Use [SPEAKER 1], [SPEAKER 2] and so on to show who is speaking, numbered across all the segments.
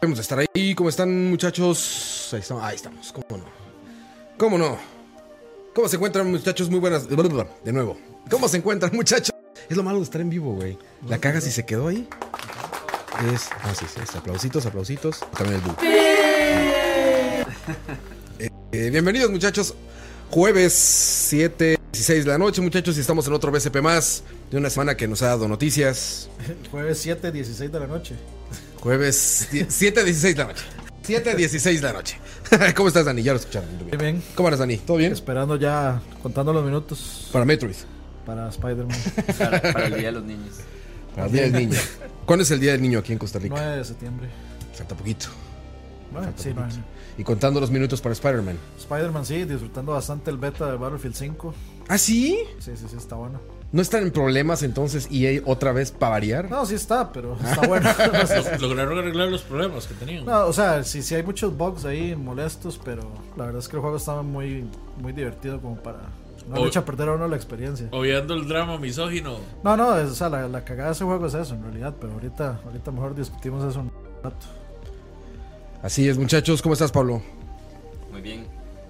[SPEAKER 1] Vamos a estar ahí. ¿Cómo están, muchachos? Ahí estamos. Ahí estamos. ¿Cómo no? ¿Cómo no? ¿Cómo se encuentran, muchachos? Muy buenas. De nuevo. ¿Cómo se encuentran, muchachos? Es lo malo de estar en vivo, güey. La cagas y se quedó ahí. Es. Ah, sí, sí. es Aplausitos, aplausitos. También el bu. Eh, eh, bienvenidos, muchachos. Jueves 7, 16 de la noche, muchachos. Y estamos en otro BCP más de una semana que nos ha dado noticias.
[SPEAKER 2] Jueves 7, 16 de la noche.
[SPEAKER 1] Jueves 10 7, 16 de la noche. 7, 16 de la noche. ¿Cómo estás, Dani? Ya lo escucharon. muy
[SPEAKER 2] Muy
[SPEAKER 1] bien.
[SPEAKER 2] bien.
[SPEAKER 1] ¿Cómo andas, Dani? ¿Todo bien?
[SPEAKER 2] Esperando ya, contando los minutos
[SPEAKER 1] Para Metroid.
[SPEAKER 2] para Spider-Man.
[SPEAKER 3] Para, para el Día de los Niños.
[SPEAKER 1] Para el Día del Niño. ¿Cuándo es el Día del Niño aquí en Costa Rica?
[SPEAKER 2] 9 de septiembre.
[SPEAKER 1] Falta poquito.
[SPEAKER 2] Bueno, sí, no,
[SPEAKER 1] Y contando los minutos para Spider-Man.
[SPEAKER 2] Spider-Man sí, disfrutando bastante el beta de Battlefield 5.
[SPEAKER 1] ¿Ah, sí?
[SPEAKER 2] Sí, sí, sí, está bueno.
[SPEAKER 1] ¿No están en problemas entonces EA otra vez para variar?
[SPEAKER 2] No, sí está, pero está bueno.
[SPEAKER 4] Lograron arreglar los problemas que tenían.
[SPEAKER 2] No, o sea, sí, sí hay muchos bugs ahí molestos, pero la verdad es que el juego estaba muy, muy divertido como para... No le
[SPEAKER 4] Hoy-
[SPEAKER 2] echa a perder a uno la experiencia.
[SPEAKER 4] Obviando el drama misógino.
[SPEAKER 2] No, no, es- o sea, la, la cagada de ese juego es eso en realidad, pero ahorita, ahorita mejor discutimos eso un rato.
[SPEAKER 1] Así es, muchachos. ¿Cómo estás, Pablo?
[SPEAKER 3] Muy bien,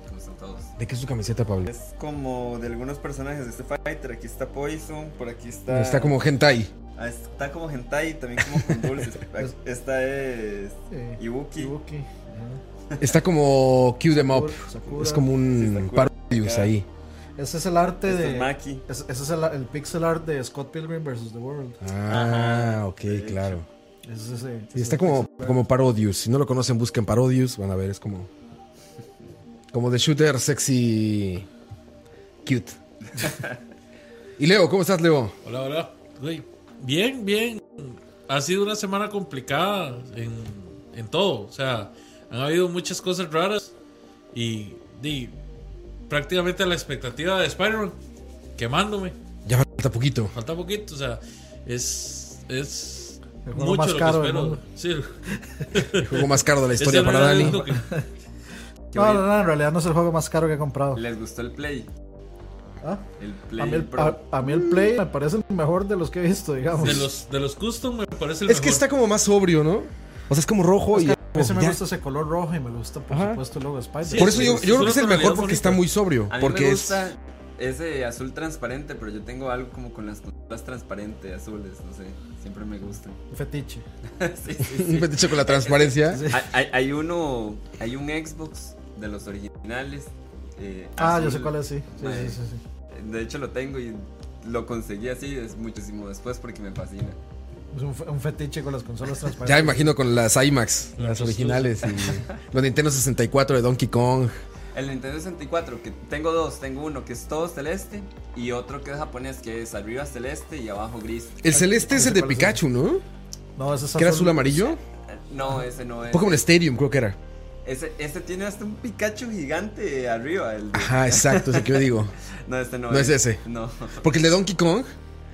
[SPEAKER 3] ¿cómo están todos?
[SPEAKER 1] ¿De qué es tu camiseta, Pablo?
[SPEAKER 5] Es como de algunos personajes de este fighter. Aquí está Poison, por aquí está.
[SPEAKER 1] Está como hentai.
[SPEAKER 5] Ah, está como Hentai, también como con dulces. Ac- Esta es.
[SPEAKER 2] Eh,
[SPEAKER 5] Ibuki.
[SPEAKER 2] Ibuki, ajá.
[SPEAKER 1] Está como Cue them up.
[SPEAKER 2] Sakura.
[SPEAKER 1] pues, Es como
[SPEAKER 5] Sí,
[SPEAKER 1] un
[SPEAKER 5] Sakura.
[SPEAKER 1] parodius ahí.
[SPEAKER 2] Ese es el arte
[SPEAKER 5] Este
[SPEAKER 2] de.
[SPEAKER 5] es Maki.
[SPEAKER 2] es- ese es el, el pixel art de Scott Pilgrim vs. The World.
[SPEAKER 1] Ah, ok, claro.
[SPEAKER 2] Ese es ese-
[SPEAKER 1] Y
[SPEAKER 2] ese
[SPEAKER 1] está
[SPEAKER 2] es
[SPEAKER 1] como,
[SPEAKER 2] el pixel
[SPEAKER 1] como Parodius. Si no lo conocen, busquen Parodius. Van a ver, es como. Como de shooter sexy. Cute. y Leo, ¿cómo estás, Leo?
[SPEAKER 4] Hola, hola. Güey, Bien, bien. Ha sido una semana complicada en, en todo. O sea, han habido muchas cosas raras y, y prácticamente a la expectativa de Spider-Man quemándome.
[SPEAKER 1] Ya falta poquito.
[SPEAKER 4] Falta poquito, o sea, es. es
[SPEAKER 2] El juego
[SPEAKER 4] mucho
[SPEAKER 2] más
[SPEAKER 4] lo que
[SPEAKER 2] caro del
[SPEAKER 4] espero.
[SPEAKER 2] mundo.
[SPEAKER 4] Sí,
[SPEAKER 1] El juego más caro de la historia
[SPEAKER 4] ese
[SPEAKER 1] para
[SPEAKER 4] no era el
[SPEAKER 1] Dani.
[SPEAKER 4] único que-
[SPEAKER 2] art. No, no, no, en realidad no es el juego más caro que he comprado.
[SPEAKER 3] ¿Les gustó el Play?
[SPEAKER 2] Ah,
[SPEAKER 3] El
[SPEAKER 2] A,
[SPEAKER 3] Play
[SPEAKER 2] mí el, ah,
[SPEAKER 3] Pro.
[SPEAKER 2] a- a mí el Play me parece el mejor de los que he visto, digamos.
[SPEAKER 4] de, los, de los custom me parece el
[SPEAKER 1] Es que
[SPEAKER 4] mejor.
[SPEAKER 1] está como más sobrio, ¿no? O sea, es como rojo y.
[SPEAKER 2] A mí sí me
[SPEAKER 1] ya.
[SPEAKER 2] gusta ese color rojo y me gusta, por
[SPEAKER 1] Ajá.
[SPEAKER 2] supuesto, el logo de Spider.
[SPEAKER 4] Sí,
[SPEAKER 1] Por eso yo,
[SPEAKER 4] es
[SPEAKER 1] yo creo que
[SPEAKER 4] una
[SPEAKER 1] es el
[SPEAKER 4] tonalidad
[SPEAKER 1] mejor porque está
[SPEAKER 4] bonita.
[SPEAKER 1] muy sobrio.
[SPEAKER 3] A mí
[SPEAKER 1] Porque
[SPEAKER 3] me
[SPEAKER 1] es.
[SPEAKER 3] gusta ese azul transparente, pero yo tengo algo como con las consolas transparentes, azules, no sé. Siempre me gusta.
[SPEAKER 2] Fetiche.
[SPEAKER 3] Sí, sí,
[SPEAKER 1] Un
[SPEAKER 3] sí.
[SPEAKER 1] fetiche con la transparencia.
[SPEAKER 3] Hay, hay- hay uno, hay un Xbox de los originales. eh,
[SPEAKER 2] Ah,
[SPEAKER 3] azul.
[SPEAKER 2] yo sé cuál es, sí. Sí, sí, sí, sí.
[SPEAKER 3] De hecho lo tengo y lo conseguí así, es muchísimo después porque me fascina.
[SPEAKER 2] Es un, fe- un fetiche con las consolas transparentes.
[SPEAKER 1] Ya me imagino con las IMAX, las originales. Y los Nintendo 64 de Donkey Kong.
[SPEAKER 3] El Nintendo 64, que tengo dos, tengo uno que es todo celeste y otro que es japonés, que es arriba celeste y abajo gris.
[SPEAKER 1] El celeste es el de
[SPEAKER 2] ¿Cuál es?
[SPEAKER 1] Pikachu, ¿no?
[SPEAKER 2] No, ese es
[SPEAKER 1] Que era azul amarillo.
[SPEAKER 3] Eh, No, ese no es.
[SPEAKER 1] Pokémon Stadium, creo que era.
[SPEAKER 3] Ese, ese tiene hasta un Pikachu gigante arriba. El de-
[SPEAKER 1] Ajá, exacto, es lo que yo digo.
[SPEAKER 3] No, este no,
[SPEAKER 1] No es ese.
[SPEAKER 3] No,
[SPEAKER 1] Porque el de Donkey Kong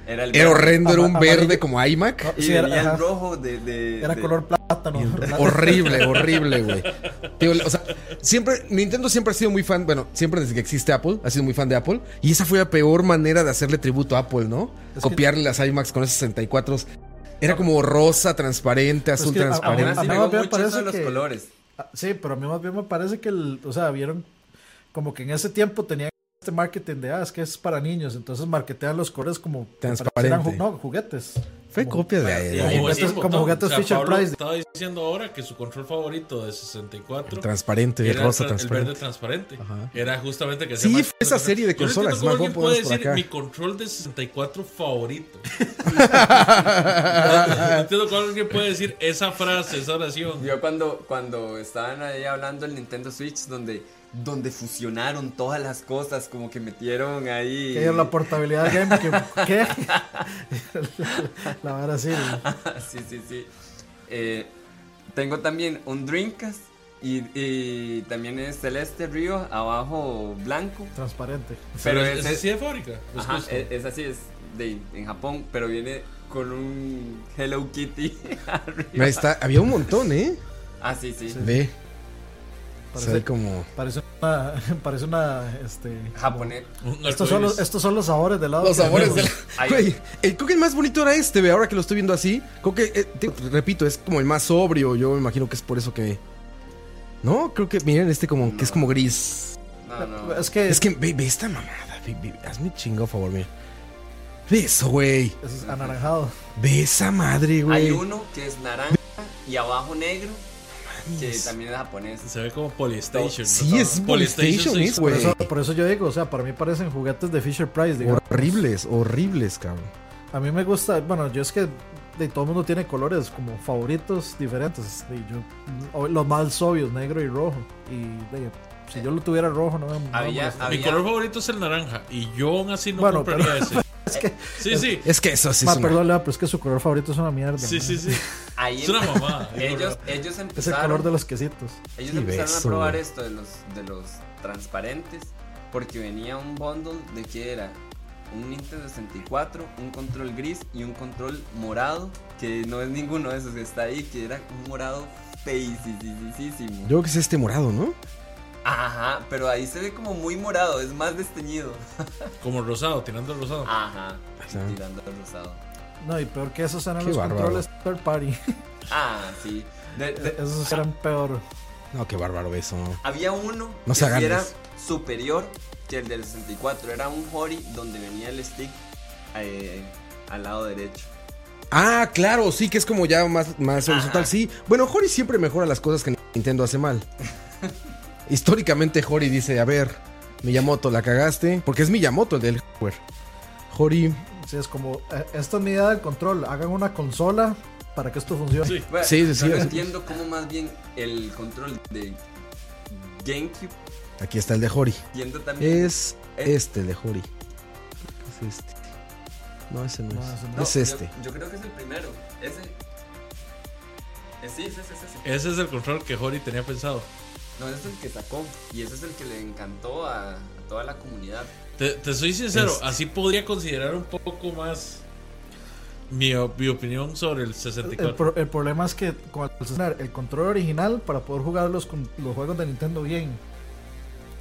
[SPEAKER 3] era el
[SPEAKER 1] era
[SPEAKER 3] verde.
[SPEAKER 1] horrendo, era un
[SPEAKER 2] Ama- amarillo.
[SPEAKER 1] verde como iMac.
[SPEAKER 2] No,
[SPEAKER 3] Y
[SPEAKER 2] sí, era,
[SPEAKER 3] venía
[SPEAKER 2] ajá.
[SPEAKER 3] el rojo de. de-
[SPEAKER 2] Era
[SPEAKER 3] de-
[SPEAKER 2] color plátano. plátano.
[SPEAKER 1] Horrible, horrible, güey. Digo, O sea, siempre, Nintendo siempre ha sido muy fan, bueno, siempre desde que existe Apple, ha sido muy fan de Apple. Y esa fue la peor manera de hacerle tributo a Apple, ¿no?
[SPEAKER 2] Es que-
[SPEAKER 1] Copiarle las iMacs con esos 64. Era como rosa, transparente, azul
[SPEAKER 2] que a-
[SPEAKER 3] Aún
[SPEAKER 1] transparente.
[SPEAKER 2] a
[SPEAKER 3] así
[SPEAKER 2] mí
[SPEAKER 3] me
[SPEAKER 2] más bien
[SPEAKER 3] mucho eso
[SPEAKER 2] parece
[SPEAKER 3] de los
[SPEAKER 2] que-
[SPEAKER 3] colores.
[SPEAKER 2] Ah, Sí, pero a mí más bien me parece que, el, o sea, vieron como que en ese tiempo tenían este marketing de, ah, es que es para niños, entonces marketean los colores como que
[SPEAKER 1] Transparente.
[SPEAKER 2] parecieran ju- no, juguetes.
[SPEAKER 1] Fue
[SPEAKER 2] Como-
[SPEAKER 1] copia
[SPEAKER 4] Y
[SPEAKER 1] de
[SPEAKER 2] Como
[SPEAKER 4] como
[SPEAKER 2] juguetes-
[SPEAKER 4] decimos,
[SPEAKER 2] como
[SPEAKER 4] Tom,
[SPEAKER 2] juguetes Fisher
[SPEAKER 4] Pablo
[SPEAKER 2] Price.
[SPEAKER 4] Estaba diciendo ahora que su control favorito de 64
[SPEAKER 1] transparente,
[SPEAKER 4] era
[SPEAKER 1] rosa,
[SPEAKER 4] el, tra- el
[SPEAKER 1] transparente.
[SPEAKER 4] verde transparente.
[SPEAKER 1] Ajá.
[SPEAKER 4] Era justamente el que
[SPEAKER 1] Sí,
[SPEAKER 4] llama-
[SPEAKER 1] fue esa serie de
[SPEAKER 4] Yo no
[SPEAKER 1] consolas,
[SPEAKER 4] entiendo cómo
[SPEAKER 1] más no
[SPEAKER 4] alguien
[SPEAKER 1] podemos
[SPEAKER 4] puede
[SPEAKER 1] por
[SPEAKER 4] decir
[SPEAKER 1] acá.
[SPEAKER 4] mi control de 64 favorito. no entiendo cómo alguien puede decir esa frase, esa oración.
[SPEAKER 3] Yo cuando, cuando estaban ahí hablando del Nintendo Switch, donde, donde fusionaron todas las cosas, como que metieron ahí.
[SPEAKER 2] Que era la portabilidad del game, que, ¿qué? la verdad sí.
[SPEAKER 3] sí, sí, sí. Eh, tengo también un Dreamcast y, y también es celeste arriba, abajo blanco.
[SPEAKER 2] transparente.
[SPEAKER 3] Pero
[SPEAKER 4] Pero
[SPEAKER 3] ese-
[SPEAKER 4] es sí de fábrica. es
[SPEAKER 3] Ajá, eh, e,
[SPEAKER 4] justo.
[SPEAKER 3] es, es así, es de en Japón, pero viene con un Hello Kitty arriba.
[SPEAKER 1] Ahí está, había un montón, ¿eh?
[SPEAKER 3] Ah, sí, sí.
[SPEAKER 1] Ve. Se ve
[SPEAKER 2] Parece,
[SPEAKER 1] como.
[SPEAKER 2] parece una. Parece una este,
[SPEAKER 3] Japonés.
[SPEAKER 4] Un
[SPEAKER 2] estos, son los,
[SPEAKER 4] arcoíris.
[SPEAKER 2] estos son los sabores del lado.
[SPEAKER 1] Los sabores del.
[SPEAKER 3] Ay.
[SPEAKER 1] Güey, el cookie más bonito era este, ve. Ahora que lo estoy viendo así, creo que, eh, te- repito, es como el más sobrio. Yo me imagino que es por eso que. No, creo que, miren, este como que es como gris.
[SPEAKER 3] No, no.
[SPEAKER 2] Es que.
[SPEAKER 1] Es que, ve, ve esta mamada. Ve, ve, hazme un chingo, a favor, mira. Ve eso, güey.
[SPEAKER 2] es anaranjado.
[SPEAKER 1] Ve esa madre,
[SPEAKER 3] Hay
[SPEAKER 1] güey.
[SPEAKER 3] uno que es naranja y abajo negro, que también es japonés.
[SPEAKER 4] Se ve como Polystation.
[SPEAKER 1] Sí, es Polystation,
[SPEAKER 4] sí,
[SPEAKER 1] es,
[SPEAKER 2] Por
[SPEAKER 1] güey.
[SPEAKER 2] eso, por eso yo digo, o sea, para mí parecen juguetes de Fisher Price. digamos.
[SPEAKER 1] Horribles, horribles, cabrón.
[SPEAKER 2] A mí me gusta, bueno, yo es que de todo mundo tiene colores como favoritos diferentes. Y yo, o- los más obvios, negro y rojo. Y de- si yo lo tuviera rojo, no me, no me
[SPEAKER 3] Había,
[SPEAKER 1] ah,
[SPEAKER 2] molestaría.
[SPEAKER 4] Mi
[SPEAKER 3] había,
[SPEAKER 4] color favorito es el naranja. Y yo aún así no
[SPEAKER 2] Bueno,
[SPEAKER 4] compraría
[SPEAKER 2] pero-
[SPEAKER 4] ese. Sí, sí.
[SPEAKER 1] Es que eso sí es
[SPEAKER 2] Ma,
[SPEAKER 1] una-
[SPEAKER 2] perdón, Lea, pero es que su color favorito es una mierda.
[SPEAKER 4] Sí,
[SPEAKER 2] ma.
[SPEAKER 4] sí, sí.
[SPEAKER 3] ahí
[SPEAKER 4] Es una
[SPEAKER 3] empe-
[SPEAKER 4] mamada.
[SPEAKER 3] Ellos, ellos
[SPEAKER 2] Es el color
[SPEAKER 3] empezaron,
[SPEAKER 2] de los quesitos.
[SPEAKER 3] ellos
[SPEAKER 1] Sí,
[SPEAKER 3] empezaron
[SPEAKER 1] beso,
[SPEAKER 3] a probar
[SPEAKER 1] güey.
[SPEAKER 3] esto de los, de los transparentes porque venía un bundle de que era un Nintendo 64, un control gris y un control morado, que no es ninguno de esos que está ahí, que era un morado feísimo.
[SPEAKER 1] Yo creo que es este morado, ¿no?
[SPEAKER 3] Ajá, pero ahí se ve como muy morado, es más desteñido.
[SPEAKER 4] Como rosado, tirando rosado.
[SPEAKER 3] Ajá,
[SPEAKER 1] Ajá.
[SPEAKER 3] tirando al rosado.
[SPEAKER 2] No, y peor que esos eran
[SPEAKER 1] Qué
[SPEAKER 2] los
[SPEAKER 1] bárbaro.
[SPEAKER 2] controles third party.
[SPEAKER 3] Ah, sí. De- de-
[SPEAKER 2] esos eran peor.
[SPEAKER 1] No, qué bárbaro eso.
[SPEAKER 3] había uno
[SPEAKER 1] No
[SPEAKER 3] que
[SPEAKER 1] se hagan
[SPEAKER 3] sí era
[SPEAKER 1] eso.
[SPEAKER 3] superior que el del 64. Era un Hori donde venía el stick eh, al lado derecho.
[SPEAKER 1] Ah, claro, sí, que es como ya más, más
[SPEAKER 3] Ajá.
[SPEAKER 1] horizontal, sí. Bueno, Hori siempre mejora las cosas que Nintendo hace mal. Históricamente, Hori dice: A ver, Miyamoto, la cagaste. Porque es Miyamoto el del hardware. Hori,
[SPEAKER 2] Sí, es como, eh, esta es mi idea del control. Hagan una consola para que esto funcione.
[SPEAKER 4] Sí.
[SPEAKER 3] Bueno,
[SPEAKER 1] Sí, sí,
[SPEAKER 3] yo
[SPEAKER 1] sí,
[SPEAKER 3] no
[SPEAKER 1] es-
[SPEAKER 3] entiendo cómo más bien el control de GameCube
[SPEAKER 1] aquí está el de Hori.
[SPEAKER 3] yendo también.
[SPEAKER 1] Es este el de Hori. Es este. No, ese no es.
[SPEAKER 2] No, ese no
[SPEAKER 3] No,
[SPEAKER 1] es
[SPEAKER 3] yo-
[SPEAKER 1] este.
[SPEAKER 3] Yo, creo que es el primero. Ese. Eh, Sí, ese, ese, ese.
[SPEAKER 4] Ese es el control que Hori tenía pensado.
[SPEAKER 3] No, ese es el que sacó. Y ese es el que le encantó a, a toda la comunidad.
[SPEAKER 4] Te, te soy sincero,
[SPEAKER 1] Este.
[SPEAKER 4] así podría considerar un poco más mi, o- mi opinión sobre el
[SPEAKER 2] El, el
[SPEAKER 4] 64.
[SPEAKER 2] pro- el problema es que con el, el control original para poder jugar los, con- los juegos de Nintendo bien.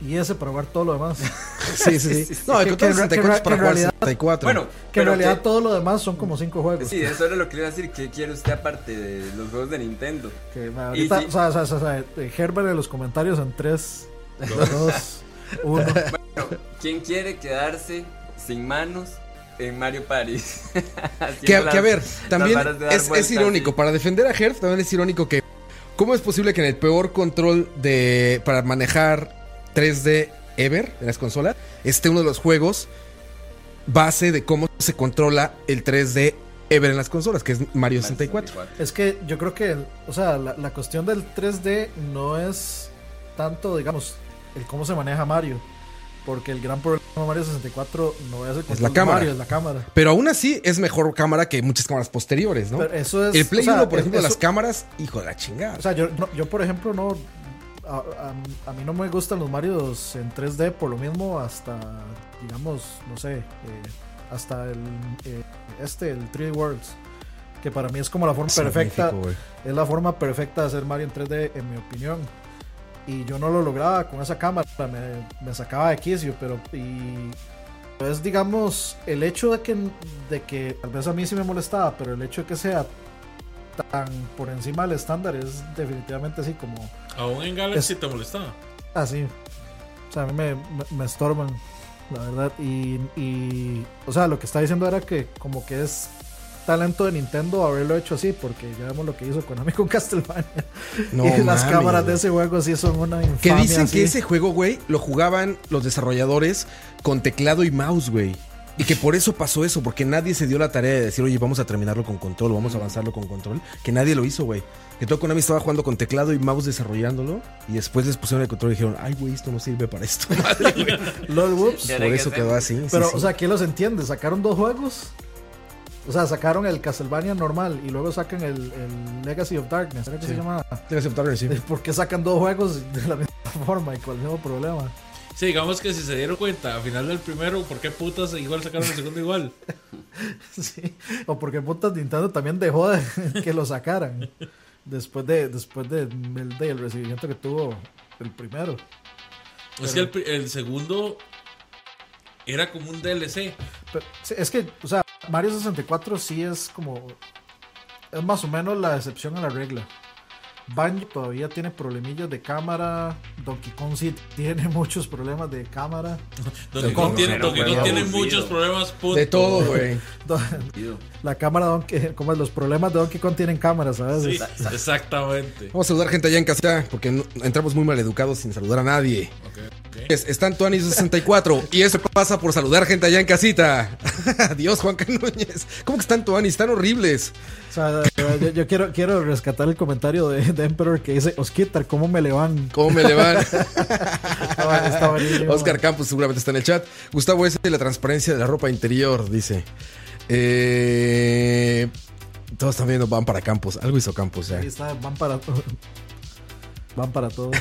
[SPEAKER 2] Y ese para jugar todo lo demás.
[SPEAKER 1] Sí, sí, sí. No, el
[SPEAKER 2] Que-
[SPEAKER 1] control
[SPEAKER 2] que en ra-
[SPEAKER 1] 64 es
[SPEAKER 2] que en
[SPEAKER 1] para jugar
[SPEAKER 2] realidad-
[SPEAKER 1] 64.
[SPEAKER 3] Bueno,
[SPEAKER 2] que en
[SPEAKER 3] pero
[SPEAKER 2] realidad todo lo demás son como cinco juegos.
[SPEAKER 3] Sí, eso era lo que le iba a decir. ¿Qué quiere usted aparte de los juegos de Nintendo?
[SPEAKER 2] Que, ma, ahorita,
[SPEAKER 3] Y sí.
[SPEAKER 2] o sea, o sea, o sea, o sea, eh, Herbert en los comentarios en 3, 2, 1.
[SPEAKER 3] Bueno, ¿quién quiere quedarse sin manos en Mario Party? Haciendo
[SPEAKER 1] Que, que a
[SPEAKER 3] las-
[SPEAKER 1] ver, también
[SPEAKER 3] las varas de dar
[SPEAKER 1] es, es
[SPEAKER 3] vueltas,
[SPEAKER 1] irónico.
[SPEAKER 3] sí.
[SPEAKER 1] Para defender a Herf, también es irónico que. ¿Cómo es posible que en el peor control de para manejar 3D ever en las consolas esté uno de los juegos base de cómo se controla el 3D ever en las consolas, que es Mario 64?
[SPEAKER 2] Es que yo creo que, o sea, la, la cuestión del 3D no es tanto, digamos, el cómo se maneja Mario. Porque el gran problema de Mario 64 no es el control
[SPEAKER 1] la
[SPEAKER 2] de
[SPEAKER 1] cámara.
[SPEAKER 2] Mario, es la cámara.
[SPEAKER 1] Pero aún así es mejor cámara que muchas cámaras posteriores, ¿no?
[SPEAKER 2] Pero eso es,
[SPEAKER 1] el Play
[SPEAKER 2] o sea,
[SPEAKER 1] 1, por ejemplo,
[SPEAKER 2] eso-
[SPEAKER 1] las cámaras, hijo de la chingada.
[SPEAKER 2] O sea, yo, no- yo por ejemplo no... A, a- a mí no me gustan los Marios en 3D por lo mismo hasta, digamos, no sé, eh, hasta el... eh, este, el 3D Worlds. Que para mí es como la forma
[SPEAKER 1] Es
[SPEAKER 2] perfecta
[SPEAKER 1] magnífico, güey.
[SPEAKER 2] es la forma perfecta de hacer Mario en 3D, en mi opinión. Y yo no lo lograba con esa cámara, me, me sacaba de quicio, pero. Y, pues, digamos, el hecho de que, de que, tal vez a mí sí me molestaba, pero el hecho de que sea tan por encima del estándar es definitivamente así como.
[SPEAKER 4] Aún en Galaxy te molestaba.
[SPEAKER 2] Así. O sea, a mí me, me- me estorban, la verdad. Y, y, o sea, lo que está diciendo era que como que es talento de Nintendo haberlo hecho así, porque ya vemos lo que hizo Konami con Castlevania.
[SPEAKER 1] No
[SPEAKER 2] y las
[SPEAKER 1] mames,
[SPEAKER 2] cámaras de
[SPEAKER 1] güey.
[SPEAKER 2] ese juego sí son una infamia.
[SPEAKER 1] Que dicen
[SPEAKER 2] así.
[SPEAKER 1] que ese juego, güey, lo jugaban los desarrolladores con teclado y mouse, güey. Y que por eso pasó eso, porque nadie se dio la tarea de decir, oye, vamos a terminarlo con control, o vamos a avanzarlo con control. Que nadie lo hizo, güey. Que todo Konami estaba jugando con teclado y mouse desarrollándolo. Y después les pusieron el control y dijeron, ay, güey, esto no sirve para esto. madre, güey".
[SPEAKER 2] LOL Whoops.
[SPEAKER 3] Ya
[SPEAKER 1] por
[SPEAKER 3] era que
[SPEAKER 1] eso
[SPEAKER 3] se-
[SPEAKER 1] quedó así. sí,
[SPEAKER 2] Pero,
[SPEAKER 1] sí.
[SPEAKER 2] o sea, aquí los entiende, sacaron dos juegos. O sea, sacaron el Castlevania normal y luego sacan el, el Legacy of Darkness. ¿Era que se llama?
[SPEAKER 1] Te aceptaron, sí.
[SPEAKER 2] ¿Por qué sacan dos juegos de la misma forma y con el mismo problema?
[SPEAKER 4] Sí, digamos que si se dieron cuenta al final del primero, ¿por qué putas igual sacaron el segundo igual?
[SPEAKER 2] Sí, o porque putas Nintendo también dejó de- que lo sacaran después de después de, del del recibimiento que tuvo el primero.
[SPEAKER 4] Es que el, pri- el segundo era como un DLC.
[SPEAKER 2] Pero, sí, es que, o sea, Mario 64 sí es como. Es más o menos la excepción a la regla. Banjo todavía tiene problemillas de cámara. Donkey Kong sí tiene muchos problemas de cámara.
[SPEAKER 4] Donkey
[SPEAKER 1] Kong
[SPEAKER 4] Kong tiene,
[SPEAKER 3] era un
[SPEAKER 4] Donkey
[SPEAKER 3] juego
[SPEAKER 4] Kong tiene
[SPEAKER 3] aburrido.
[SPEAKER 4] muchos problemas. punto.
[SPEAKER 1] De todo, güey.
[SPEAKER 2] Do-
[SPEAKER 3] Ido.
[SPEAKER 2] La cámara de Donkey como los problemas de Donkey Kong tienen cámaras, ¿sabes?
[SPEAKER 4] Sí, exactamente.
[SPEAKER 1] Vamos a saludar gente allá en casa porque no- entramos muy mal educados sin saludar a nadie. Es, están Tuanis64 y eso pasa por saludar gente allá en casita. Adiós, Juan Núñez. ¿Cómo que están Tuanis? Están horribles.
[SPEAKER 2] O sea, yo, yo quiero, quiero rescatar el comentario de, de Emperor que dice, Osquitar, ¿cómo me le van?
[SPEAKER 1] ¿Cómo me le van?
[SPEAKER 2] Estaba- estaba buenísimo.
[SPEAKER 1] Oscar Campos seguramente está en el chat. Gustavo es de la transparencia de la ropa interior, dice. Eh, todos están viendo, van para Campos. Algo hizo Campos ya.
[SPEAKER 2] Ahí está, van para todo. Van para todos.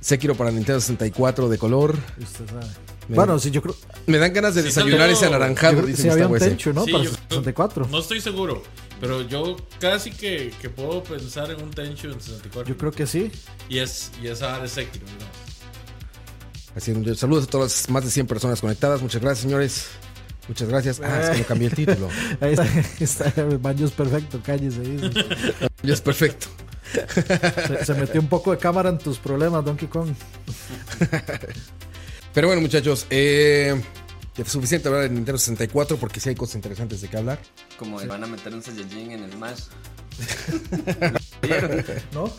[SPEAKER 1] Sekiro para Nintendo 64 de color.
[SPEAKER 2] usted sabe.
[SPEAKER 1] Me-
[SPEAKER 2] Bueno, si yo creo...
[SPEAKER 1] Me dan ganas de
[SPEAKER 4] Sí,
[SPEAKER 1] desayunar
[SPEAKER 4] tanto-
[SPEAKER 1] ese
[SPEAKER 2] Yo
[SPEAKER 1] anaranjado,
[SPEAKER 2] creo que
[SPEAKER 1] dice
[SPEAKER 2] sí había
[SPEAKER 1] Gustavo
[SPEAKER 2] un
[SPEAKER 1] ese.
[SPEAKER 2] tencho, ¿no?
[SPEAKER 4] Sí,
[SPEAKER 2] Para
[SPEAKER 4] yo-
[SPEAKER 2] 64.
[SPEAKER 4] No estoy seguro, pero yo casi que, que puedo pensar en un Tenchu en 64.
[SPEAKER 2] Yo creo que sí.
[SPEAKER 4] Y es, y es a Sekiro, ¿no?
[SPEAKER 1] Así es, saludos a todas las más de 100 personas conectadas. Muchas gracias, señores. Muchas gracias. Ah, es que no cambié el título.
[SPEAKER 2] Ahí está, está, el baño es perfecto, cállese. dice.
[SPEAKER 1] Ya es perfecto.
[SPEAKER 2] Se, se metió un poco de cámara en tus problemas, Donkey Kong.
[SPEAKER 1] Pero bueno, muchachos, eh, ya fue suficiente hablar de Nintendo 64 porque sí hay cosas interesantes de qué hablar.
[SPEAKER 3] Como van a meter un Saiyajin en el Smash.
[SPEAKER 2] ¿No?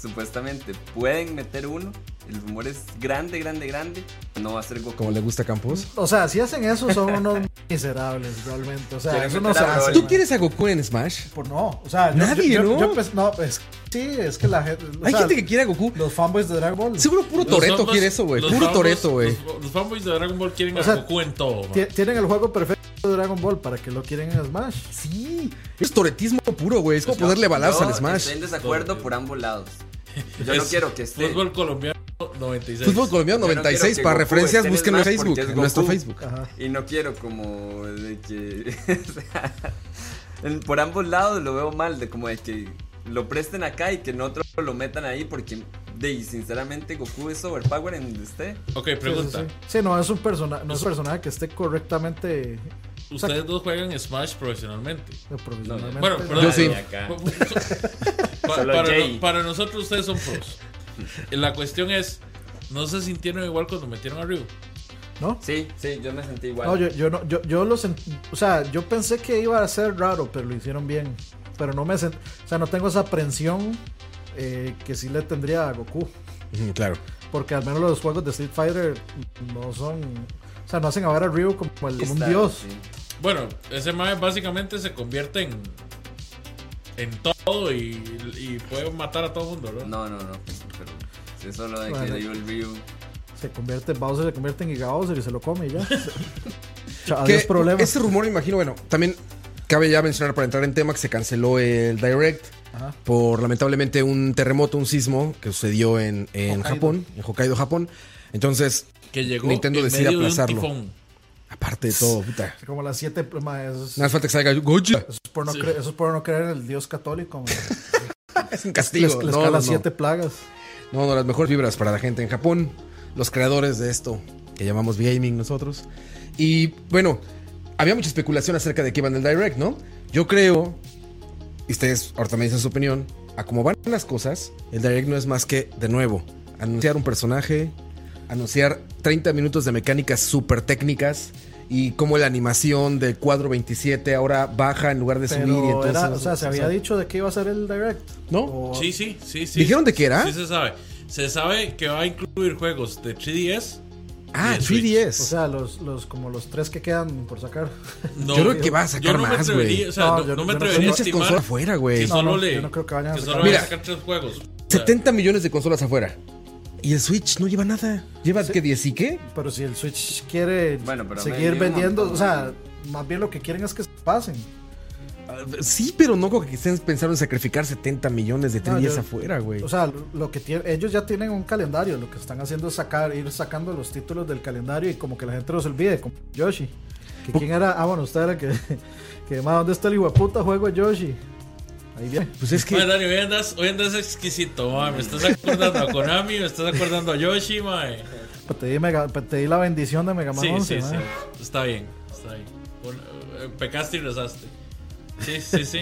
[SPEAKER 3] Supuestamente pueden meter uno. El rumor es grande, grande, grande. No va a ser Goku.
[SPEAKER 1] Como le gusta a Campos.
[SPEAKER 2] O sea, si hacen eso, son unos miserables, realmente. O sea,
[SPEAKER 3] Quieren
[SPEAKER 2] eso no se
[SPEAKER 3] meter a
[SPEAKER 2] hace.
[SPEAKER 3] Broly.
[SPEAKER 1] ¿Tú
[SPEAKER 2] man.
[SPEAKER 1] quieres a Goku en Smash?
[SPEAKER 2] Por no, o sea, yo-
[SPEAKER 1] Nadie,
[SPEAKER 2] yo, yo-
[SPEAKER 1] ¿no?
[SPEAKER 2] yo pues, no, es, sí, es que la gente. o
[SPEAKER 1] Hay
[SPEAKER 2] sea,
[SPEAKER 1] gente que quiere a Goku.
[SPEAKER 2] Los fanboys de Dragon Ball.
[SPEAKER 1] Seguro puro
[SPEAKER 4] Los
[SPEAKER 1] Toreto
[SPEAKER 4] fanboys-
[SPEAKER 1] quiere eso, güey.
[SPEAKER 4] los
[SPEAKER 1] Puro
[SPEAKER 4] fanboys-
[SPEAKER 1] Toreto, güey.
[SPEAKER 4] Los, los fanboys de Dragon Ball quieren
[SPEAKER 2] O sea,
[SPEAKER 4] a Goku en todo, man.
[SPEAKER 2] Tie- Tienen el juego perfecto de Dragon Ball para que lo quieren en Smash.
[SPEAKER 1] Sí, es toretismo puro, güey. Es como ponerle balazos
[SPEAKER 3] Yo
[SPEAKER 1] al Smash.
[SPEAKER 3] Estoy en desacuerdo por ambos lados. Yo no
[SPEAKER 4] Es
[SPEAKER 3] quiero que esté.
[SPEAKER 4] Fútbol colombiano 96.
[SPEAKER 1] Fútbol colombiano
[SPEAKER 3] Yo no
[SPEAKER 1] 96,
[SPEAKER 3] quiero que
[SPEAKER 1] para
[SPEAKER 3] Goku
[SPEAKER 1] referencias,
[SPEAKER 3] esté en
[SPEAKER 1] búsquenlo en
[SPEAKER 3] Smash
[SPEAKER 1] Facebook,
[SPEAKER 3] porque es
[SPEAKER 1] en nuestro
[SPEAKER 3] Goku. Ah.
[SPEAKER 1] Facebook.
[SPEAKER 2] Ajá.
[SPEAKER 3] Y no quiero como de que... o sea, en- por ambos lados lo veo mal, de como de que lo presten acá y que en otro lo metan ahí porque, de, y sinceramente, Goku es overpower en donde esté.
[SPEAKER 4] Ok,
[SPEAKER 2] Sí, sí,
[SPEAKER 4] pregunta.
[SPEAKER 2] sí. Sí, no, es un personaje, no es un personaje que esté correctamente eh,
[SPEAKER 4] Ustedes dos juegan Smash profesionalmente.
[SPEAKER 2] profesionalmente.
[SPEAKER 4] Bueno, perdón.
[SPEAKER 1] Yo sí.
[SPEAKER 3] acá.
[SPEAKER 4] Pa-
[SPEAKER 3] Solo
[SPEAKER 4] para,
[SPEAKER 3] Jay.
[SPEAKER 4] no- para nosotros ustedes son pros. La cuestión es, ¿no se sintieron igual cuando metieron a Ryu?
[SPEAKER 2] ¿No?
[SPEAKER 3] Sí, sí, yo me sentí igual.
[SPEAKER 2] No, yo, yo no, yo, yo lo sent- o sea, yo pensé que iba a ser raro, pero lo hicieron bien. Pero no me sent- o sea, no tengo esa aprensión eh, que sí le tendría a Goku.
[SPEAKER 1] Ujú, Claro.
[SPEAKER 2] Porque al menos los juegos de Street Fighter no son. O sea, no hacen ahora a Ryu como, el- como un
[SPEAKER 3] Está,
[SPEAKER 2] dios.
[SPEAKER 3] sí.
[SPEAKER 4] Bueno, ese mae básicamente se convierte en en todo y, y puede matar a todo mundo, ¿no?
[SPEAKER 3] No, no, no. pues, Pero si eso lo de
[SPEAKER 2] Bueno.
[SPEAKER 3] que dio el Ryu.
[SPEAKER 2] Se convierte Bowser, se convierte en Giga Bowser y se lo come y ya. O sea,
[SPEAKER 1] Que
[SPEAKER 2] adiós problemas.
[SPEAKER 1] Este rumor, imagino, bueno, también cabe ya mencionar para entrar en tema que se canceló el Direct
[SPEAKER 2] Ajá.
[SPEAKER 1] por lamentablemente un terremoto, un sismo que sucedió en, en
[SPEAKER 2] Hokkaido.
[SPEAKER 1] Japón, en Hokkaido, Japón. Entonces,
[SPEAKER 4] Que llegó
[SPEAKER 1] Nintendo
[SPEAKER 4] en
[SPEAKER 1] decide
[SPEAKER 4] medio de un
[SPEAKER 1] aplazarlo.
[SPEAKER 4] tifón.
[SPEAKER 1] aparte de todo, puta.
[SPEAKER 2] Como las siete plumas. Eso es,
[SPEAKER 1] Nada más falta que salga Goya.
[SPEAKER 2] eso es por no cre- eso es por no creer en el dios católico. man.
[SPEAKER 1] Es un
[SPEAKER 2] les
[SPEAKER 1] castigo.
[SPEAKER 2] les
[SPEAKER 1] No,
[SPEAKER 2] cae
[SPEAKER 1] no,
[SPEAKER 2] las
[SPEAKER 1] no.
[SPEAKER 2] siete plagas.
[SPEAKER 1] No, no, las mejores vibras para la gente en Japón, los creadores de esto que llamamos gaming nosotros. Y bueno, había mucha especulación acerca de que iban el direct, ¿no? Yo creo, y ustedes ahorita me dicen su opinión, a cómo van las cosas, el direct no es más que, de nuevo, anunciar un personaje, anunciar 30 minutos de mecánicas súper técnicas. Y cómo la animación del cuadro 27 ahora baja en lugar de subir. y
[SPEAKER 2] Pero
[SPEAKER 1] entonces,
[SPEAKER 2] era, o sea, se había dicho de que iba a ser el direct.
[SPEAKER 1] ¿No?
[SPEAKER 2] O-
[SPEAKER 4] Sí, sí, sí, sí.
[SPEAKER 1] ¿Dijeron de qué era?
[SPEAKER 4] Sí se sabe. Se sabe que va a incluir juegos de 3DS.
[SPEAKER 1] Ah,
[SPEAKER 4] de Switch.
[SPEAKER 1] 3DS.
[SPEAKER 2] O sea, los, los, como los tres que quedan por sacar.
[SPEAKER 4] No,
[SPEAKER 1] Yo creo que va a sacar
[SPEAKER 4] yo no me
[SPEAKER 1] más,
[SPEAKER 4] atrevería-
[SPEAKER 1] güey.
[SPEAKER 4] O sea,
[SPEAKER 2] No,
[SPEAKER 4] no,
[SPEAKER 2] yo- yo
[SPEAKER 4] no me
[SPEAKER 2] no-
[SPEAKER 1] Hay
[SPEAKER 4] atrevería a
[SPEAKER 1] muchas
[SPEAKER 4] estimar
[SPEAKER 1] consolas afuera, güey.
[SPEAKER 4] que solo
[SPEAKER 2] no,
[SPEAKER 4] le...
[SPEAKER 2] yo no creo que vayan a
[SPEAKER 4] que
[SPEAKER 2] sacar
[SPEAKER 4] solo van a
[SPEAKER 1] más.
[SPEAKER 4] sacar tres juegos. O sea,
[SPEAKER 1] 70 millones de consolas afuera. Y el Switch no lleva nada. ¿Lleva que 10 y qué?
[SPEAKER 2] Pero si el Switch quiere
[SPEAKER 3] Bueno, pero
[SPEAKER 2] seguir
[SPEAKER 3] vendí un
[SPEAKER 2] vendiendo,
[SPEAKER 3] montón.
[SPEAKER 2] o sea, más bien lo que quieren es que se pasen.
[SPEAKER 1] Ah, Sí, pero no como que estén pensando en sacrificar 70 millones de 3
[SPEAKER 2] No, yo-
[SPEAKER 1] afuera, güey.
[SPEAKER 2] O sea, lo que tiene, ellos ya tienen un calendario, lo que están haciendo es sacar, ir sacando los títulos del calendario y como que la gente los olvide, como Yoshi. Que quién era, ah bueno, usted era el que, que más dónde está el hijo de puta juego de Yoshi. Ahí viene.
[SPEAKER 1] Pues es que.
[SPEAKER 4] Mae, Dani, hoy andas, hoy andas exquisito, mae. Me estás acordando a Konami, me estás acordando a Yoshi, mae.
[SPEAKER 2] Te di, Mega- te di la bendición de Mega Man
[SPEAKER 4] Sí,
[SPEAKER 2] 11,
[SPEAKER 4] sí,
[SPEAKER 2] mae.
[SPEAKER 4] sí. Está bien, está bien. Por- eh, Pecaste y rezaste. Sí, sí, sí.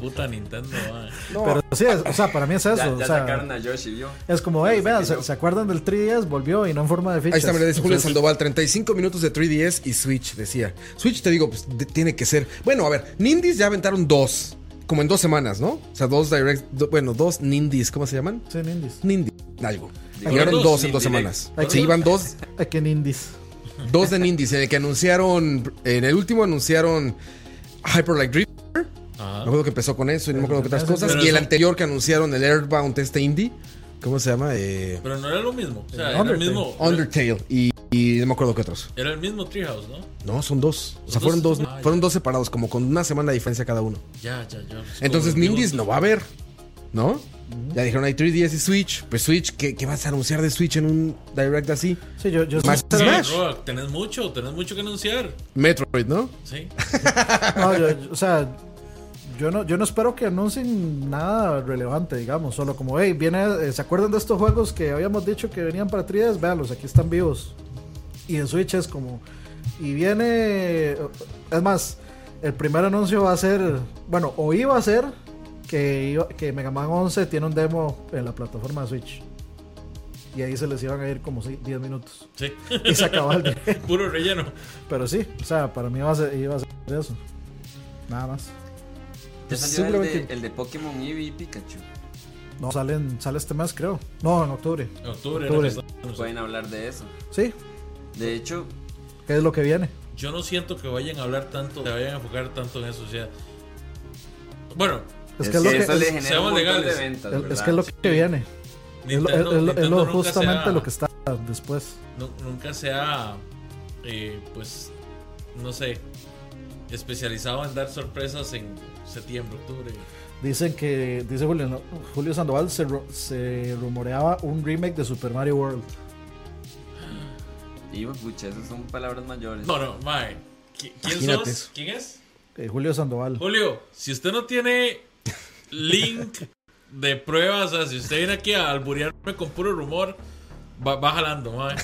[SPEAKER 4] Puta Nintendo, mae.
[SPEAKER 1] no,
[SPEAKER 2] Pero sí, es- o sea, para mí es eso.
[SPEAKER 3] Ya, ya
[SPEAKER 2] o sea,
[SPEAKER 3] sacaron a Yoshi, ¿vio?
[SPEAKER 2] Es como, hey,
[SPEAKER 3] Desde
[SPEAKER 2] vean,
[SPEAKER 3] que
[SPEAKER 2] ¿se,
[SPEAKER 3] yo-
[SPEAKER 2] se acuerdan del 3DS? Volvió y no en forma de
[SPEAKER 1] Ahí
[SPEAKER 2] fichas.
[SPEAKER 1] está, mira, dice Julio
[SPEAKER 4] Entonces-
[SPEAKER 1] Sandoval, 35 minutos de 3DS y Switch, decía. Switch, te digo, pues de- tiene que ser. Bueno, a ver, Nindies ya aventaron dos, como en dos semanas, ¿no? O sea, dos Direct, do- bueno, dos Nindies, ¿cómo se llaman?
[SPEAKER 2] Sí, en indies.
[SPEAKER 1] Nindies, algo.
[SPEAKER 3] Digo,
[SPEAKER 1] Llegaron dos,
[SPEAKER 3] dos
[SPEAKER 1] en dos
[SPEAKER 3] Nindies.
[SPEAKER 1] semanas.
[SPEAKER 2] Ay,
[SPEAKER 1] Se
[SPEAKER 2] sí.
[SPEAKER 1] iban dos,
[SPEAKER 2] Aquí en indies.
[SPEAKER 1] dos de Nindies, en el que anunciaron, en el último anunciaron Hyper Light Drift, me
[SPEAKER 4] Ajá.
[SPEAKER 1] acuerdo que empezó con eso y no me acuerdo qué otras
[SPEAKER 2] Pero
[SPEAKER 1] cosas.
[SPEAKER 4] eso-
[SPEAKER 1] Y el anterior que anunciaron, el Airbound, este indie, ¿cómo se llama? Eh,
[SPEAKER 4] Pero no era lo mismo. O
[SPEAKER 2] El
[SPEAKER 4] sea, era el
[SPEAKER 2] Undertale.
[SPEAKER 4] mismo.
[SPEAKER 1] Undertale y, y no me acuerdo qué otros.
[SPEAKER 4] Era el mismo Treehouse, ¿no?
[SPEAKER 1] No, son dos. O sea,
[SPEAKER 4] ¿Dos?
[SPEAKER 1] fueron dos,
[SPEAKER 4] Ah, ya.
[SPEAKER 1] fueron dos separados, como con una semana de diferencia cada uno.
[SPEAKER 4] Ya, ya, ya.
[SPEAKER 1] Entonces
[SPEAKER 4] Como el
[SPEAKER 1] Nindies
[SPEAKER 4] mismo-
[SPEAKER 1] no va a haber, ¿no? Ya dijeron hay 3DS y Switch. Pues Switch, ¿qué, qué vas a anunciar de Switch en un direct así?
[SPEAKER 2] Sí, yo, yo,
[SPEAKER 1] Más-
[SPEAKER 4] Sí,
[SPEAKER 1] Smash.
[SPEAKER 4] Roa, tenés mucho, tenés mucho que anunciar.
[SPEAKER 1] Metroid, ¿no?
[SPEAKER 4] Sí.
[SPEAKER 2] no, yo- yo- o sea, yo no, yo no espero que anuncien nada relevante, digamos. Solo como, hey, viene, eh, ¿se acuerdan de estos juegos que habíamos dicho que venían para 3DS? Véanlos, aquí están vivos. Y en Switch es como, y viene, es más, el primer anuncio va a ser, bueno, o iba a ser que, iba- que Mega Man 11 tiene un demo en la plataforma de Switch. Y ahí se les iban a ir como sí, 10 minutos.
[SPEAKER 4] Sí.
[SPEAKER 2] Y se acabó el demo.
[SPEAKER 4] Puro relleno.
[SPEAKER 2] Pero sí, o sea, para mí iba a ser, iba a ser eso. Nada más.
[SPEAKER 3] Ya
[SPEAKER 1] Pues
[SPEAKER 3] salió el de,
[SPEAKER 1] simplemente-
[SPEAKER 3] el de Pokémon Eevee y Pikachu.
[SPEAKER 2] No, salen, sale este mes, creo. No, en octubre.
[SPEAKER 4] En octubre.
[SPEAKER 2] Octubre.
[SPEAKER 4] era que estaba-
[SPEAKER 3] Pueden hablar de eso.
[SPEAKER 2] Pues Sí,
[SPEAKER 3] De hecho,
[SPEAKER 2] ¿qué es lo que viene?
[SPEAKER 4] Yo no siento que vayan a hablar tanto, que vayan a enfocar tanto en eso. O sea, bueno,
[SPEAKER 2] Es
[SPEAKER 3] es
[SPEAKER 2] que es lo
[SPEAKER 3] que
[SPEAKER 2] que,
[SPEAKER 3] eso le
[SPEAKER 2] es,
[SPEAKER 3] genera un
[SPEAKER 4] seamos
[SPEAKER 3] montón de
[SPEAKER 4] legales.
[SPEAKER 3] ventas,
[SPEAKER 2] es-
[SPEAKER 3] ¿verdad?
[SPEAKER 2] es que es lo que viene. Es lo- es-
[SPEAKER 4] Nintendo-
[SPEAKER 2] es lo- es
[SPEAKER 4] Nintendo
[SPEAKER 2] lo
[SPEAKER 4] nunca se
[SPEAKER 2] justamente
[SPEAKER 4] ha-
[SPEAKER 2] lo que está después.
[SPEAKER 4] nu- nunca se ha, eh, pues, no sé, especializado en dar sorpresas en septiembre, octubre.
[SPEAKER 2] Dicen que, dice Julio, no, Julio Sandoval, se, ru- se rumoreaba un remake de Super Mario World.
[SPEAKER 3] Y pues, pucha, esas son palabras mayores.
[SPEAKER 4] No, no, Mae. ¿qui- ¿Quién
[SPEAKER 1] Imagínate
[SPEAKER 4] sos?
[SPEAKER 1] eso.
[SPEAKER 4] ¿Quién es?
[SPEAKER 2] Eh, Julio Sandoval.
[SPEAKER 4] Julio, si usted no tiene link de pruebas, o sea, si usted viene aquí a alburearme con puro rumor, va, va jalando, mae.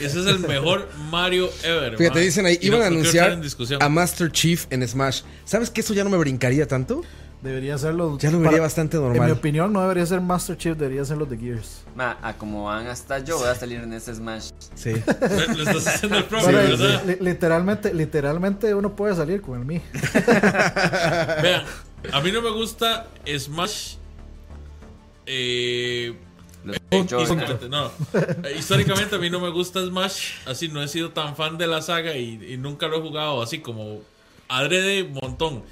[SPEAKER 4] Ese es el mejor Mario ever.
[SPEAKER 1] Fíjate,
[SPEAKER 4] mae.
[SPEAKER 1] dicen ahí,
[SPEAKER 4] Y
[SPEAKER 1] iban
[SPEAKER 4] no-
[SPEAKER 1] a
[SPEAKER 4] no quiero entrar
[SPEAKER 1] anunciar
[SPEAKER 4] en discusión.
[SPEAKER 1] a Master Chief en Smash. ¿Sabes que eso ya no me brincaría tanto?
[SPEAKER 2] Debería ser los.
[SPEAKER 1] Ya lo vería bastante normal.
[SPEAKER 2] En mi opinión, no debería ser Master Chief, debería ser los de Gears.
[SPEAKER 3] Ma, a como van hasta yo, voy a salir en ese Smash.
[SPEAKER 1] Sí.
[SPEAKER 4] Le, le estás haciendo el propio,
[SPEAKER 2] Bueno,
[SPEAKER 1] sí,
[SPEAKER 4] ¿verdad?
[SPEAKER 2] li- literalmente, literalmente uno puede salir con el mí.
[SPEAKER 4] Vean, a mí no me gusta Smash. eh,
[SPEAKER 3] Los Joy-Con.
[SPEAKER 4] históricamente, no. Eh, históricamente a mí no me gusta Smash. Así no he sido tan fan de la saga y, y nunca lo he jugado así como adrede montón.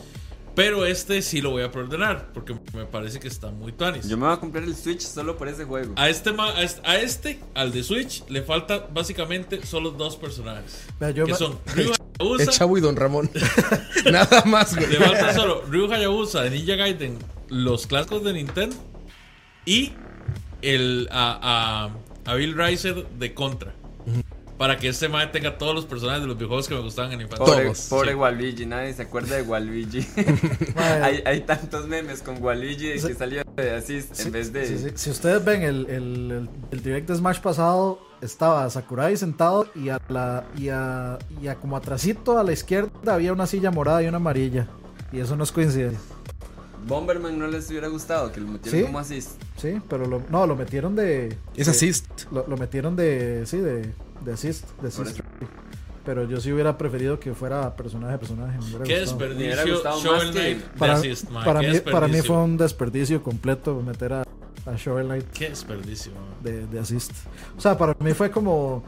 [SPEAKER 4] Pero este sí lo voy a preordenar porque me parece que está muy tuanis.
[SPEAKER 3] Yo me voy a comprar el Switch solo por ese juego.
[SPEAKER 4] A este, ma- a este, a este, al de Switch, le falta básicamente solo dos personajes.
[SPEAKER 2] Vea, yo
[SPEAKER 4] que
[SPEAKER 2] me-
[SPEAKER 4] son Ryu
[SPEAKER 1] El
[SPEAKER 4] Hayabusa.
[SPEAKER 1] chavo y Don Ramón. Nada más, güey.
[SPEAKER 4] Le falta solo Ryu Hayabusa de Ninja Gaiden, los clásicos de Nintendo y el a, a- a Bill Riser de Contra. Para que este mae tenga todos los personajes de los videojuegos que me gustaban en la infancia.
[SPEAKER 3] Pobre,
[SPEAKER 1] todos,
[SPEAKER 3] pobre
[SPEAKER 4] sí.
[SPEAKER 3] Waluigi, nadie se acuerda de Waluigi.
[SPEAKER 2] Madre.
[SPEAKER 3] hay, hay tantos memes con Waluigi
[SPEAKER 2] Sí.
[SPEAKER 3] que salió de Assist
[SPEAKER 2] Sí,
[SPEAKER 3] en vez de.
[SPEAKER 2] sí, sí. Si ustedes ven el, el, el- el direct de Smash pasado, estaba Sakurai sentado y a, la, y, a, y a como atrasito a la izquierda había una silla morada y una amarilla. Y eso no es coincidencia.
[SPEAKER 3] Bomberman no les hubiera gustado que lo metieran
[SPEAKER 2] Sí.
[SPEAKER 3] como Assist.
[SPEAKER 2] Sí, pero lo, no, lo metieron de.
[SPEAKER 1] Es Pues
[SPEAKER 2] de-
[SPEAKER 1] assist.
[SPEAKER 2] Lo, lo metieron de. Sí, de, de assist. De
[SPEAKER 3] Por
[SPEAKER 2] assist. Pero yo sí hubiera preferido que fuera personaje a personaje. me hubiera
[SPEAKER 4] Qué
[SPEAKER 2] gustado.
[SPEAKER 3] Me hubiera
[SPEAKER 4] desperdicio
[SPEAKER 3] gustado
[SPEAKER 4] Shovel
[SPEAKER 3] más que-
[SPEAKER 4] Knight de
[SPEAKER 2] Para,
[SPEAKER 4] Assist, mae.
[SPEAKER 2] para
[SPEAKER 4] Qué
[SPEAKER 2] mí, para mí
[SPEAKER 4] desperdicio.
[SPEAKER 2] fue un desperdicio completo meter a, a Shovel Knight
[SPEAKER 4] Qué desperdicio, mae.
[SPEAKER 2] de, de assist. O sea, para mí fue como.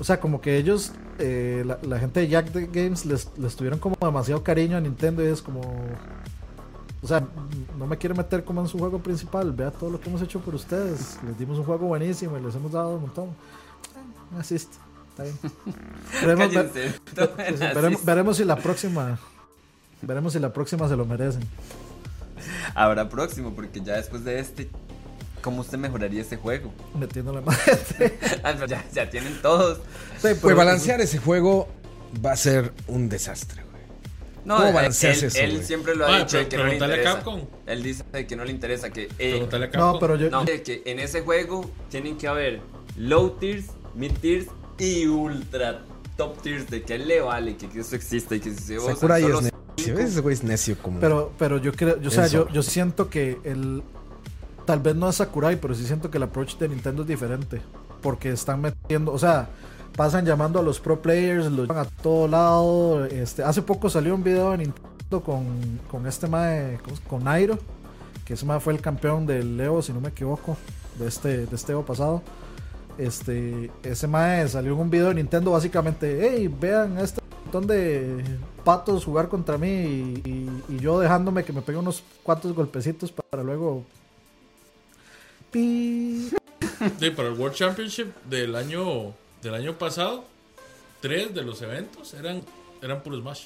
[SPEAKER 2] O sea, como que ellos, eh, la, la gente de Jack the Games les, les tuvieron como demasiado cariño a Nintendo y es como. O sea, no me quiero meter como en su juego principal. Vea todo lo que hemos hecho por ustedes. Les dimos un juego buenísimo y les hemos dado un montón. Eh, Un assist. Está bien. Veremos, ver-
[SPEAKER 3] Cállense. tomen
[SPEAKER 2] sí, sí,
[SPEAKER 3] Assist.
[SPEAKER 2] veremos- veremos si la próxima. Veremos si la próxima se lo merecen.
[SPEAKER 3] Habrá próximo, porque ya después de este, ¿cómo usted mejoraría ese juego?
[SPEAKER 2] Metiendo la madre.
[SPEAKER 3] Ah, pero ya, ya tienen todos.
[SPEAKER 2] Sí, pero- pues,
[SPEAKER 1] Pues balancear ese juego va a ser un desastre, güey.
[SPEAKER 3] No,
[SPEAKER 1] ¿Cómo
[SPEAKER 3] él,
[SPEAKER 1] balanceas
[SPEAKER 3] él-
[SPEAKER 1] eso,
[SPEAKER 3] él
[SPEAKER 1] güey?
[SPEAKER 3] siempre lo ha
[SPEAKER 4] Ah,
[SPEAKER 3] dicho de
[SPEAKER 4] pero
[SPEAKER 3] que no le
[SPEAKER 4] pregúntale a
[SPEAKER 3] interesa.
[SPEAKER 4] Capcom.
[SPEAKER 3] Él dice de que no le interesa, que, eh,
[SPEAKER 4] Pregúntale a Capcom.
[SPEAKER 2] No, pero yo,
[SPEAKER 3] no, de que en ese juego tienen que haber low tiers, mid tiers y ultra top tiers. De que a él le vale que eso existe y que si vos
[SPEAKER 1] Sakurai
[SPEAKER 3] solo
[SPEAKER 1] es necio.
[SPEAKER 3] cinco-
[SPEAKER 1] Ese güey es necio como.
[SPEAKER 2] Pero, pero yo creo, yo, o sea,
[SPEAKER 1] Eso.
[SPEAKER 2] yo, yo siento que el. Tal vez no es Sakurai, pero sí siento que el approach de Nintendo es diferente. Porque están metiendo, o sea, pasan llamando a los pro players, los llevan a todo lado. Este, hace poco salió un video de Nintendo con, con este mae, ¿cómo es? con Nairo, que ese mae fue el campeón del Evo, si no me equivoco, de este, de este Evo pasado. Este, ese mae salió en un video de Nintendo básicamente, hey, vean este montón de patos jugar contra mí y, y- y yo dejándome que me pegue unos cuantos golpecitos para luego... Pi.
[SPEAKER 4] Sí, para el World Championship del año del año pasado, tres de los eventos eran eran puro Smash.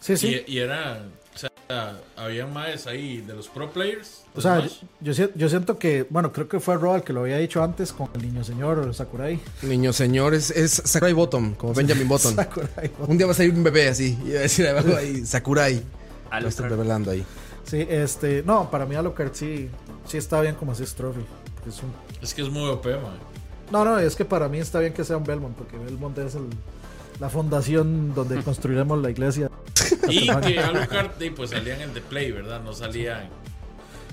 [SPEAKER 2] Sí, sí.
[SPEAKER 4] Y, y era, o sea, había más ahí de los pro players. de
[SPEAKER 2] O sea, yo,
[SPEAKER 4] Smash.
[SPEAKER 2] yo si- yo siento que, bueno, creo que fue Rob el que lo había dicho antes con el niño señor Sakurai.
[SPEAKER 1] Niño señor, es, es Sakurai Bottom, como Benjamin Button.
[SPEAKER 2] Sakurai.
[SPEAKER 1] Un día va a salir un bebé así. Y va a decir abajo ahí, Sakurai.
[SPEAKER 3] A
[SPEAKER 1] Lo
[SPEAKER 3] los
[SPEAKER 1] estoy revelando ahí.
[SPEAKER 2] Sí, este, no, para mí Alucard sí, sí está bien como así es Trophy. porque es un-
[SPEAKER 4] es que es muy OP, man.
[SPEAKER 2] No, no, es que para mí está bien que sea un Belmont, porque Belmont es el- la fundación donde construiremos la iglesia.
[SPEAKER 4] Y que Alucard, de, pues salían en The Play, ¿verdad? No salían.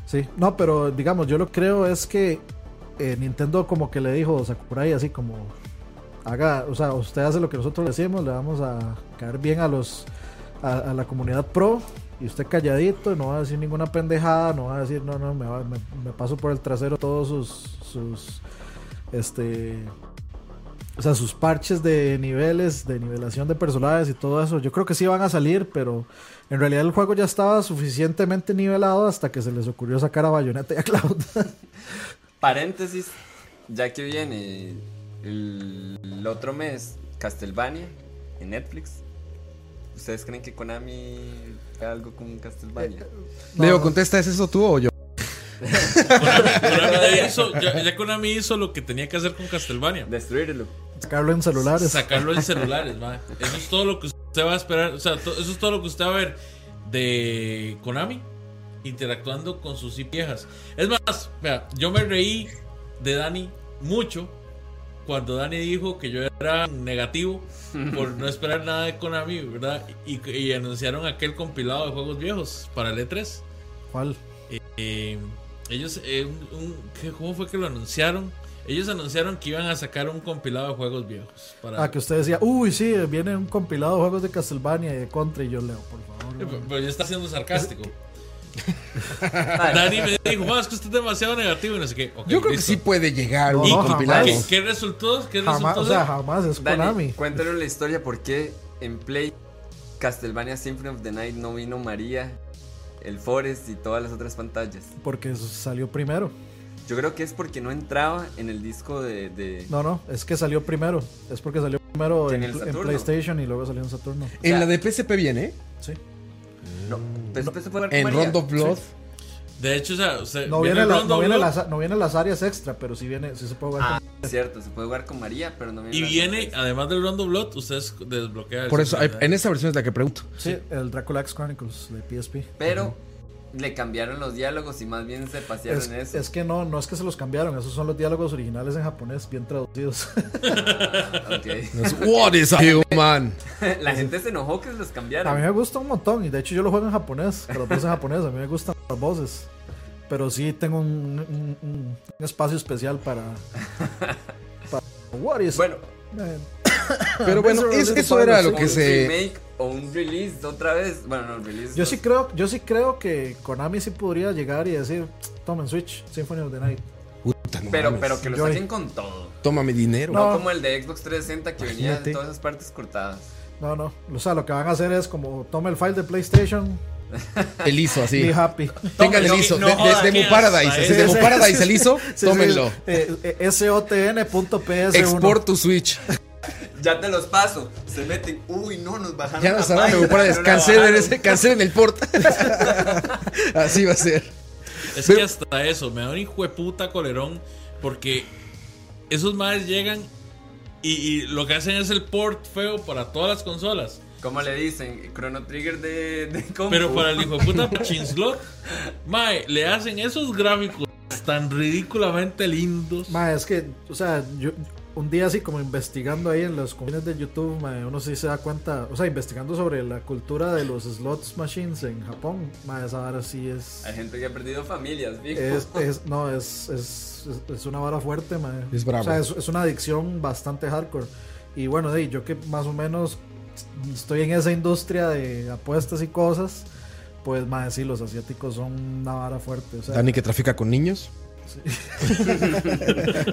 [SPEAKER 2] Sí, no, pero digamos, yo lo creo es que eh, Nintendo como que le dijo a Sakurai así como haga, o sea, usted hace lo que nosotros le decimos, le vamos a caer bien a los a, a la comunidad pro y usted calladito, no va a decir ninguna pendejada, no va a decir, no, no, me, va- me, me paso por el trasero todos sus sus este o sea, sus parches de niveles, de nivelación de personajes y todo eso. Yo creo que sí van a salir, pero en realidad el juego ya estaba suficientemente nivelado hasta que se les ocurrió sacar a Bayonetta y a Cloud.
[SPEAKER 3] Paréntesis, ya que viene el, el otro mes Castlevania en Netflix. ¿Ustedes creen que Konami haga algo con Castlevania?
[SPEAKER 1] Eh, Leo, contesta, ¿es eso tú o yo?
[SPEAKER 4] Konami ya, hizo, ya, ya Konami hizo lo que tenía que hacer con
[SPEAKER 1] eh,
[SPEAKER 4] Castlevania.
[SPEAKER 3] Destruirlo.
[SPEAKER 2] Sacarlo en celulares.
[SPEAKER 4] Sacarlo en celulares, man. Eso es todo lo que usted va a esperar. O sea, to- eso es todo lo que usted va a ver de Konami interactuando con sus IP viejas. Es más, vea, yo me reí de Dani mucho cuando Dani dijo que yo era negativo por no esperar nada de Konami, ¿verdad? Y, y anunciaron aquel compilado de juegos viejos para el E3.
[SPEAKER 2] ¿Cuál?
[SPEAKER 4] Eh, ellos, eh, un- un- ¿qué- ¿cómo fue que lo anunciaron? Ellos anunciaron que iban a sacar un compilado de juegos viejos. Para,
[SPEAKER 2] Ah, que usted decía, uy, sí, viene un compilado de juegos de Castlevania y de Contra. Y yo leo, por favor.
[SPEAKER 4] Pero
[SPEAKER 2] no".
[SPEAKER 4] pero yo estaba siendo sarcástico.
[SPEAKER 3] Ay,
[SPEAKER 4] Dani me dijo, "Wow, es que usted es demasiado negativo y no sé qué. Ok,
[SPEAKER 1] Yo creo que
[SPEAKER 4] listo.
[SPEAKER 1] sí puede llegar un
[SPEAKER 2] No,
[SPEAKER 1] compilado.
[SPEAKER 4] ¿Qué, qué resultó? ¿Qué
[SPEAKER 2] Jamás,
[SPEAKER 4] resultó?
[SPEAKER 2] o sea, jamás es
[SPEAKER 3] Dani,
[SPEAKER 2] Konami.
[SPEAKER 3] cuéntanos la historia por qué en Play Castlevania Symphony of the Night no vino María, el Forest y todas las otras pantallas.
[SPEAKER 2] Porque eso salió primero.
[SPEAKER 3] Yo creo que es porque no entraba en el disco de... de-
[SPEAKER 2] No, no, es que salió primero. Es porque salió primero
[SPEAKER 3] Que en
[SPEAKER 2] en,
[SPEAKER 3] el
[SPEAKER 2] pl- en
[SPEAKER 3] Saturno.
[SPEAKER 2] PlayStation y luego salió en Saturno.
[SPEAKER 1] En la de PSP viene, ¿eh?
[SPEAKER 2] Sí.
[SPEAKER 3] no, pues, pues, se puede jugar con
[SPEAKER 1] En
[SPEAKER 3] María.
[SPEAKER 1] Rondo Blood.
[SPEAKER 4] de hecho, o sea, o sea,
[SPEAKER 2] No viene,
[SPEAKER 4] el
[SPEAKER 2] la-
[SPEAKER 4] Rondo
[SPEAKER 2] no, viene
[SPEAKER 4] Blood
[SPEAKER 2] las, no viene las áreas extra, pero sí viene, sí se puede jugar.
[SPEAKER 3] Ah, es cierto, se puede jugar con María, pero no viene...
[SPEAKER 4] y
[SPEAKER 3] la-
[SPEAKER 4] viene, además del Rondo Blood, ustedes desbloquean. el
[SPEAKER 1] Por eso,
[SPEAKER 4] celular,
[SPEAKER 1] en esta versión es la que pregunto.
[SPEAKER 2] con- sí, el Dracula X Chronicles de PSP.
[SPEAKER 3] Pero le cambiaron los diálogos y más bien se pasearon
[SPEAKER 2] Es,
[SPEAKER 3] en eso.
[SPEAKER 2] es que no, no es que se los cambiaron, esos son los diálogos originales en japonés, bien traducidos.
[SPEAKER 3] Ah, ok.
[SPEAKER 1] Es, What is a human?
[SPEAKER 3] La gente se enojó que se los cambiaron.
[SPEAKER 2] a mí me gusta un montón, y de hecho yo lo juego en japonés, pero lo puse en japonés, a mí me gustan las voces. Pero sí tengo un, un- un- un espacio especial para. para- what is-
[SPEAKER 3] Bueno,
[SPEAKER 2] man.
[SPEAKER 1] Pero bueno,
[SPEAKER 2] Miserable
[SPEAKER 1] es-
[SPEAKER 2] Little
[SPEAKER 1] eso era
[SPEAKER 2] Pirates.
[SPEAKER 1] lo
[SPEAKER 3] o
[SPEAKER 1] que
[SPEAKER 3] un
[SPEAKER 1] se...
[SPEAKER 3] remake o un release otra vez. Bueno, no, release.
[SPEAKER 2] Yo
[SPEAKER 3] no.
[SPEAKER 2] sí creo, yo sí creo que Konami sí podría llegar y decir, tomen Switch, Symphony of the Night.
[SPEAKER 1] Puta, no
[SPEAKER 3] Pero,
[SPEAKER 1] mames.
[SPEAKER 3] pero que lo
[SPEAKER 2] Yo-
[SPEAKER 3] saquen con todo.
[SPEAKER 1] Toma mi dinero.
[SPEAKER 2] No.
[SPEAKER 3] No, como el de Xbox 360 que venía
[SPEAKER 1] Imagínate.
[SPEAKER 3] en todas esas partes cortadas.
[SPEAKER 2] No, no. O sea, lo que van a hacer es como tome el file de PlayStation
[SPEAKER 1] El ISO, así.
[SPEAKER 2] y happy.
[SPEAKER 1] Tengan el
[SPEAKER 4] Tómelo.
[SPEAKER 1] ISO.
[SPEAKER 4] No
[SPEAKER 1] de,
[SPEAKER 4] joda,
[SPEAKER 1] de, de
[SPEAKER 4] qué
[SPEAKER 1] Mu Paradise.
[SPEAKER 4] asco,
[SPEAKER 1] así,
[SPEAKER 4] eh.
[SPEAKER 1] de
[SPEAKER 2] Sí,
[SPEAKER 1] Mu
[SPEAKER 2] sí,
[SPEAKER 1] Paradise
[SPEAKER 2] sí.
[SPEAKER 1] el ISO,
[SPEAKER 2] Sí,
[SPEAKER 1] tómenlo.
[SPEAKER 2] sí. Eh, eh, SOTN.ps1.
[SPEAKER 1] Export tu Switch.
[SPEAKER 3] Ya te los paso. Se meten. Uy, no, nos bajaron.
[SPEAKER 1] Ya
[SPEAKER 3] la
[SPEAKER 1] no sabrán de Mu
[SPEAKER 3] página,
[SPEAKER 1] Paradise.
[SPEAKER 3] no la
[SPEAKER 1] Cancelen,
[SPEAKER 3] bajaron.
[SPEAKER 1] ese, cancelen el port. así va a ser.
[SPEAKER 4] Es
[SPEAKER 1] Pero-
[SPEAKER 4] que hasta eso, me da un hijo de puta colerón. Porque esos madres llegan y, y lo que hacen es el port feo para todas las consolas.
[SPEAKER 3] ¿Cómo le dicen? Chrono Trigger de, de compu.
[SPEAKER 4] Pero para el hijo de puta Pachin Slot, mae, le hacen esos gráficos tan ridículamente lindos.
[SPEAKER 2] Ma, es que, o sea, yo un día así como investigando ahí en los comentarios de YouTube, ma, uno sí se da cuenta, o sea, investigando sobre la cultura de los slots machines en Japón, ma, esa vara sí es,
[SPEAKER 3] Hay gente que ha perdido familias, fijo.
[SPEAKER 2] es, es- no, es, es, es- es una vara fuerte, ma.
[SPEAKER 1] Es bravo.
[SPEAKER 2] O sea, es, es una adicción bastante hardcore. Y bueno, sí, yo que más o menos estoy en esa industria de apuestas y cosas, pues, ma, sí, los asiáticos son una vara fuerte, o sea,
[SPEAKER 1] Dani que trafica con niños.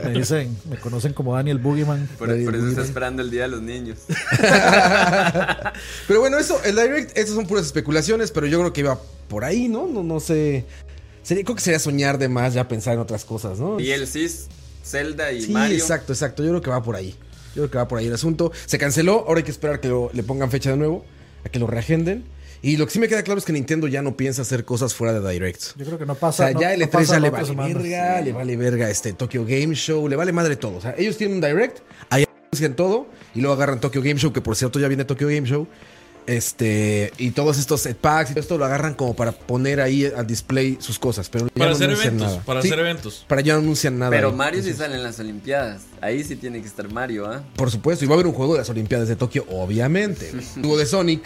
[SPEAKER 2] me dicen, me conocen como Daniel Boogeyman.
[SPEAKER 3] Por,
[SPEAKER 1] Nadie
[SPEAKER 3] por eso
[SPEAKER 1] mira.
[SPEAKER 3] está esperando el Día de los Niños.
[SPEAKER 1] Pero bueno, eso, el direct, esas son puras especulaciones, pero yo creo que iba por ahí, ¿no? No, no sé. Sería, creo que sería soñar de más ya pensar en otras cosas, ¿no?
[SPEAKER 3] Y el CIS, Zelda y
[SPEAKER 1] sí,
[SPEAKER 3] Mario.
[SPEAKER 1] exacto, exacto. Yo creo que va por ahí. Yo creo que va por ahí el asunto. Se canceló, ahora hay que esperar que lo- le pongan fecha de nuevo, a que lo reagenden. Y lo que sí me queda claro es que Nintendo ya no piensa hacer cosas fuera de Direct.
[SPEAKER 2] Yo creo que no
[SPEAKER 1] O
[SPEAKER 2] pasa.
[SPEAKER 1] sea, ya
[SPEAKER 2] no-
[SPEAKER 1] el
[SPEAKER 2] no
[SPEAKER 1] E3
[SPEAKER 2] pasa
[SPEAKER 1] ya le
[SPEAKER 2] la
[SPEAKER 1] vale
[SPEAKER 2] otra semana.
[SPEAKER 1] verga, le vale verga este Tokyo Game Show, le vale madre todo. O sea, ellos tienen un direct, ahí anuncian todo y luego agarran Tokyo Game Show, que por cierto ya viene Tokyo Game Show. Este, y todos estos set packs y todo esto lo agarran como para poner ahí al display sus cosas, pero ya
[SPEAKER 4] Para
[SPEAKER 1] no
[SPEAKER 4] hacer
[SPEAKER 1] anuncian
[SPEAKER 4] eventos,
[SPEAKER 1] nada.
[SPEAKER 4] para
[SPEAKER 1] Sí,
[SPEAKER 4] hacer eventos.
[SPEAKER 1] para ya no anuncian nada.
[SPEAKER 3] Pero
[SPEAKER 1] ahí.
[SPEAKER 3] Mario sí sale en las Olimpiadas. Ahí sí tiene que estar Mario, ¿ah?
[SPEAKER 1] Por supuesto, y va a haber un juego de las Olimpiadas de Tokio, obviamente. güey. Tuvo de Sonic,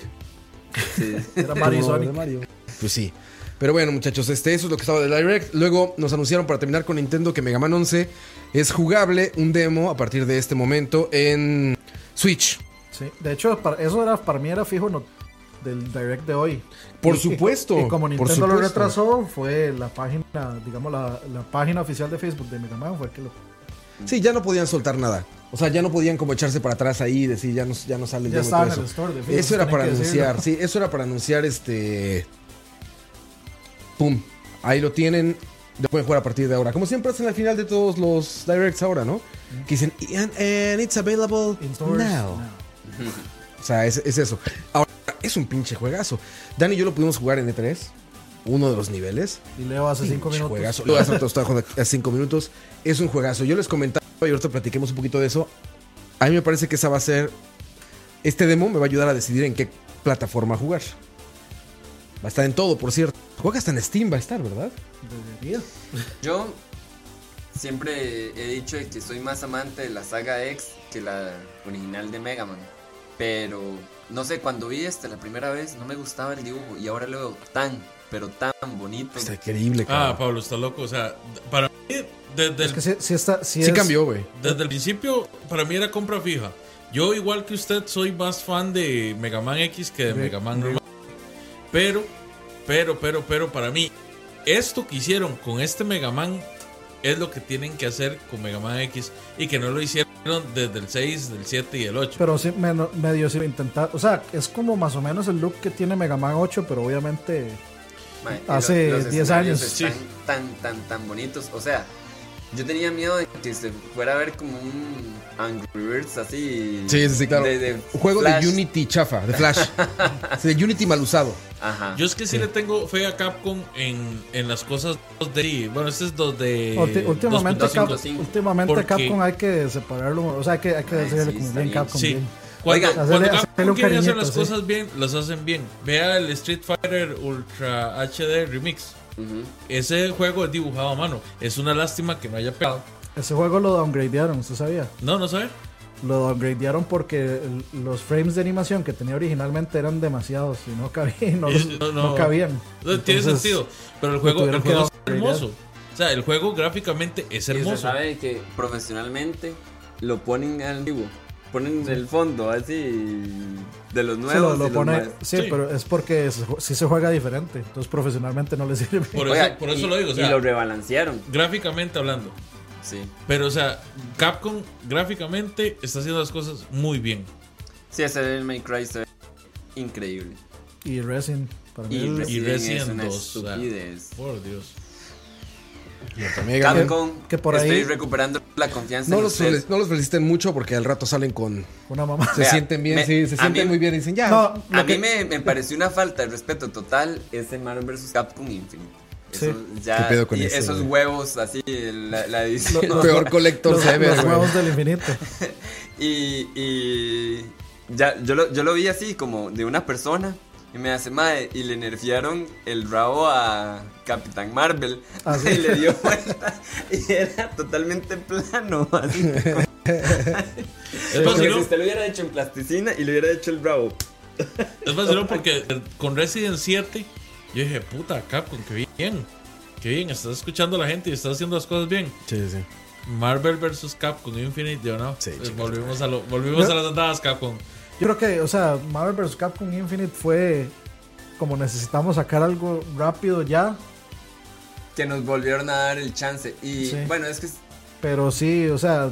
[SPEAKER 3] Sí.
[SPEAKER 2] Era Mario y
[SPEAKER 1] Tuvo
[SPEAKER 2] Sonic.
[SPEAKER 1] de Mario. Pues sí. Pero bueno, muchachos, este, eso es lo que estaba del Direct. Luego nos anunciaron para terminar con Nintendo que Mega Man 11 es jugable, un demo a partir de este momento en Switch.
[SPEAKER 2] Sí, de hecho, para- eso era para mí era fijo no- del direct de hoy.
[SPEAKER 1] Por
[SPEAKER 2] Y-
[SPEAKER 1] supuesto,
[SPEAKER 2] Y como
[SPEAKER 1] por
[SPEAKER 2] Nintendo lo
[SPEAKER 1] supuesto.
[SPEAKER 2] retrasó, fue la página, digamos, la, la página oficial de Facebook de Mega Man. Fue que lo,
[SPEAKER 1] Sí, ya no podían soltar nada. O sea, ya no podían como echarse para atrás ahí y decir, ya no, ya no sale el
[SPEAKER 2] Ya
[SPEAKER 1] demo y todo
[SPEAKER 2] estaba en
[SPEAKER 1] eso.
[SPEAKER 2] el store, de fijo,
[SPEAKER 1] Eso era
[SPEAKER 2] tenía
[SPEAKER 1] para
[SPEAKER 2] que
[SPEAKER 1] anunciar,
[SPEAKER 2] decirlo.
[SPEAKER 1] sí, eso era para anunciar este... Pum, ahí lo tienen, lo pueden jugar a partir de ahora. Como siempre hacen al final de todos los Directs ahora, ¿no? Que dicen, and, and it's available
[SPEAKER 2] in stores,
[SPEAKER 1] now.
[SPEAKER 2] no.
[SPEAKER 1] O sea, es, es eso. Ahora, es un pinche juegazo. Dani y yo lo pudimos jugar en E3, uno de los niveles.
[SPEAKER 2] Y Leo hace cinco
[SPEAKER 1] Pinche
[SPEAKER 2] minutos.
[SPEAKER 1] Juegazo. Lo hace otro trabajo de- hace cinco minutos. Es un juegazo. Yo les comentaba y ahorita platiquemos un poquito de eso. A mí me parece que esa va a ser. Este demo me va a ayudar a decidir en qué plataforma jugar. Va a estar en todo, por cierto. Juega hasta en Steam, va a estar, ¿verdad?
[SPEAKER 2] Debería.
[SPEAKER 3] Yo siempre he dicho de que soy más amante de la saga X que la original de Mega Man. Pero no sé, cuando vi este la primera vez no me gustaba el dibujo y ahora lo veo tan, pero tan bonito.
[SPEAKER 1] Está increíble,
[SPEAKER 4] Ah,
[SPEAKER 1] cabrón.
[SPEAKER 4] Pablo, está loco. O sea, para mí, desde
[SPEAKER 2] Es
[SPEAKER 4] el
[SPEAKER 2] que sí, sí está, sí,
[SPEAKER 1] sí
[SPEAKER 2] es-
[SPEAKER 1] cambió, güey.
[SPEAKER 4] Desde el principio, para mí era compra fija. Yo, igual que usted, soy más fan de Mega Man X que de
[SPEAKER 2] Re-
[SPEAKER 4] Mega Man normal. Pero, pero, pero, pero, para mí, esto que hicieron con este Mega Man es lo que tienen que hacer con Mega Man X y que no lo hicieron desde el 6, del 7 y el 8.
[SPEAKER 2] Pero sí, me- medio sí lo intenta- O sea, es como más o menos el look que tiene Mega Man 8, pero obviamente.
[SPEAKER 3] Mae, y
[SPEAKER 2] hace
[SPEAKER 3] eh, los- los
[SPEAKER 2] 10
[SPEAKER 3] escenarios
[SPEAKER 2] años.
[SPEAKER 3] Están
[SPEAKER 4] Sí.
[SPEAKER 3] tan, tan, tan bonitos. O sea, yo tenía miedo de que se fuera a ver como un Angry Birds así.
[SPEAKER 1] Sí, sí, sí, claro.
[SPEAKER 3] de- de
[SPEAKER 1] Juego
[SPEAKER 3] Flash.
[SPEAKER 1] de Unity chafa, de Flash. Sí, de Unity mal usado.
[SPEAKER 3] Ajá.
[SPEAKER 4] Yo es que sí, le tengo fe a Capcom en, en las cosas 2D. Bueno, este es
[SPEAKER 3] Eh,
[SPEAKER 4] 2D.
[SPEAKER 2] ulti- últimamente,
[SPEAKER 4] 2.5.
[SPEAKER 2] Cap-
[SPEAKER 3] 2.5.
[SPEAKER 2] últimamente
[SPEAKER 4] Porque-
[SPEAKER 2] Capcom hay que separarlo. O sea, hay que, hay que
[SPEAKER 3] Ay,
[SPEAKER 2] decirle
[SPEAKER 3] sí,
[SPEAKER 2] como
[SPEAKER 3] está
[SPEAKER 2] bien
[SPEAKER 3] bien.
[SPEAKER 2] Capcom.
[SPEAKER 4] Sí.
[SPEAKER 2] bien.
[SPEAKER 4] Cuando,
[SPEAKER 3] Oigan,
[SPEAKER 4] cuando
[SPEAKER 2] hacerle-
[SPEAKER 4] Capcom
[SPEAKER 2] hacerle un
[SPEAKER 4] quiere hacer
[SPEAKER 2] cariñito,
[SPEAKER 4] las
[SPEAKER 2] sí.
[SPEAKER 4] cosas bien, las hacen bien. Vea el Street Fighter Ultra HD Remix.
[SPEAKER 3] Ujú.
[SPEAKER 4] Ese juego es dibujado a mano. Es una lástima que no haya pegado.
[SPEAKER 2] Ese juego lo downgradearon, ¿usted sabía?
[SPEAKER 4] No, no sabe.
[SPEAKER 2] Lo downgradearon porque el- los frames de animación que tenía originalmente eran demasiados y no cabían. No,
[SPEAKER 4] Es- no, no.
[SPEAKER 2] no cabían.
[SPEAKER 4] No, tiene
[SPEAKER 2] Entonces,
[SPEAKER 4] sentido. Pero el
[SPEAKER 2] lo
[SPEAKER 4] juego, el
[SPEAKER 2] tuvieron que
[SPEAKER 4] juego es
[SPEAKER 2] downgradear.
[SPEAKER 4] hermoso. O sea, el juego gráficamente es
[SPEAKER 3] Y se
[SPEAKER 4] hermoso.
[SPEAKER 3] sabe que profesionalmente lo ponen al vivo. Ponen el fondo así de
[SPEAKER 2] se lo-
[SPEAKER 3] los nuevos.
[SPEAKER 2] lo
[SPEAKER 3] y los
[SPEAKER 2] pone-
[SPEAKER 3] más-
[SPEAKER 2] sí,
[SPEAKER 4] Sí.
[SPEAKER 2] pero es porque si se juega diferente. Entonces profesionalmente no le sirve.
[SPEAKER 4] Por
[SPEAKER 3] Oiga,
[SPEAKER 4] eso, por
[SPEAKER 3] y-
[SPEAKER 4] eso lo digo. O
[SPEAKER 3] y
[SPEAKER 4] sea,
[SPEAKER 3] lo rebalancearon.
[SPEAKER 4] gráficamente hablando.
[SPEAKER 3] Sí.
[SPEAKER 4] Pero, o sea, Capcom gráficamente está haciendo las cosas muy bien.
[SPEAKER 3] Sí, ese Devil May Cry se ve increíble.
[SPEAKER 2] Y Resin, para mí.
[SPEAKER 3] Y,
[SPEAKER 2] el-
[SPEAKER 3] Resident es
[SPEAKER 4] Resident
[SPEAKER 3] una
[SPEAKER 4] 2, o sea.
[SPEAKER 3] estupidez.
[SPEAKER 4] Por Dios.
[SPEAKER 1] Mega Man.
[SPEAKER 3] Capcom,
[SPEAKER 2] que por ahí-
[SPEAKER 3] estoy recuperando la confianza
[SPEAKER 1] No
[SPEAKER 3] en
[SPEAKER 1] los,
[SPEAKER 3] ustedes.
[SPEAKER 1] fel- no los feliciten mucho porque al rato salen con.
[SPEAKER 2] una mamá.
[SPEAKER 1] Se
[SPEAKER 3] Vea,
[SPEAKER 1] sienten bien,
[SPEAKER 3] me-
[SPEAKER 1] sí, se
[SPEAKER 3] a
[SPEAKER 1] sienten
[SPEAKER 3] mí-
[SPEAKER 1] muy bien y dicen ya.
[SPEAKER 2] No, lo
[SPEAKER 3] A
[SPEAKER 2] que-
[SPEAKER 3] mí me, me pareció una falta de respeto total ese Marvel vs. Capcom Infinite.
[SPEAKER 2] Sí.
[SPEAKER 3] Eso ya,
[SPEAKER 1] ¿Qué pedo con
[SPEAKER 3] y
[SPEAKER 1] eso,
[SPEAKER 3] esos
[SPEAKER 1] güey?
[SPEAKER 3] huevos así, la, la edición.
[SPEAKER 1] Peor colector
[SPEAKER 2] los,
[SPEAKER 1] se ve,
[SPEAKER 2] los
[SPEAKER 1] güey.
[SPEAKER 2] huevos del infinito.
[SPEAKER 3] Y, y ya, yo, lo, yo lo vi así, como de una persona. Y me hace madre. Y le nerfearon el rabo a Capitán Marvel.
[SPEAKER 2] Ah, sí.
[SPEAKER 3] Y le dio vuelta. Y era totalmente plano. Así.
[SPEAKER 4] Es
[SPEAKER 3] Como que si
[SPEAKER 4] vacilón,
[SPEAKER 3] usted lo hubiera hecho en plasticina y le hubiera hecho el bravo.
[SPEAKER 4] es vacilón porque con Resident 7 yo dije, puta, Capcom, qué bien. Qué bien, estás escuchando a la gente y estás haciendo las cosas bien.
[SPEAKER 1] Sí, sí.
[SPEAKER 4] Marvel vs. Capcom Infinite, yo no.
[SPEAKER 1] Sí,
[SPEAKER 4] Eh,
[SPEAKER 1] chicos.
[SPEAKER 4] volvimos a, lo, volvimos
[SPEAKER 2] No.
[SPEAKER 4] a las andadas, Capcom.
[SPEAKER 2] Yo creo que, o sea, Marvel vs. Capcom Infinite fue como necesitamos sacar algo rápido ya,
[SPEAKER 3] Que nos volvieron a dar el chance. Y
[SPEAKER 2] Sí.
[SPEAKER 3] bueno, es que es-
[SPEAKER 2] pero sí, o sea,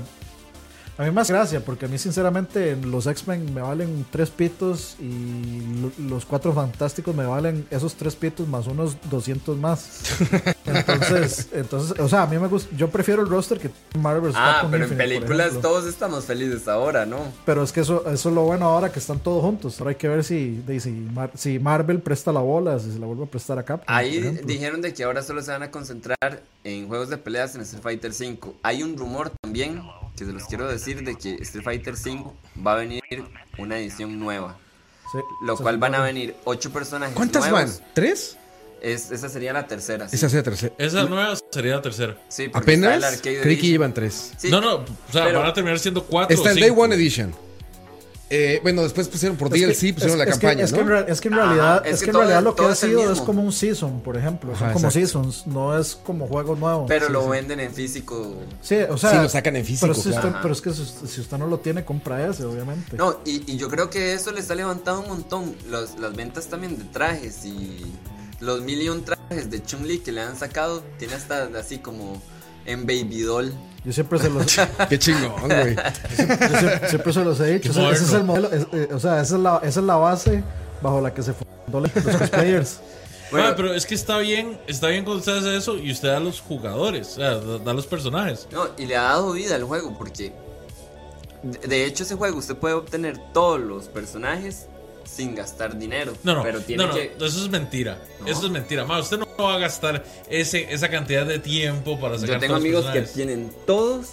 [SPEAKER 2] a mí más gracia, porque a mí sinceramente los X-Men me valen tres pitos y lo- los cuatro fantásticos me valen esos tres pitos más unos 200 más. Entonces, entonces o sea, a mí me gusta, yo prefiero el roster que Marvel vs.
[SPEAKER 3] Ah,
[SPEAKER 2] Capcom
[SPEAKER 3] pero en
[SPEAKER 2] Pues Infinite, por
[SPEAKER 3] películas
[SPEAKER 2] ejemplo.
[SPEAKER 3] todos estamos felices ahora, ¿no?
[SPEAKER 2] Pero es que eso, eso es lo bueno ahora que están todos juntos. Ahora hay que ver si, de- si, Mar- si Marvel presta la bola, si se la vuelve a prestar a
[SPEAKER 1] Ah,
[SPEAKER 2] Capcom.
[SPEAKER 3] Ahí
[SPEAKER 2] por ejemplo.
[SPEAKER 3] dijeron de que ahora solo se van a concentrar en juegos de peleas en Street Fighter V. Hay un rumor también que se los quiero decir de que Street Fighter V va a venir una edición nueva.
[SPEAKER 2] Sí,
[SPEAKER 3] Lo
[SPEAKER 2] se
[SPEAKER 3] cual van a
[SPEAKER 2] supone.
[SPEAKER 3] venir ocho personajes.
[SPEAKER 1] ¿Cuántas van?
[SPEAKER 3] nuevos.
[SPEAKER 1] ¿Tres?
[SPEAKER 3] Es- esa sería la tercera. sí.
[SPEAKER 1] Esa es la tercera.
[SPEAKER 4] Esa nueva sería la tercera.
[SPEAKER 3] Sí, porque está el
[SPEAKER 1] ¿Apenas?
[SPEAKER 3] Arcade
[SPEAKER 1] Creí que
[SPEAKER 3] Edition.
[SPEAKER 1] llevan tres.
[SPEAKER 3] Sí,
[SPEAKER 4] no, no, o sea,
[SPEAKER 3] pero-
[SPEAKER 4] van a terminar siendo cuatro.
[SPEAKER 1] Está
[SPEAKER 4] o
[SPEAKER 1] el Day
[SPEAKER 4] cinco.
[SPEAKER 1] One Edition. Eh, bueno, después pusieron por
[SPEAKER 2] Es que-
[SPEAKER 1] DLC, pusieron
[SPEAKER 2] es-
[SPEAKER 1] la
[SPEAKER 2] es que-
[SPEAKER 1] campaña,
[SPEAKER 2] es
[SPEAKER 1] ¿no?
[SPEAKER 2] que en real- es que en realidad,
[SPEAKER 3] Ajá, es
[SPEAKER 2] es
[SPEAKER 3] que
[SPEAKER 2] que en
[SPEAKER 3] todo
[SPEAKER 2] realidad
[SPEAKER 3] es-
[SPEAKER 2] lo que
[SPEAKER 3] todo
[SPEAKER 2] ha
[SPEAKER 3] es el
[SPEAKER 2] sido es
[SPEAKER 3] mismo.
[SPEAKER 2] como un season, por ejemplo.
[SPEAKER 1] Ajá,
[SPEAKER 2] Son como
[SPEAKER 1] exacto.
[SPEAKER 2] seasons, no es como juego nuevo.
[SPEAKER 3] pero
[SPEAKER 2] Sí,
[SPEAKER 3] lo
[SPEAKER 2] sí.
[SPEAKER 3] venden en físico.
[SPEAKER 2] Sí, o sea.
[SPEAKER 1] Sí, lo sacan en físico,
[SPEAKER 2] Pero, si
[SPEAKER 1] claro.
[SPEAKER 2] usted, pero es que si, usted- si usted no lo tiene, compra ese, obviamente.
[SPEAKER 3] No, y, y yo creo que eso les ha levantado un montón. Los- las ventas también de trajes y los million trajes de Chun-Li que le han sacado, tiene hasta así como en Baby Doll.
[SPEAKER 2] Yo siempre se los, yo
[SPEAKER 1] Qué chingón, güey.
[SPEAKER 2] sie- siempre se los he dicho.
[SPEAKER 4] Qué
[SPEAKER 2] o sea, ese es el
[SPEAKER 4] moderno.
[SPEAKER 2] modelo. es- eh, o sea, esa es, la, esa es la base bajo la que se fundó los cosplayers.
[SPEAKER 3] Bueno,
[SPEAKER 4] Ah, pero es que está bien, está bien cuando usted hace eso y usted da a los jugadores, o sea, da, da a los personajes.
[SPEAKER 3] No, y le ha dado vida al juego porque de, de hecho ese juego usted puede obtener todos los personajes sin gastar dinero,
[SPEAKER 4] No, no,
[SPEAKER 3] pero tiene
[SPEAKER 4] no, no,
[SPEAKER 3] que
[SPEAKER 4] eso es mentira.
[SPEAKER 3] No.
[SPEAKER 4] Eso es mentira. Ma, usted no va a gastar ese, esa cantidad de tiempo para sacar
[SPEAKER 3] yo tengo
[SPEAKER 4] todos los
[SPEAKER 3] amigos que
[SPEAKER 4] personajes.
[SPEAKER 3] tienen todos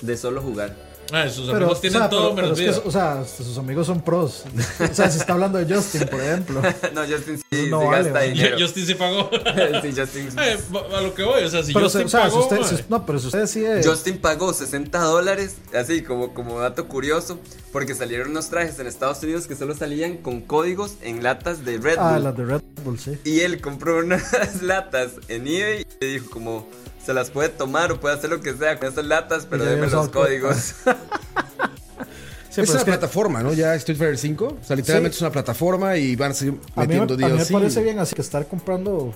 [SPEAKER 3] de solo jugar.
[SPEAKER 4] Ah, sus
[SPEAKER 2] Pero,
[SPEAKER 4] amigos
[SPEAKER 2] o
[SPEAKER 4] tienen
[SPEAKER 2] sea, pero-
[SPEAKER 4] todo
[SPEAKER 2] pero
[SPEAKER 4] menos
[SPEAKER 2] es que,
[SPEAKER 4] vida.
[SPEAKER 2] o sea, sus amigos son pros. O sea, se está hablando de Justin, por ejemplo.
[SPEAKER 3] no, Justin sí,
[SPEAKER 2] No
[SPEAKER 3] sí
[SPEAKER 2] vale,
[SPEAKER 3] gasta
[SPEAKER 2] vale.
[SPEAKER 3] dinero.
[SPEAKER 4] Justin se pagó.
[SPEAKER 3] Sí, Justin.
[SPEAKER 4] Eh, va- a lo que voy, o sea, si
[SPEAKER 2] Pero,
[SPEAKER 4] Justin
[SPEAKER 2] se- o sea, si
[SPEAKER 4] pagó,
[SPEAKER 2] usted,
[SPEAKER 4] ma,
[SPEAKER 2] si- no, pero si usted decide.
[SPEAKER 3] Justin pagó 60 dólares, así como, como dato curioso, porque salieron unos trajes en Estados Unidos que solo salían con códigos en latas de Red
[SPEAKER 2] ah,
[SPEAKER 3] Bull.
[SPEAKER 2] las de Red Bull, sí.
[SPEAKER 3] Y él compró unas latas en eBay y le dijo como se las puede tomar o puede hacer lo que sea con esas latas, pero
[SPEAKER 2] Y ya
[SPEAKER 3] deme
[SPEAKER 2] había
[SPEAKER 3] los
[SPEAKER 2] usado
[SPEAKER 3] códigos.
[SPEAKER 2] Sí,
[SPEAKER 1] es
[SPEAKER 2] pero
[SPEAKER 1] una
[SPEAKER 2] es que
[SPEAKER 1] plataforma, ¿no? Ya Street Fighter 5. O sea, literalmente
[SPEAKER 2] Sí.
[SPEAKER 1] es una plataforma y van a seguir
[SPEAKER 2] a mí, me,
[SPEAKER 1] metiendo
[SPEAKER 2] a mí me
[SPEAKER 1] DLC.
[SPEAKER 2] parece bien así que estar comprando.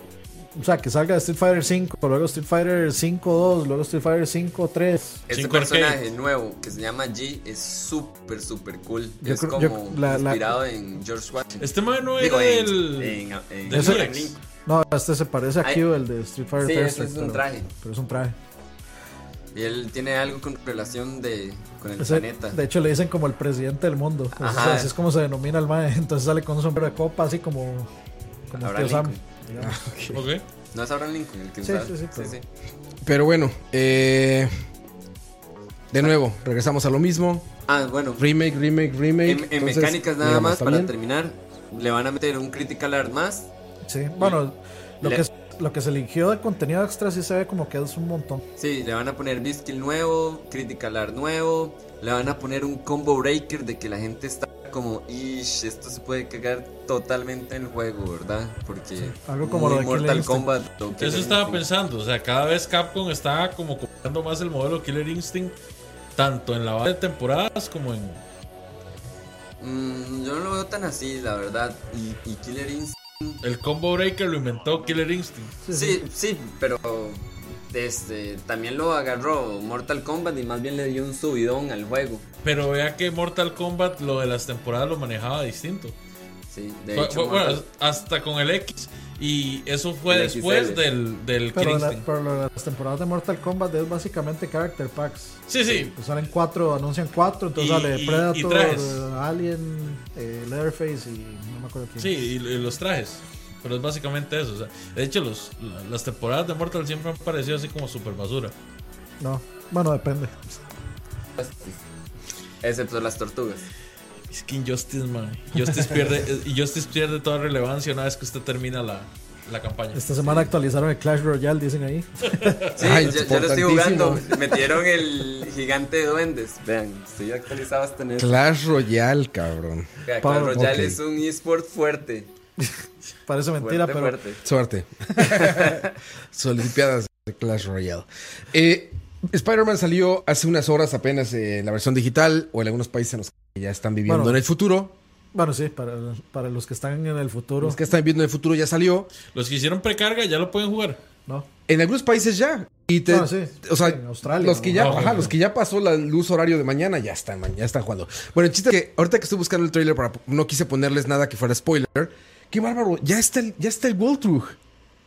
[SPEAKER 2] O sea, que salga Street Fighter 5, luego Street Fighter 5 2, luego Street Fighter 5 3.
[SPEAKER 3] Este
[SPEAKER 4] Cinco arcades.
[SPEAKER 3] personaje nuevo que se llama G es súper, súper cool.
[SPEAKER 2] Yo
[SPEAKER 3] es
[SPEAKER 2] creo-
[SPEAKER 3] como
[SPEAKER 2] yo- la- la-
[SPEAKER 3] inspirado en George Washington.
[SPEAKER 4] Este man no
[SPEAKER 3] Digo,
[SPEAKER 4] era
[SPEAKER 3] en,
[SPEAKER 4] del.
[SPEAKER 3] en- en-
[SPEAKER 4] del
[SPEAKER 3] en
[SPEAKER 4] Rex.
[SPEAKER 3] Link.
[SPEAKER 2] No, este se parece a
[SPEAKER 3] Ay,
[SPEAKER 2] Q, el de Street Fighter
[SPEAKER 3] sí,
[SPEAKER 2] 3.
[SPEAKER 3] ese es un
[SPEAKER 2] pero-
[SPEAKER 3] traje.
[SPEAKER 2] Pero es un traje.
[SPEAKER 3] Y él tiene algo con relación de, con el
[SPEAKER 2] Ese-
[SPEAKER 3] planeta.
[SPEAKER 2] de hecho, le dicen como el presidente del mundo. O sea,
[SPEAKER 3] Ajá.
[SPEAKER 2] así es como se denomina el MAE. Entonces sale con un sombrero de copa, así como. Como
[SPEAKER 3] Abraham
[SPEAKER 2] tío Sam.
[SPEAKER 3] Lincoln.
[SPEAKER 2] digamos.
[SPEAKER 4] Ok.
[SPEAKER 3] ¿No es Abraham Lincoln el que
[SPEAKER 2] Sí,
[SPEAKER 3] usaba?
[SPEAKER 2] sí, sí, pero-
[SPEAKER 1] Pero bueno, eh, de nuevo, regresamos a lo mismo.
[SPEAKER 3] Ah, bueno.
[SPEAKER 1] Remake, remake, remake.
[SPEAKER 3] En, en
[SPEAKER 1] Entonces,
[SPEAKER 3] mecánicas nada
[SPEAKER 1] Mega Man
[SPEAKER 3] más
[SPEAKER 1] está
[SPEAKER 3] para
[SPEAKER 1] bien.
[SPEAKER 3] terminar. Le van a meter un Critical Art más.
[SPEAKER 2] Sí, bueno, lo
[SPEAKER 3] Le-
[SPEAKER 2] que, lo que se eligió de contenido extra sí se ve como que es un montón.
[SPEAKER 3] Sí, le van a poner Biskill nuevo, Critical Art nuevo, le van a poner un combo breaker de que la gente está como, ish, esto se puede cagar totalmente en el juego, ¿verdad? Porque
[SPEAKER 2] algo como lo
[SPEAKER 3] muy
[SPEAKER 2] de Killer
[SPEAKER 3] Mortal
[SPEAKER 2] Instinct.
[SPEAKER 3] Kombat. o Killer
[SPEAKER 4] Eso estaba
[SPEAKER 3] Instinct.
[SPEAKER 4] pensando, o sea, cada vez Capcom está como copiando más el modelo Killer Instinct, tanto en la base de temporadas como en...
[SPEAKER 3] Mm, yo no lo veo tan así, la verdad. Y, y Killer Instinct.
[SPEAKER 4] El combo breaker lo inventó Killer Instinct.
[SPEAKER 3] Sí, sí, pero este, también lo agarró Mortal Kombat y más bien le dio un subidón al juego.
[SPEAKER 4] Pero vea que Mortal Kombat lo de las temporadas lo manejaba distinto.
[SPEAKER 3] Sí, de
[SPEAKER 4] Bu-
[SPEAKER 3] hecho,
[SPEAKER 4] bu-
[SPEAKER 3] Mortal-
[SPEAKER 4] bueno, hasta con el X. Y eso fue
[SPEAKER 3] El
[SPEAKER 4] después
[SPEAKER 3] XL.
[SPEAKER 4] del, del Killer
[SPEAKER 2] Pero, la-
[SPEAKER 4] Instinct.
[SPEAKER 2] pero lo de las temporadas de Mortal Kombat es básicamente character packs.
[SPEAKER 4] Sí, sí.
[SPEAKER 2] Pues salen cuatro, anuncian cuatro, entonces
[SPEAKER 4] Y-
[SPEAKER 2] sale
[SPEAKER 4] y- y
[SPEAKER 2] Predator,
[SPEAKER 4] trajes.
[SPEAKER 2] Alien, eh, Leatherface y no me acuerdo quién.
[SPEAKER 4] Sí, y, y los trajes. Pero es básicamente eso. o sea, de hecho, los, la- las temporadas de Mortal siempre han parecido así como super basura.
[SPEAKER 2] No, bueno, depende.
[SPEAKER 3] excepto las tortugas.
[SPEAKER 4] Es que Injustice, man. Justice pierde, eh, Injustice pierde toda relevancia una vez que usted termina la, la campaña.
[SPEAKER 2] Esta semana actualizaron el Clash Royale, dicen ahí.
[SPEAKER 3] Sí,
[SPEAKER 1] Ay,
[SPEAKER 3] yo,
[SPEAKER 1] es
[SPEAKER 3] yo lo estoy
[SPEAKER 1] importantísimo.
[SPEAKER 3] jugando. Metieron el gigante de duendes. Vean, estoy actualizado hasta en eso.
[SPEAKER 1] Clash Royale, cabrón.
[SPEAKER 3] Vea, Clash
[SPEAKER 2] Pablo,
[SPEAKER 3] Royale
[SPEAKER 1] ok.
[SPEAKER 3] es un eSport fuerte.
[SPEAKER 2] Parece mentira,
[SPEAKER 3] fuerte,
[SPEAKER 2] pero
[SPEAKER 3] fuerte.
[SPEAKER 1] Suerte. Solimpiadas de Clash Royale. Eh, Spider-Man salió hace unas horas apenas eh, en la versión digital o en algunos países en los que ya están viviendo
[SPEAKER 2] Bueno.
[SPEAKER 1] en el futuro.
[SPEAKER 2] bueno, sí, para, para los que están en el futuro,
[SPEAKER 1] Los que están viviendo en el futuro ya salió.
[SPEAKER 4] Los que hicieron precarga ya lo pueden jugar.
[SPEAKER 2] ¿no?
[SPEAKER 1] En algunos países ya. Y te,
[SPEAKER 2] Bueno, Ah, sí,
[SPEAKER 1] o sea,
[SPEAKER 2] en Australia,
[SPEAKER 1] los que
[SPEAKER 2] ¿no?
[SPEAKER 1] ya,
[SPEAKER 4] No,
[SPEAKER 1] ajá,
[SPEAKER 4] no.
[SPEAKER 1] los que ya pasó la luz horario de mañana ya están, man, ya están jugando. Bueno, el chiste es que ahorita que estoy buscando el trailer para no quise ponerles nada que fuera spoiler. Qué bárbaro, ya está el, ya está el World Truth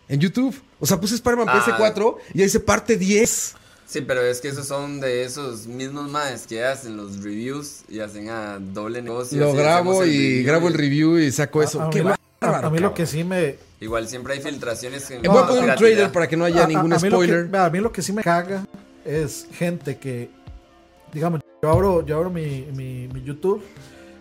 [SPEAKER 1] en YouTube. O sea, puse Spider-Man
[SPEAKER 3] Ah.
[SPEAKER 1] PS4 y ahí se parte 10.
[SPEAKER 3] Sí, pero es que esos son de esos mismos maes que hacen los reviews y hacen a doble negocio.
[SPEAKER 1] Lo
[SPEAKER 3] así
[SPEAKER 1] grabo
[SPEAKER 3] hacemos el
[SPEAKER 1] y
[SPEAKER 3] review
[SPEAKER 1] grabo el review y saco eso.
[SPEAKER 2] A- a
[SPEAKER 1] pues, Qué
[SPEAKER 2] mí-
[SPEAKER 1] bárbaro,
[SPEAKER 2] a mí lo que
[SPEAKER 1] cabrón.
[SPEAKER 2] sí me,
[SPEAKER 3] Igual siempre hay filtraciones que...
[SPEAKER 1] Eh, Voy a poner un
[SPEAKER 3] Piratería.
[SPEAKER 1] trailer para que no haya ningún
[SPEAKER 2] mí lo que-
[SPEAKER 1] spoiler.
[SPEAKER 2] a mí lo que sí me caga es gente que, digamos, yo abro, yo abro mi, mi- mi YouTube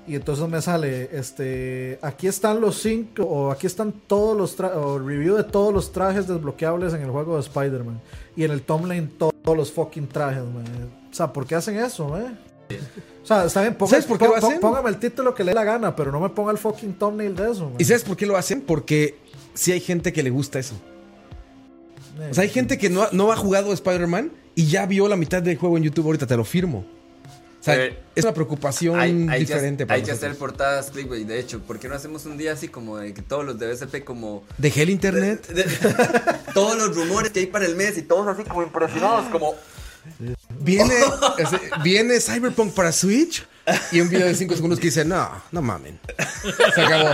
[SPEAKER 2] y entonces me sale, este, aquí están los cinco, o aquí están todos los, tra- o review de todos los trajes desbloqueables en el juego de Spider-Man. Y en el Tomlin to- todos los fucking trajes, man. O sea, ¿por qué hacen eso, eh? O sea, está bien, ponga-
[SPEAKER 1] ¿Sabes por qué
[SPEAKER 2] pon-
[SPEAKER 1] lo
[SPEAKER 2] pon-
[SPEAKER 1] hacen?
[SPEAKER 2] póngame el título que le dé la gana, pero no me ponga el fucking thumbnail de eso, man.
[SPEAKER 1] ¿Y sabes por qué lo hacen? Porque sí hay gente que le gusta eso.
[SPEAKER 2] Eh,
[SPEAKER 1] O sea, hay gente que no, ha- no ha jugado Spider-Man y ya vio la mitad del juego en YouTube. Ahorita te lo firmo. O sea,
[SPEAKER 3] Eh,
[SPEAKER 1] es una preocupación
[SPEAKER 3] Hay, hay
[SPEAKER 1] diferente
[SPEAKER 3] que, hay que
[SPEAKER 1] nosotros.
[SPEAKER 3] hacer portadas clickbait, de hecho, ¿por qué no hacemos un día así como de que todos los de BSP como
[SPEAKER 1] Dejé el internet.
[SPEAKER 3] de- todos los rumores que hay para el mes y todos así como impresionados como
[SPEAKER 1] Viene,
[SPEAKER 3] Oh.
[SPEAKER 1] ese- viene Cyberpunk para Switch y un video de 5 segundos que dice: No, no mamen. Se acabó.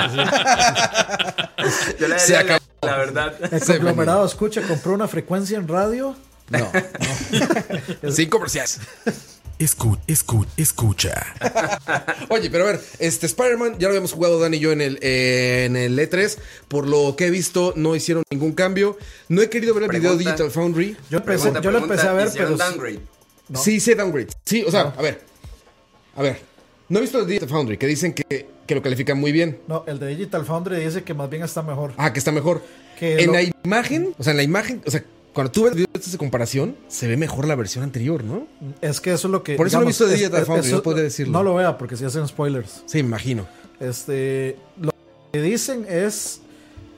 [SPEAKER 3] yo le
[SPEAKER 1] Se
[SPEAKER 3] daría la, la verdad.
[SPEAKER 2] El
[SPEAKER 1] Sí,
[SPEAKER 2] conglomerado escucha, compró una frecuencia en radio.
[SPEAKER 1] No, no. Sin comerciales.
[SPEAKER 6] Escu escu escucha.
[SPEAKER 1] Oye, pero a ver, este Spider-Man ya lo habíamos jugado Dan y yo en el, eh, en el E3. Por lo que he visto, no hicieron ningún cambio. No he querido ver el video
[SPEAKER 3] Pregunta.
[SPEAKER 1] Digital Foundry.
[SPEAKER 2] Yo, empecé-
[SPEAKER 3] Pregunta,
[SPEAKER 2] yo lo
[SPEAKER 3] pregunta,
[SPEAKER 2] empecé a ver,
[SPEAKER 3] ¿hicieron
[SPEAKER 2] pero sí-
[SPEAKER 3] downgrade?
[SPEAKER 2] No.
[SPEAKER 1] Sí, hice downgrade. Sí, o sea, a ver. A ver. No he visto el Digital Foundry, que dicen que, que lo califican muy bien.
[SPEAKER 2] no, el de Digital Foundry dice que más bien está mejor.
[SPEAKER 1] Ah, que está mejor.
[SPEAKER 2] Que
[SPEAKER 1] en
[SPEAKER 2] lo-
[SPEAKER 1] la imagen, o sea, en la imagen, o sea, cuando tú ves videos de comparación, se ve mejor la versión anterior, ¿no?
[SPEAKER 2] Es que eso es lo que.
[SPEAKER 1] Por eso no he visto
[SPEAKER 2] es-
[SPEAKER 1] Digital
[SPEAKER 2] es-
[SPEAKER 1] Foundry,
[SPEAKER 2] eso-
[SPEAKER 1] no podría decirlo.
[SPEAKER 2] No lo vea porque si hacen spoilers.
[SPEAKER 1] Sí, me imagino.
[SPEAKER 2] Este, lo que dicen es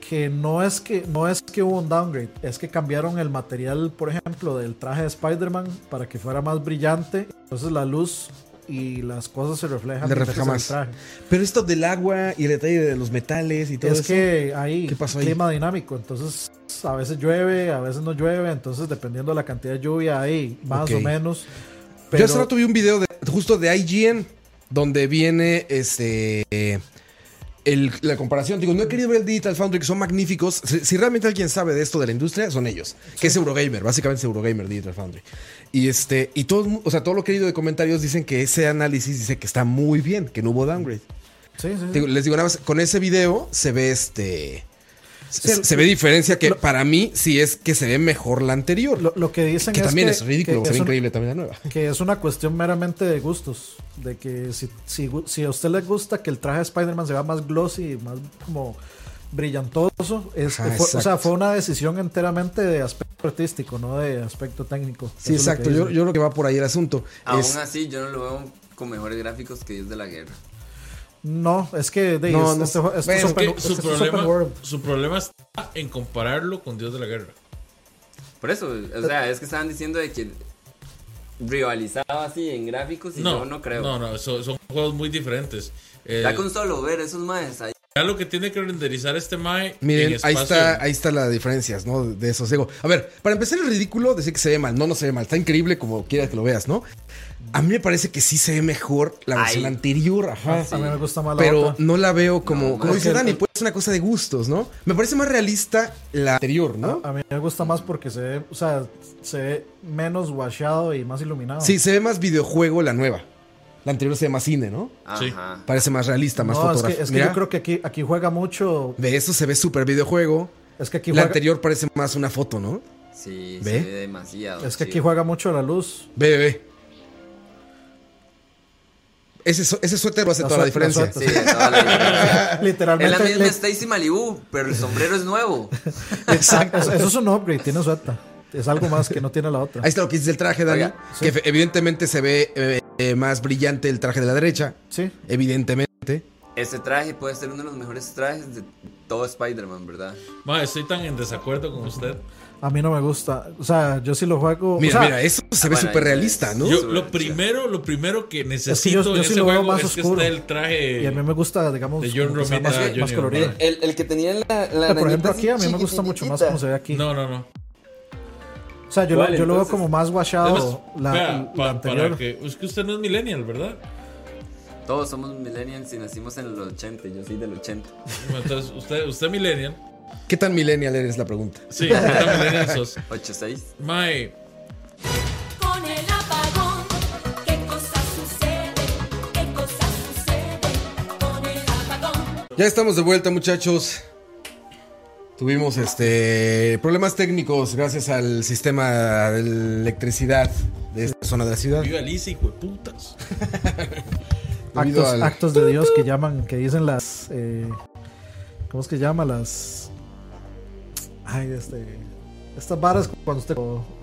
[SPEAKER 2] que no es que no es que hubo un downgrade, es que cambiaron el material, por ejemplo, del traje de Spider-Man para que fuera más brillante. Entonces la luz y las cosas se reflejan.
[SPEAKER 1] Le refleja
[SPEAKER 2] en el
[SPEAKER 1] más.
[SPEAKER 2] traje.
[SPEAKER 1] Pero esto del agua y el detalle de los metales y todo
[SPEAKER 2] es
[SPEAKER 1] eso.
[SPEAKER 2] que ahí
[SPEAKER 1] ¿Qué pasó ahí?
[SPEAKER 2] clima dinámico, entonces a veces llueve, a veces no llueve, entonces dependiendo de la cantidad de lluvia ahí, más
[SPEAKER 1] Ok.
[SPEAKER 2] o menos.
[SPEAKER 1] Yo
[SPEAKER 2] Pero
[SPEAKER 1] hace rato vi un video de, justo de IGN donde viene este el- la comparación. Digo, no he querido ver el Digital Foundry, que son magníficos. Si, si realmente alguien sabe de esto de la industria, son ellos. Que es Eurogamer, básicamente es Eurogamer Digital Foundry. Y este, y todo, el mu- o sea, todo lo que he leído de comentarios dicen que ese análisis dice que está muy bien, que no hubo downgrade.
[SPEAKER 2] sí, sí, sí.
[SPEAKER 1] Digo, les digo nada más, con ese video se ve este.
[SPEAKER 2] Sí,
[SPEAKER 1] Se,
[SPEAKER 2] el-
[SPEAKER 1] se ve diferencia que para mí sí es que se ve mejor la anterior.
[SPEAKER 2] Lo, lo que dicen
[SPEAKER 1] que
[SPEAKER 2] es
[SPEAKER 1] también
[SPEAKER 2] que,
[SPEAKER 1] es ridículo,
[SPEAKER 2] que
[SPEAKER 1] se ve
[SPEAKER 2] es un-
[SPEAKER 1] increíble también la nueva.
[SPEAKER 2] que es una cuestión meramente de gustos, de que si, si, gu- si a usted le gusta que el traje de Spider-Man se vea más glossy, más como brillantoso, es-
[SPEAKER 1] Ajá,
[SPEAKER 2] fue- o sea,
[SPEAKER 1] exacto.
[SPEAKER 2] fue una decisión enteramente de aspecto artístico, no de aspecto técnico.
[SPEAKER 1] Sí,
[SPEAKER 2] Eso es lo que
[SPEAKER 1] exacto. Yo,
[SPEAKER 2] dicen.
[SPEAKER 1] yo creo que va por ahí el asunto.
[SPEAKER 3] Aún
[SPEAKER 1] Es-
[SPEAKER 3] así yo no lo veo con mejores gráficos que Dios de la Guerra.
[SPEAKER 2] No, es que de,
[SPEAKER 1] No,
[SPEAKER 2] es-
[SPEAKER 1] no.
[SPEAKER 2] este jue- esto es
[SPEAKER 1] Bueno,
[SPEAKER 4] Es que
[SPEAKER 2] open-
[SPEAKER 4] su,
[SPEAKER 2] esto es open
[SPEAKER 4] problema,
[SPEAKER 2] world.
[SPEAKER 4] su problema está en compararlo con Dios de la Guerra.
[SPEAKER 3] Por eso, o sea, es que estaban diciendo de que rivalizaba así en gráficos y
[SPEAKER 4] No,
[SPEAKER 3] yo no creo.
[SPEAKER 4] No, no, so- son, juegos muy diferentes. Eh,
[SPEAKER 3] Ya con solo ver esos maes ahí
[SPEAKER 4] ya lo que tiene que renderizar este Mae.
[SPEAKER 1] Miren,
[SPEAKER 4] en
[SPEAKER 1] ahí
[SPEAKER 4] espacio-
[SPEAKER 1] está, ahí está las diferencias, ¿no? De esos. Digo, a ver, para empezar el ridículo, decir que se ve mal. No, no se ve mal. Está increíble como quiera que lo veas, ¿no? A mí me parece que sí se ve mejor la versión
[SPEAKER 3] Ay.
[SPEAKER 1] anterior, ajá.
[SPEAKER 2] A mí me gusta más Ah, la
[SPEAKER 1] Ah, Pero
[SPEAKER 2] otra.
[SPEAKER 1] no la veo como,
[SPEAKER 3] No,
[SPEAKER 1] como
[SPEAKER 3] es
[SPEAKER 1] dice
[SPEAKER 2] que-
[SPEAKER 1] Dani, pues es una cosa de gustos, ¿no? Me parece más realista la anterior, ¿no?
[SPEAKER 2] A mí me gusta más porque se ve, o sea, se ve menos washado y más iluminado.
[SPEAKER 1] Sí, se ve más videojuego la nueva. La anterior se ve más cine, ¿no?
[SPEAKER 4] Sí.
[SPEAKER 3] Ajá.
[SPEAKER 1] Parece más realista, más
[SPEAKER 2] no, es
[SPEAKER 1] fotográfico.
[SPEAKER 2] que, es que
[SPEAKER 1] Mira,
[SPEAKER 2] yo creo que aquí, aquí juega mucho.
[SPEAKER 1] de eso se ve súper videojuego.
[SPEAKER 2] Es que aquí
[SPEAKER 1] La
[SPEAKER 2] juega,
[SPEAKER 1] anterior parece más una foto, ¿no?
[SPEAKER 3] Sí,
[SPEAKER 1] ¿Ve?
[SPEAKER 3] se ve demasiado.
[SPEAKER 2] es que aquí
[SPEAKER 3] chido.
[SPEAKER 2] juega mucho la luz.
[SPEAKER 1] Ve, ve, ve. Ese, su- ese suéter va a hacer
[SPEAKER 2] La
[SPEAKER 1] toda la
[SPEAKER 2] suéter, la
[SPEAKER 1] diferencia.
[SPEAKER 2] suéter.
[SPEAKER 3] Sí, toda la diferencia. Es la
[SPEAKER 2] Literalmente.
[SPEAKER 3] misma
[SPEAKER 2] le-
[SPEAKER 3] Stacy Malibu, pero el sombrero es nuevo.
[SPEAKER 2] Exacto. Eso, eso es un upgrade, tiene suelta. Es algo más que no tiene la otra.
[SPEAKER 1] Ahí está lo que dice el traje, Dani.
[SPEAKER 3] Oiga,
[SPEAKER 2] sí.
[SPEAKER 1] Que fe- evidentemente se ve eh, eh, más brillante el traje de la derecha.
[SPEAKER 2] Sí.
[SPEAKER 1] Evidentemente.
[SPEAKER 3] Ese traje puede ser uno de los mejores trajes de todo Spider-Man, ¿verdad?
[SPEAKER 4] Ma, estoy tan en desacuerdo con usted.
[SPEAKER 2] A mí no me gusta. O sea, yo sí lo juego. o
[SPEAKER 1] Mira,
[SPEAKER 2] sea,
[SPEAKER 1] mira, eso
[SPEAKER 2] Ah,
[SPEAKER 1] se ve
[SPEAKER 3] bueno,
[SPEAKER 1] súper
[SPEAKER 3] es-
[SPEAKER 1] realista, ¿no?
[SPEAKER 4] Yo,
[SPEAKER 3] Súper
[SPEAKER 4] lo
[SPEAKER 3] chido.
[SPEAKER 4] primero, lo primero que necesito
[SPEAKER 2] yo
[SPEAKER 4] en
[SPEAKER 2] sí
[SPEAKER 4] ese
[SPEAKER 2] lo veo
[SPEAKER 4] juego
[SPEAKER 2] más
[SPEAKER 4] es que
[SPEAKER 2] oscuro.
[SPEAKER 4] esté el
[SPEAKER 1] eh,
[SPEAKER 4] traje.
[SPEAKER 2] Y a mí me gusta, digamos,
[SPEAKER 4] De John
[SPEAKER 2] como que sea
[SPEAKER 4] Romita
[SPEAKER 2] más, más
[SPEAKER 4] Jr.,
[SPEAKER 2] colorido.
[SPEAKER 4] ¿verdad?
[SPEAKER 3] El, el que tenía la, la
[SPEAKER 2] O sea, por
[SPEAKER 3] arañita
[SPEAKER 2] ejemplo,
[SPEAKER 3] así
[SPEAKER 2] aquí a mí me gusta mucho más como se ve aquí.
[SPEAKER 4] No, no, no.
[SPEAKER 2] O sea, yo, lo-
[SPEAKER 3] ¿Cuál,
[SPEAKER 2] yo lo veo
[SPEAKER 3] entonces?
[SPEAKER 2] como más
[SPEAKER 4] Además,
[SPEAKER 2] guachado Ah, oh, la,
[SPEAKER 4] vea,
[SPEAKER 2] la
[SPEAKER 4] pa- para
[SPEAKER 2] anterior.
[SPEAKER 4] que, es que usted no es millennial, ¿verdad?
[SPEAKER 3] Todos somos millennials y nacimos en el 80, yo soy del 80.
[SPEAKER 4] Bueno, Entonces, usted, usted millennial.
[SPEAKER 1] ¿Qué tan millennial eres la pregunta?
[SPEAKER 4] Sí, usted millennial sos.
[SPEAKER 3] 86.
[SPEAKER 4] Mae,
[SPEAKER 7] Con el apagón, ¿qué cosa sucede? ¿Qué cosa sucede con el apagón?
[SPEAKER 1] Ya estamos de vuelta, muchachos. Tuvimos este problemas técnicos gracias al sistema de electricidad de esta zona de la ciudad.
[SPEAKER 4] viva Lizzie, hijo de putas.
[SPEAKER 1] Debido
[SPEAKER 2] Actos,
[SPEAKER 1] al-
[SPEAKER 2] actos de Dios que llaman, que dicen las. eh, ¿Cómo es que llama? Las. Ay, este. Estas varas cuando usted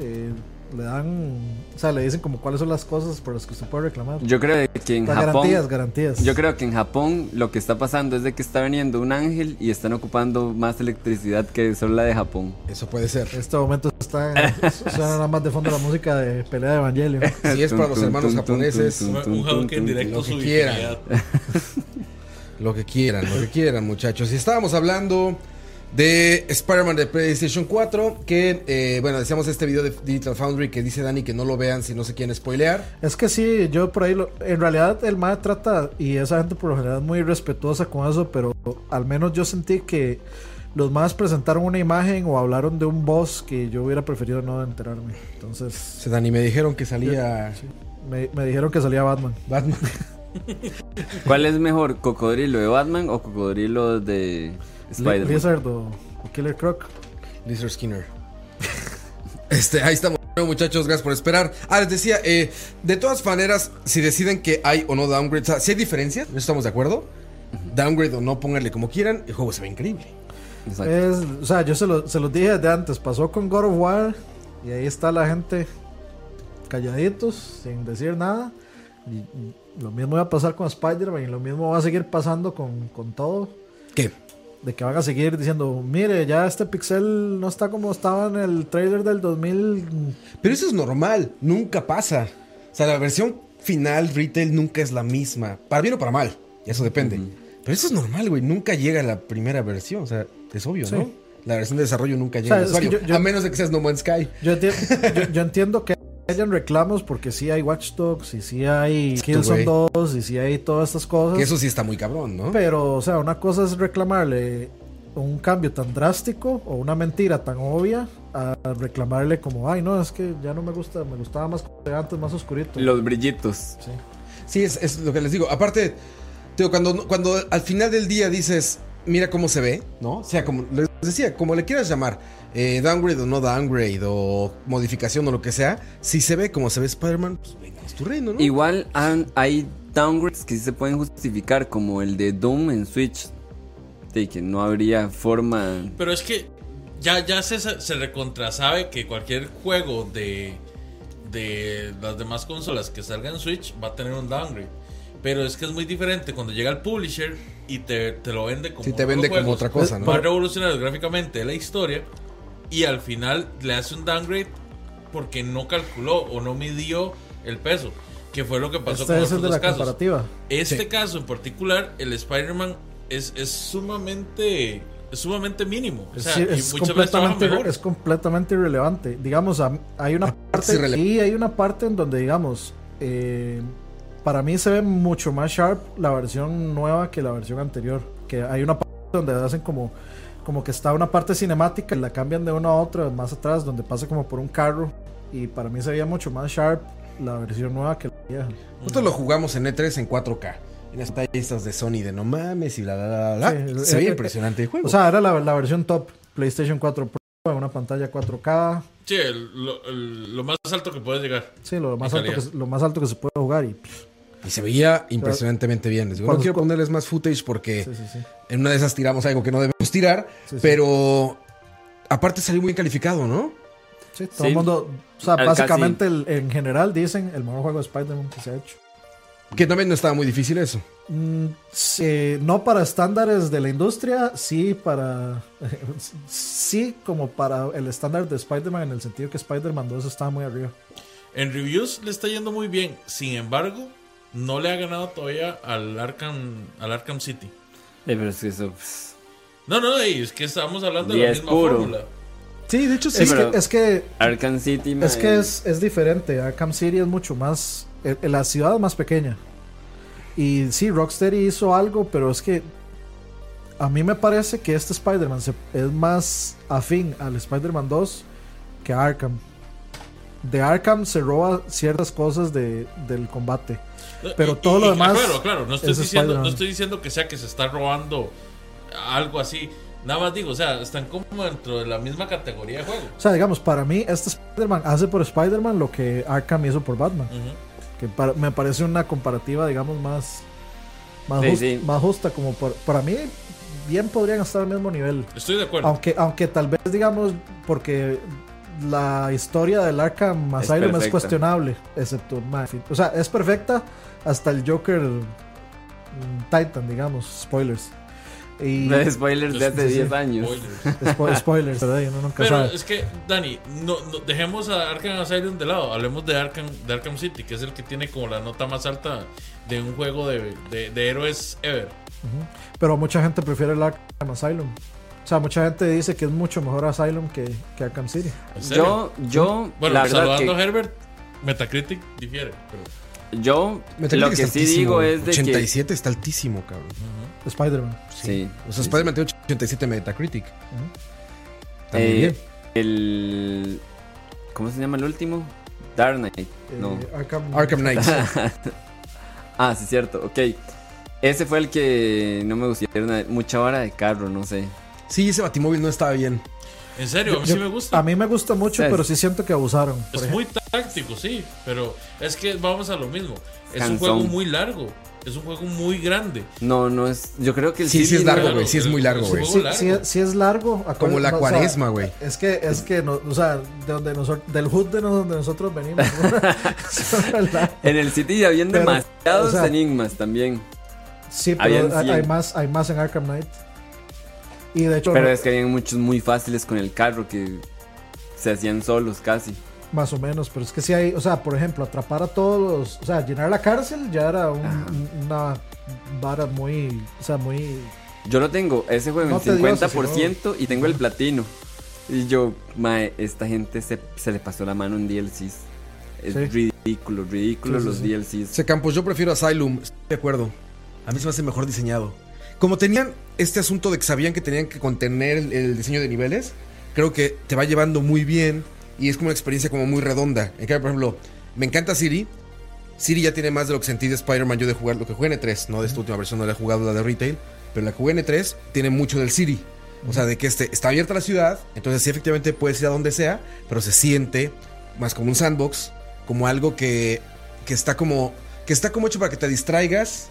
[SPEAKER 2] eh, le dan. O sea, le dicen como cuáles son las cosas por las que usted puede reclamar.
[SPEAKER 3] Yo creo que en
[SPEAKER 2] Las
[SPEAKER 3] Japón.
[SPEAKER 2] garantías, garantías.
[SPEAKER 3] Yo creo que en Japón lo que está pasando es de que está viniendo un ángel y están ocupando más electricidad que solo la de Japón.
[SPEAKER 1] Eso puede ser.
[SPEAKER 2] En este momento está. suena nada más de fondo la música de Pelea de Evangelio.
[SPEAKER 1] Si es para los
[SPEAKER 3] Tum,
[SPEAKER 1] hermanos
[SPEAKER 3] tum, tum,
[SPEAKER 1] japoneses,
[SPEAKER 3] tum,
[SPEAKER 4] Un
[SPEAKER 3] tum, tum,
[SPEAKER 4] hawk en
[SPEAKER 3] tum,
[SPEAKER 4] directo
[SPEAKER 1] lo que
[SPEAKER 4] su
[SPEAKER 1] quiera.
[SPEAKER 4] dignidad.
[SPEAKER 1] lo que quieran, lo que quieran, muchachos. Y estábamos hablando de Spider-Man de PlayStation 4, que, eh, bueno, decíamos este video de Digital Foundry que dice Dani que no lo vean si no se quieren spoilear.
[SPEAKER 2] Es que sí, yo por ahí, lo- en realidad el MAE trata, y esa gente por lo general es muy respetuosa con eso, pero al menos yo sentí que los MAES presentaron una imagen o hablaron de un boss que yo hubiera preferido no enterarme. Entonces
[SPEAKER 1] Dice Dani, me dijeron que salía
[SPEAKER 2] me, me dijeron que salía Batman.
[SPEAKER 1] Batman.
[SPEAKER 3] ¿Cuál es mejor, cocodrilo de Batman o cocodrilo de
[SPEAKER 2] Li-
[SPEAKER 3] Spider-Man?
[SPEAKER 2] Lizard o, o Killer Croc.
[SPEAKER 1] Lizard Skinner. Este, ahí estamos, Bueno, muchachos, gracias por esperar. Ah, les decía, eh, de todas maneras, si deciden que hay o no downgrade, o sea, si hay diferencias, ¿no estamos de acuerdo? Downgrade o no, pónganle como quieran, el juego se ve increíble.
[SPEAKER 3] Exacto.
[SPEAKER 2] Es, o sea, yo se, lo, se los dije desde antes, pasó con God of War y ahí está la gente calladitos, sin decir nada. Y, y lo mismo va a pasar con Spider-Man y lo mismo va a seguir pasando con, con todo.
[SPEAKER 1] ¿Qué?
[SPEAKER 2] De que van a seguir diciendo, mire, ya este pixel no está como estaba en el trailer del 2000.
[SPEAKER 1] Pero eso es normal, nunca pasa. O sea, la versión final retail nunca es la misma, para bien o para mal, eso depende. Pero eso es normal, güey, nunca llega a la primera versión, o sea, es obvio,
[SPEAKER 2] Sí.
[SPEAKER 1] ¿no? La versión de desarrollo nunca llega
[SPEAKER 2] O sea,
[SPEAKER 1] al
[SPEAKER 2] es que
[SPEAKER 1] usuario,
[SPEAKER 2] yo- yo-
[SPEAKER 1] a menos de que seas No Man's Sky.
[SPEAKER 2] Yo, enti- yo- yo entiendo que hayan reclamos porque sí hay Watch Dogs y sí hay Killzone
[SPEAKER 1] güey.
[SPEAKER 2] 2 y sí hay todas estas cosas.
[SPEAKER 1] Que eso sí está muy cabrón, ¿no?
[SPEAKER 2] Pero, o sea, una cosa es reclamarle un cambio tan drástico o una mentira tan obvia a reclamarle como, ay, no, es que ya no me gusta, me gustaba más como era antes, más oscurito.
[SPEAKER 3] Los brillitos.
[SPEAKER 2] Sí.
[SPEAKER 1] Sí, es, es lo que les digo. Aparte, te digo, cuando, cuando al final del día dices, mira cómo se ve, ¿no? O sea, como les decía, como le quieras llamar, eh, downgrade o no downgrade, o modificación o lo que sea, si se ve como se ve Spider-Man, pues venga, es tu reino, ¿no?
[SPEAKER 3] Igual han- hay downgrades que sí se pueden justificar, como el de Doom en Switch. De que no habría forma. Eh,
[SPEAKER 4] Pero es que ya, ya se, se recontrasabe que cualquier juego de, de las demás consolas que salga en Switch va a tener un downgrade. Pero es que es muy diferente cuando llega el publisher y te, te lo vende como
[SPEAKER 1] Si te vende como otra cosa, ¿no?
[SPEAKER 4] Va a revolucionar gráficamente la historia y al final le hace un downgrade porque no calculó o no midió el peso, que fue lo que pasó
[SPEAKER 2] Este
[SPEAKER 4] con
[SPEAKER 2] es
[SPEAKER 4] los
[SPEAKER 2] el de
[SPEAKER 4] otros
[SPEAKER 2] la
[SPEAKER 4] casos.
[SPEAKER 2] comparativa.
[SPEAKER 4] Este caso en particular, el Spider-Man es, es sumamente es sumamente mínimo. O sea,
[SPEAKER 2] Sí,
[SPEAKER 4] y
[SPEAKER 2] es,
[SPEAKER 4] muchas veces trabaja
[SPEAKER 2] completamente,
[SPEAKER 4] mejor.
[SPEAKER 2] es completamente irrelevante. Digamos, a- hay una parte
[SPEAKER 1] irrele-
[SPEAKER 2] y hay una parte en donde, digamos, eh, para mí se ve mucho más sharp la versión nueva que la versión anterior. Que hay una parte donde hacen como, como que está una parte cinemática y la cambian de una a otra más atrás, donde pasa como por un carro. Y para mí se veía mucho más sharp la versión nueva que la vieja.
[SPEAKER 1] Nosotros lo jugamos en E3 en 4K. En las tallas de Sony de no mames y la la la la.
[SPEAKER 2] Sí, el-
[SPEAKER 1] se veía
[SPEAKER 2] el-
[SPEAKER 1] impresionante el juego.
[SPEAKER 2] O sea, era la, la versión top PlayStation 4 Pro, una pantalla 4K,
[SPEAKER 4] Sí, el- lo, el- lo más alto que puedes llegar.
[SPEAKER 2] Sí, lo más,
[SPEAKER 4] En
[SPEAKER 2] alto que,
[SPEAKER 4] calidad.
[SPEAKER 2] se- lo más alto que se puede jugar y pff,
[SPEAKER 1] Y se veía impresionantemente bien. Les digo, no
[SPEAKER 2] Cuando-
[SPEAKER 1] quiero ponerles más footage porque
[SPEAKER 2] Sí, sí, sí.
[SPEAKER 1] en una de esas tiramos algo que no debemos tirar.
[SPEAKER 2] Sí, sí.
[SPEAKER 1] Pero aparte salió muy calificado, ¿no?
[SPEAKER 2] Sí, todo
[SPEAKER 3] Sí.
[SPEAKER 2] el mundo, o sea,
[SPEAKER 3] Al-
[SPEAKER 2] básicamente el- en general dicen el mejor juego de Spider-Man que se ha hecho.
[SPEAKER 1] Que también no estaba muy difícil eso.
[SPEAKER 2] Mm, sí, no para estándares de la industria, sí para. sí, como para el estándar de Spider-Man, en el sentido que Spider-Man 2 estaba muy arriba.
[SPEAKER 4] En reviews le está yendo muy bien. Sin embargo, no le ha ganado todavía al Arkham, al Arkham City.
[SPEAKER 3] pero es que eso. pues, pss,
[SPEAKER 4] No, no, ey, es que estamos hablando de
[SPEAKER 3] Y
[SPEAKER 4] la
[SPEAKER 3] es
[SPEAKER 4] misma
[SPEAKER 3] puro.
[SPEAKER 4] fórmula.
[SPEAKER 2] Sí, de hecho,
[SPEAKER 3] sí.
[SPEAKER 2] Es,
[SPEAKER 3] pero-
[SPEAKER 2] que, es que
[SPEAKER 3] Arkham City,
[SPEAKER 2] es, que
[SPEAKER 3] mae.
[SPEAKER 2] es, es diferente. Arkham City es mucho más. eh, la ciudad es más pequeña. Y sí, Rocksteady hizo algo, pero es que. A mí me parece que este Spider-Man se- es más afín al Spider-Man 2 que a Arkham. De Arkham se roba ciertas cosas de, del combate.
[SPEAKER 4] No,
[SPEAKER 2] Pero todo lo demás
[SPEAKER 4] Claro, claro, no estoy,
[SPEAKER 2] es
[SPEAKER 4] diciendo,
[SPEAKER 2] Spider-Man.
[SPEAKER 4] no estoy diciendo que sea que se está robando algo así. Nada más digo, o sea, están como dentro de la misma categoría de juego.
[SPEAKER 2] O sea, digamos, para mí, este Spider-Man hace por Spider-Man lo que Arkham hizo por Batman.
[SPEAKER 4] Ujú.
[SPEAKER 2] que para- me parece una comparativa, digamos, más, más,
[SPEAKER 3] Sí,
[SPEAKER 2] jus-
[SPEAKER 3] sí.
[SPEAKER 2] más justa. Como por- para mí, bien podrían estar al mismo nivel.
[SPEAKER 4] Estoy de acuerdo.
[SPEAKER 2] Aunque, aunque tal vez, digamos, porque la historia del Arkham
[SPEAKER 3] Es
[SPEAKER 2] Asylum es,
[SPEAKER 3] perfecta.
[SPEAKER 2] cuestionable, excepto Mafia. O sea, es perfecta hasta el Joker mm, Titan, digamos, spoilers. Y
[SPEAKER 3] No hay spoilers de hace
[SPEAKER 2] Sí, sí,
[SPEAKER 3] 10 años.
[SPEAKER 4] Spoilers.
[SPEAKER 2] spo- spoilers, ¿verdad? Y Uno nunca
[SPEAKER 4] Pero
[SPEAKER 2] sabe.
[SPEAKER 4] es que, Dani, no, no- dejemos a Arkham Asylum de lado. Hablemos de Arkham, de Arkham City, que es el que tiene como la nota más alta de un juego de, de- de héroes ever.
[SPEAKER 2] Pero mucha gente prefiere el Arkham Asylum. O sea, mucha gente dice que es mucho mejor Asylum que, que Arkham City.
[SPEAKER 4] ¿En serio?
[SPEAKER 3] Yo, yo,
[SPEAKER 4] bueno, pues,
[SPEAKER 3] la verdad
[SPEAKER 4] saludando a
[SPEAKER 3] que
[SPEAKER 4] Herbert, Metacritic difiere. pero-
[SPEAKER 3] yo
[SPEAKER 1] Metacritic
[SPEAKER 3] lo
[SPEAKER 1] es
[SPEAKER 3] que sí
[SPEAKER 1] altísimo,
[SPEAKER 3] digo
[SPEAKER 1] güey.
[SPEAKER 3] es de que
[SPEAKER 1] 87 está altísimo, cabrón.
[SPEAKER 2] Spider-Man.
[SPEAKER 3] sí, eh,
[SPEAKER 1] O sea, Spider-Man tiene 87 Metacritic. Está muy
[SPEAKER 3] Eh,
[SPEAKER 1] bien.
[SPEAKER 3] el ¿cómo se llama el último? Dark Knight.
[SPEAKER 2] Eh,
[SPEAKER 3] No.
[SPEAKER 2] Arkham,
[SPEAKER 1] Arkham Knight.
[SPEAKER 3] Ah, sí, cierto. Ok. Ese fue el que no me gustó. Era una- mucha vara de carro, no sé.
[SPEAKER 1] Sí, ese Batimóvil no estaba bien.
[SPEAKER 4] En serio, a mí
[SPEAKER 2] Yo-
[SPEAKER 4] sí me gusta.
[SPEAKER 2] A mí me gusta mucho,
[SPEAKER 3] Sí.
[SPEAKER 2] pero sí siento que abusaron. por
[SPEAKER 4] Es
[SPEAKER 2] ejemplo.
[SPEAKER 4] muy táctico, sí, pero es que vamos a lo mismo. Es un
[SPEAKER 3] Cansón.
[SPEAKER 4] juego muy largo, es un juego muy grande.
[SPEAKER 3] No, no es. Yo creo que el
[SPEAKER 1] Sí, sí
[SPEAKER 3] City
[SPEAKER 1] es
[SPEAKER 3] no-
[SPEAKER 1] largo, güey, sí es muy largo,
[SPEAKER 4] un
[SPEAKER 1] güey.
[SPEAKER 4] juego
[SPEAKER 2] Sí,
[SPEAKER 4] largo.
[SPEAKER 2] sí, sí es largo. acuérdate,
[SPEAKER 1] Como la
[SPEAKER 2] no, o sea,
[SPEAKER 1] cuaresma, güey.
[SPEAKER 2] es que, es que, no- o sea, de donde nosotros, del hood de no- donde nosotros venimos. Son largos.
[SPEAKER 3] En el City ya habían
[SPEAKER 2] Pero,
[SPEAKER 3] demasiados
[SPEAKER 2] o sea,
[SPEAKER 3] enigmas también.
[SPEAKER 2] sí,
[SPEAKER 3] Habían
[SPEAKER 2] pero hay,
[SPEAKER 3] cien.
[SPEAKER 2] hay más, hay más en Arkham Knight. Y de hecho,
[SPEAKER 3] Pero es que habían muchos muy fáciles con el carro que se hacían solos casi.
[SPEAKER 2] más o menos, pero es que sí hay, o sea, por ejemplo, atrapar a todos los, o sea, llenar la cárcel ya era un-
[SPEAKER 3] Ajá.
[SPEAKER 2] una vara muy, o sea, muy
[SPEAKER 3] Yo lo tengo, ese juego
[SPEAKER 2] No
[SPEAKER 3] en
[SPEAKER 2] te digo,
[SPEAKER 3] 50% y tengo el platino. Y yo, mae, esta gente se, se le pasó la mano en DLCs. Es
[SPEAKER 2] Sí.
[SPEAKER 3] ridículo, ridículo
[SPEAKER 2] Sí, sí,
[SPEAKER 3] los
[SPEAKER 2] sí.
[SPEAKER 3] DLCs.
[SPEAKER 1] Ese Campos, yo prefiero Asylum, estoy de acuerdo. A mí se me hace mejor diseñado. Como tenían este asunto de que sabían que tenían que contener el, el diseño de niveles, creo que te va llevando muy bien y es como una experiencia como muy redonda. En cambio, por ejemplo, me encanta Siri. Siri ya tiene más de lo que sentí de Spider-Man yo de jugar lo que jugué en E3, no de esta última versión, no la he jugado la de retail, pero la que jugué en E3 tiene mucho del Siri. O sea, de que este, está abierta la ciudad, entonces sí efectivamente puedes ir a donde sea, pero se siente más como un sandbox, como algo que, que está como que está como hecho para que te distraigas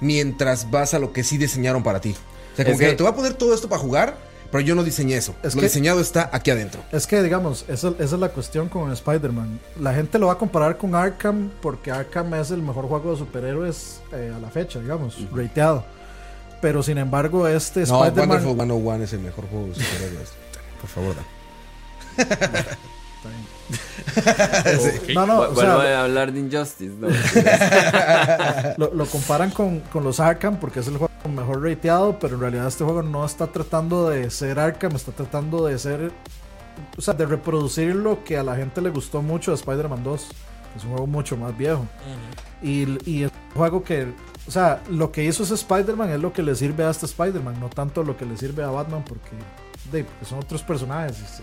[SPEAKER 1] mientras vas a lo que sí diseñaron para ti. O sea, como
[SPEAKER 3] Es
[SPEAKER 1] que,
[SPEAKER 3] que-
[SPEAKER 1] te voy a poner todo esto para jugar, pero yo no diseñé eso.
[SPEAKER 2] Es
[SPEAKER 1] lo
[SPEAKER 2] que-
[SPEAKER 1] diseñado está aquí adentro.
[SPEAKER 2] Es que, digamos, esa, esa es la cuestión con Spider-Man. La gente lo va a comparar con Arkham porque Arkham es el mejor juego de superhéroes eh, a la fecha, digamos, rateado. Pero sin embargo, este
[SPEAKER 1] No,
[SPEAKER 2] Spider-Man.
[SPEAKER 1] Wonderful 101 es el mejor juego de superhéroes. Por favor, Dan.
[SPEAKER 4] Ok.
[SPEAKER 2] eh, No, no,
[SPEAKER 3] Vu-
[SPEAKER 2] o
[SPEAKER 3] vuelvo
[SPEAKER 2] sea,
[SPEAKER 3] a hablar de Injustice. ¿no?
[SPEAKER 2] lo, lo comparan con, con los Arkham porque es el juego mejor rateado, pero en realidad este juego no está tratando de ser Arkham, está tratando de ser. O sea, de reproducir lo que a la gente le gustó mucho de Spider-Man 2. Es un juego mucho más viejo.
[SPEAKER 4] Ujú.
[SPEAKER 2] Y, y es un juego que, o sea, lo que hizo ese Spider-Man es lo que le sirve a este Spider-Man, no tanto lo que le sirve a Batman, porque, de, porque son otros personajes. Es-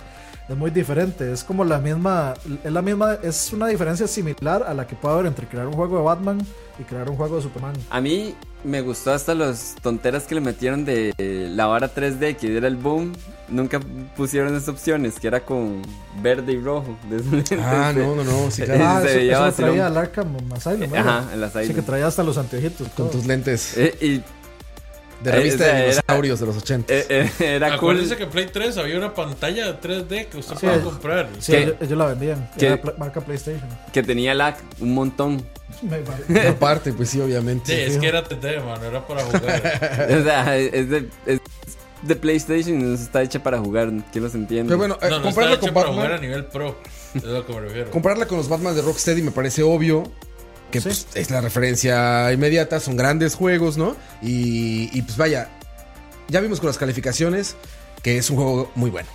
[SPEAKER 2] es muy diferente. Es como la misma, es la misma, es una diferencia similar a la que puede haber entre crear un juego de Batman y crear un juego de Superman.
[SPEAKER 3] A mí me gustó hasta las tonteras que le metieron de eh, la vara 3D, que era el boom. Nunca pusieron esas opciones, que era con verde y rojo. Desde-
[SPEAKER 1] Ah,
[SPEAKER 3] desde-
[SPEAKER 1] no, no, no. Sí, claro.
[SPEAKER 3] Eh,
[SPEAKER 2] Ah,
[SPEAKER 3] se
[SPEAKER 2] eso,
[SPEAKER 3] veía
[SPEAKER 2] eso lo
[SPEAKER 3] vacilón.
[SPEAKER 2] traía al Arkham Asylum. ¿verdad?
[SPEAKER 3] Ajá, en las
[SPEAKER 2] Sí, que traía hasta los anteojitos.
[SPEAKER 1] Con
[SPEAKER 2] todo.
[SPEAKER 1] tus lentes
[SPEAKER 3] Eh, y
[SPEAKER 1] de
[SPEAKER 3] eh,
[SPEAKER 1] revista
[SPEAKER 3] o sea,
[SPEAKER 1] de
[SPEAKER 3] era-
[SPEAKER 1] dinosaurios de los 80.
[SPEAKER 3] eh, eh, era cool.
[SPEAKER 4] Acuérdense que en Play 3 había una pantalla de 3D que usted
[SPEAKER 2] Ah, Sí.
[SPEAKER 4] podía comprar.
[SPEAKER 2] Sí,
[SPEAKER 3] ¿Qué?
[SPEAKER 2] ellos, ellos la vendían.
[SPEAKER 3] ¿Qué?
[SPEAKER 2] Era pla- marca PlayStation.
[SPEAKER 3] Que tenía lag un montón.
[SPEAKER 2] Me- me-
[SPEAKER 1] Aparte, pues sí,
[SPEAKER 4] Sí,
[SPEAKER 1] obviamente.
[SPEAKER 4] es que era 3D, mano, era para
[SPEAKER 1] Eh,
[SPEAKER 4] jugar.
[SPEAKER 3] O sea, es de, es de PlayStation y no está hecha para jugar. ¿Quién los entiende?
[SPEAKER 1] Pero bueno, eh,
[SPEAKER 4] No, no
[SPEAKER 1] comprarla
[SPEAKER 4] estaba
[SPEAKER 1] con
[SPEAKER 4] hecho para jugar a
[SPEAKER 1] Batman.
[SPEAKER 4] nivel pro. Es lo que me refiero.
[SPEAKER 1] Comprarla con los Batman de Rocksteady me parece obvio. Que
[SPEAKER 2] Sí.
[SPEAKER 1] pues, es la referencia inmediata. Son grandes juegos, ¿no? Y, y, pues vaya. Ya vimos con las calificaciones que es un juego muy bueno.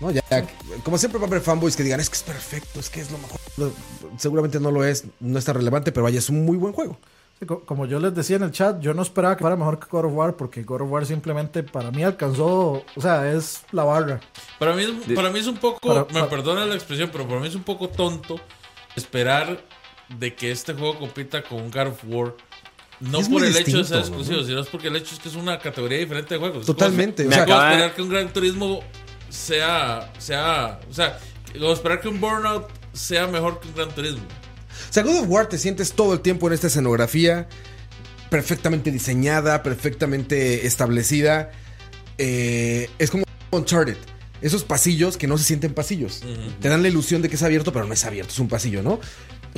[SPEAKER 1] ¿no? Ya, ya- como siempre va a haber fanboys que digan, es que es perfecto, es que es lo mejor. Lo- Seguramente no lo es, no está relevante, pero vaya, es un muy buen juego.
[SPEAKER 2] Sí, co- Como yo les decía en el chat, yo no esperaba que fuera mejor que God of War porque God of War simplemente para mí alcanzó, o sea, es la barra.
[SPEAKER 4] Para mí, es-
[SPEAKER 3] De-
[SPEAKER 4] para mí es un poco,
[SPEAKER 2] Para-
[SPEAKER 4] me
[SPEAKER 2] para-
[SPEAKER 4] perdona la expresión, pero para mí es un poco tonto esperar de que este juego compita con un God of War. No
[SPEAKER 1] Es muy
[SPEAKER 4] por el hecho de
[SPEAKER 1] distinto,
[SPEAKER 4] ser
[SPEAKER 1] ¿no?
[SPEAKER 4] exclusivo, sino es porque el hecho es que es una categoría diferente de juegos. Es como-
[SPEAKER 1] Totalmente.
[SPEAKER 3] Me
[SPEAKER 1] o sea,
[SPEAKER 4] como
[SPEAKER 3] acaba-
[SPEAKER 4] esperar que un Gran Turismo sea, sea, o sea, como esperar que un Burnout sea mejor que un Gran Turismo.
[SPEAKER 1] O sea, God of War te sientes todo el tiempo en esta escenografía perfectamente diseñada, perfectamente establecida. Eh, es como Uncharted. Esos pasillos que no se sienten pasillos. Te dan la ilusión de que es abierto, pero no es abierto, es un pasillo, ¿no?